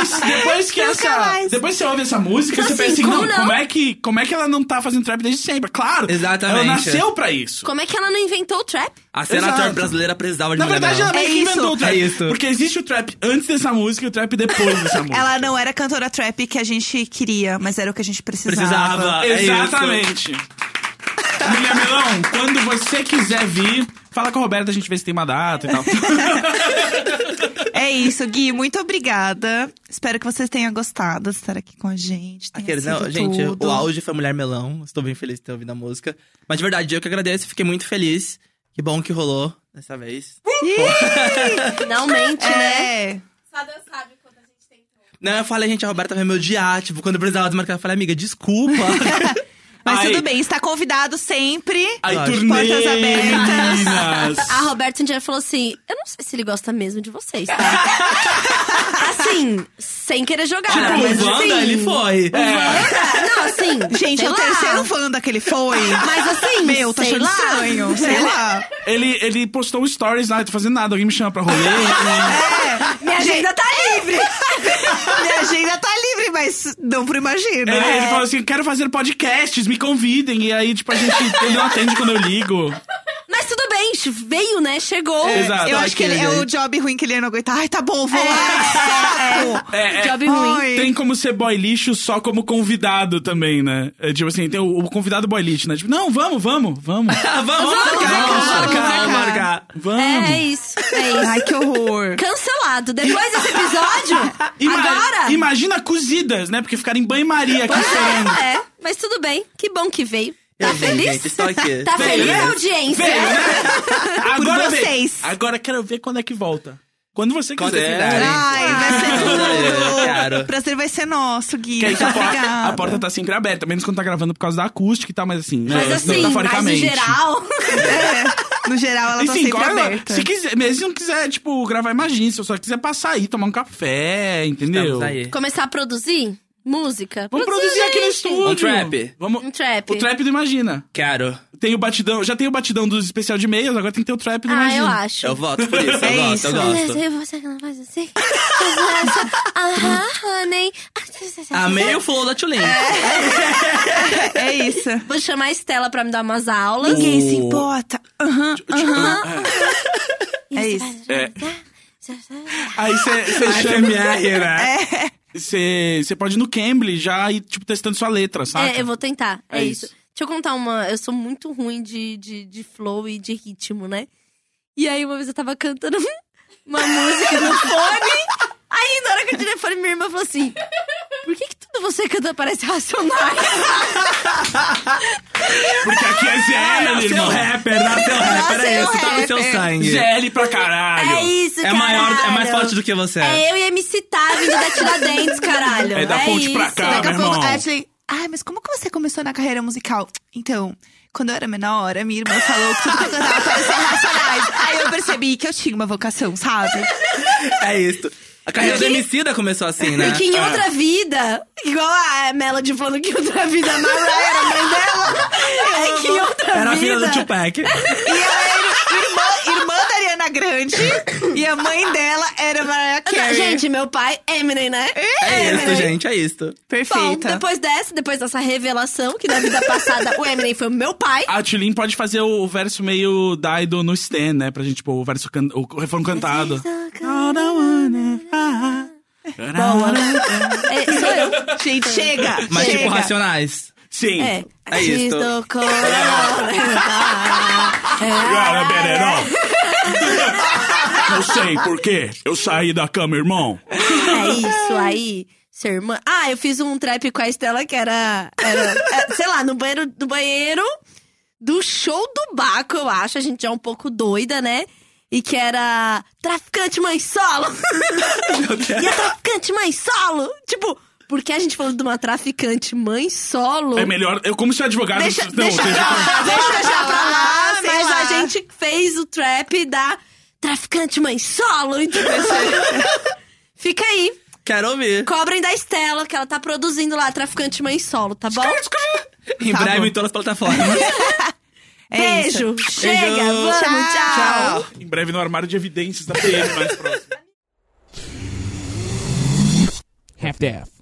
B: Depois, depois que essa.
G: mais.
B: Depois que você ouve essa música, você pensa assim,
A: como
B: não,
A: não?
B: Como, é que, como é que ela não tá fazendo trap desde sempre? Claro!
F: Exatamente.
B: Ela nasceu pra isso.
A: Como é que ela não inventou o
B: *laughs*
A: trap?
F: A cena
B: Exato.
F: trap brasileira precisava de
B: Na
F: mulher
B: verdade, ela
F: melhor.
B: meio que
C: É isso.
B: inventou o trap.
F: É isso.
B: Porque existe o trap antes dessa música e o trap depois dessa música.
C: Ela não era cantora trap que a gente queria, mas era o que a gente precisava.
F: Precisava. é isso.
B: Exatamente. Milha Melão, quando você quiser vir, fala com a Roberta, a gente vê se tem uma data e tal.
C: É isso, Gui, muito obrigada. Espero que vocês tenham gostado de estar aqui com a gente. tenha
F: Aqueles,
C: sido
F: não, gente,
C: tudo.
F: o auge foi Mulher Melão. Estou bem feliz de ter ouvido a música. Mas de verdade, eu que agradeço, fiquei muito feliz. Que bom que rolou dessa vez.
A: Finalmente, né?
C: É.
G: Só Deus sabe quando a gente tem.
F: Não, eu falei, gente, a Roberta vai me odiar. Tipo, quando eu precisava desmarcar, eu falei, amiga, desculpa.
C: Mas
B: Ai.
C: tudo bem, está convidado sempre.
B: Aí,
F: Lógico.
B: turnê,
C: Portas abertas.
B: meninas.
A: A Roberta um dia falou assim: Eu não sei se ele gosta mesmo de vocês,
C: *laughs*
A: tá? assim, sem querer jogar.
F: tipo,
A: mas,
F: o Wanda,
A: assim,
F: ele foi.
A: Wanda? Não, assim.
C: *laughs* Gente,
A: sei
C: é o
A: lá.
C: terceiro Wanda que ele foi.
A: Mas assim,
C: Meu, tá
A: sei
C: achando
A: lá.
C: estranho. Sei lá.
B: Ele, ele postou um stories lá, eu tô fazendo nada, alguém me chama pra rolê.
C: É.
A: Minha agenda tá livre.
C: Minha agenda tá livre, mas não É. pro imagino.
B: ele,
F: É,
B: ele
F: tipo,
B: falou assim: quero fazer podcasts, me convidem. E aí, tipo, a gente. Ele não atende quando eu ligo.
A: Mas tudo bem, veio, né? Chegou.
B: É, exato.
C: Eu acho que ele, é
F: Aquele,
C: o
F: gente.
C: job ruim que ele não aguenta. Ai, tá bom, vou lá. que saco.
B: É, é,
A: Job ruim.
C: Ai.
B: Tem como ser boy lixo só como convidado também, né? É, tipo assim, tem o, o convidado boy lixo, né? Tipo, não, vamos, vamos, vamos.
F: Ah, vamos, marcar, vamos marcar, vamos marcar.
B: Vamos.
A: É, é isso, é isso.
C: Ai, que horror.
A: Cancelado. Depois desse episódio,
B: *laughs* Ima-
A: É, agora.
B: Imagina cozidas, né? Porque ficaram em banho-maria aqui esperando.
A: É, é, mas tudo bem. Que bom que veio. Tá
F: Eu vim,
A: feliz?
F: gente, estou aqui.
A: Tá
B: Veio,
A: feliz,
B: né?
A: audiência?
B: Veio, né? Agora vem.
C: vocês.
B: Agora quero ver quando é que volta. Quando você
F: Quando é
B: quiser.
F: quiserem.
C: Ai, vai ser tudo.
F: Claro.
C: O prazer vai ser nosso, Gui.
B: Que aí a,
C: Muito
B: porta,
C: obrigada.
B: a porta tá sempre aberta, menos quando tá gravando por causa da acústica e tal, mas assim, né?
A: Mas assim, mas no geral.
C: É, no geral, ela tá
B: Enfim,
C: sempre
B: agora,
C: aberta.
B: se quiser, mesmo se não quiser, tipo, gravar, imagina, se eu só quiser passar aí, tomar um café, entendeu?
F: Estamos aí.
A: Começar a produzir música.
B: Vamos produzir aqui no
A: gente.
B: estúdio.
F: Um trap.
B: Vamos...
A: Um trap.
B: O trap do Imagina.
F: Quero.
B: Tem o batidão, já tem o batidão dos especial de e-mails, agora tem que ter o trap do
A: Ah,
B: Imagina.
A: eu acho.
F: Eu voto por isso, eu
C: É
F: gosto,
C: isso.
F: eu
A: *laughs*
F: gosto.
A: Você que não faz assim? Aham, honey.
F: Amei o flow da Tulin.
C: É isso.
A: Vou chamar a Estela pra me dar umas aulas.
C: Ninguém se importa.
A: E
C: Aham.
B: Tipo,
C: É
A: você
C: isso.
A: faz-
B: É. Aí
F: Ah,
B: você
F: é
B: chama.
C: É,
B: né?
C: né?
B: Você pode ir no Cambly já e, tipo, testando sua letra, saca?
A: É, eu vou tentar. É,
B: É
A: isso.
B: isso.
A: Deixa eu contar uma. Eu sou muito ruim de, de, de flow e de ritmo, né? E aí, uma vez eu tava cantando *laughs* uma música no fone. Aí, na hora que eu tirei o fone, minha irmã falou assim: Por que, que tudo você canta parece racionais?
B: Porque aqui é ZL,
F: Nasceu
B: irmão. *laughs*
F: rapper, nasceu rapper, é
C: Nasceu
F: isso, tá no seu
C: rapper.
F: sangue.
B: ZL pra caralho.
A: É isso,
F: É
A: caralho.
F: maior, é mais forte do que você.
A: É eu e MC Tá vindo da Tiradentes, caralho.
B: É da ponte
A: isso.
B: pra cá,
C: Daqui a
B: meu
C: pouco,
B: irmão.
C: Ashley. Ai, mas como que você começou na carreira musical? Então, quando eu era menor, a minha irmã falou que tudo que eu cantava parecia racionais. Aí eu percebi que eu tinha uma vocação, sabe?
F: É isso. A carreira do Emicida começou assim, né?
A: E que em outra vida, igual a Melody falando que em outra vida a Mariah era mãe dela, é que em outra
F: Era a filha
A: vida...
F: do Tupac.
C: E ela era irmã, irmã da Ariana Grande e a mãe dela era Mariah
A: Não,
C: Carey.
A: gente, meu pai, Eminem, né?
F: É
A: Eminem.
F: isso, gente, é isso.
A: Bom,
C: perfeita.
A: depois dessa, depois dessa revelação, que na vida passada o Eminem foi o meu pai.
B: A Tulin pode fazer o verso meio da Idol no Stan, né? Pra gente, tipo, o verso can... o refrão cantado.
A: É, sou eu.
C: Gente, chega!
F: Mas
C: chega.
F: tipo, racionais.
B: Sim.
A: É.
F: É isso.
A: Cristo Corona.
B: Cara, Bereró. Não sei por quê. Eu saí da cama, irmão.
A: É isso aí. Ser irmã. Ah, eu fiz um trap com a Estela que era. era- é, sei lá, no banheiro, no banheiro do show do Baco, eu acho. A gente já é um pouco doida, né? E que era. Traficante mãe solo! e a traficante mãe solo! Tipo, porque a gente falou de uma traficante mãe solo.
B: É melhor. Eu, como seu advogado.
A: Deixa,
B: não,
A: deixa,
B: tem-
A: pra lá, deixa, pra lá,
C: Ah, sei
A: mas
C: lá.
A: a gente fez o trap da traficante mãe solo, entendeu?
C: *laughs*
A: Fica aí.
F: Quero ouvir.
A: Cobrem da Estela, que ela tá produzindo lá Traficante Mãe Solo, tá bom?
F: Em
C: Tá
F: breve
C: bom.
F: em todas as plataformas.
C: É isso.
A: Beijo. Chega,
F: Beijo.
A: vamos, tchau.
B: Em breve no armário de evidências da PM mais próximo.
H: half-deaf.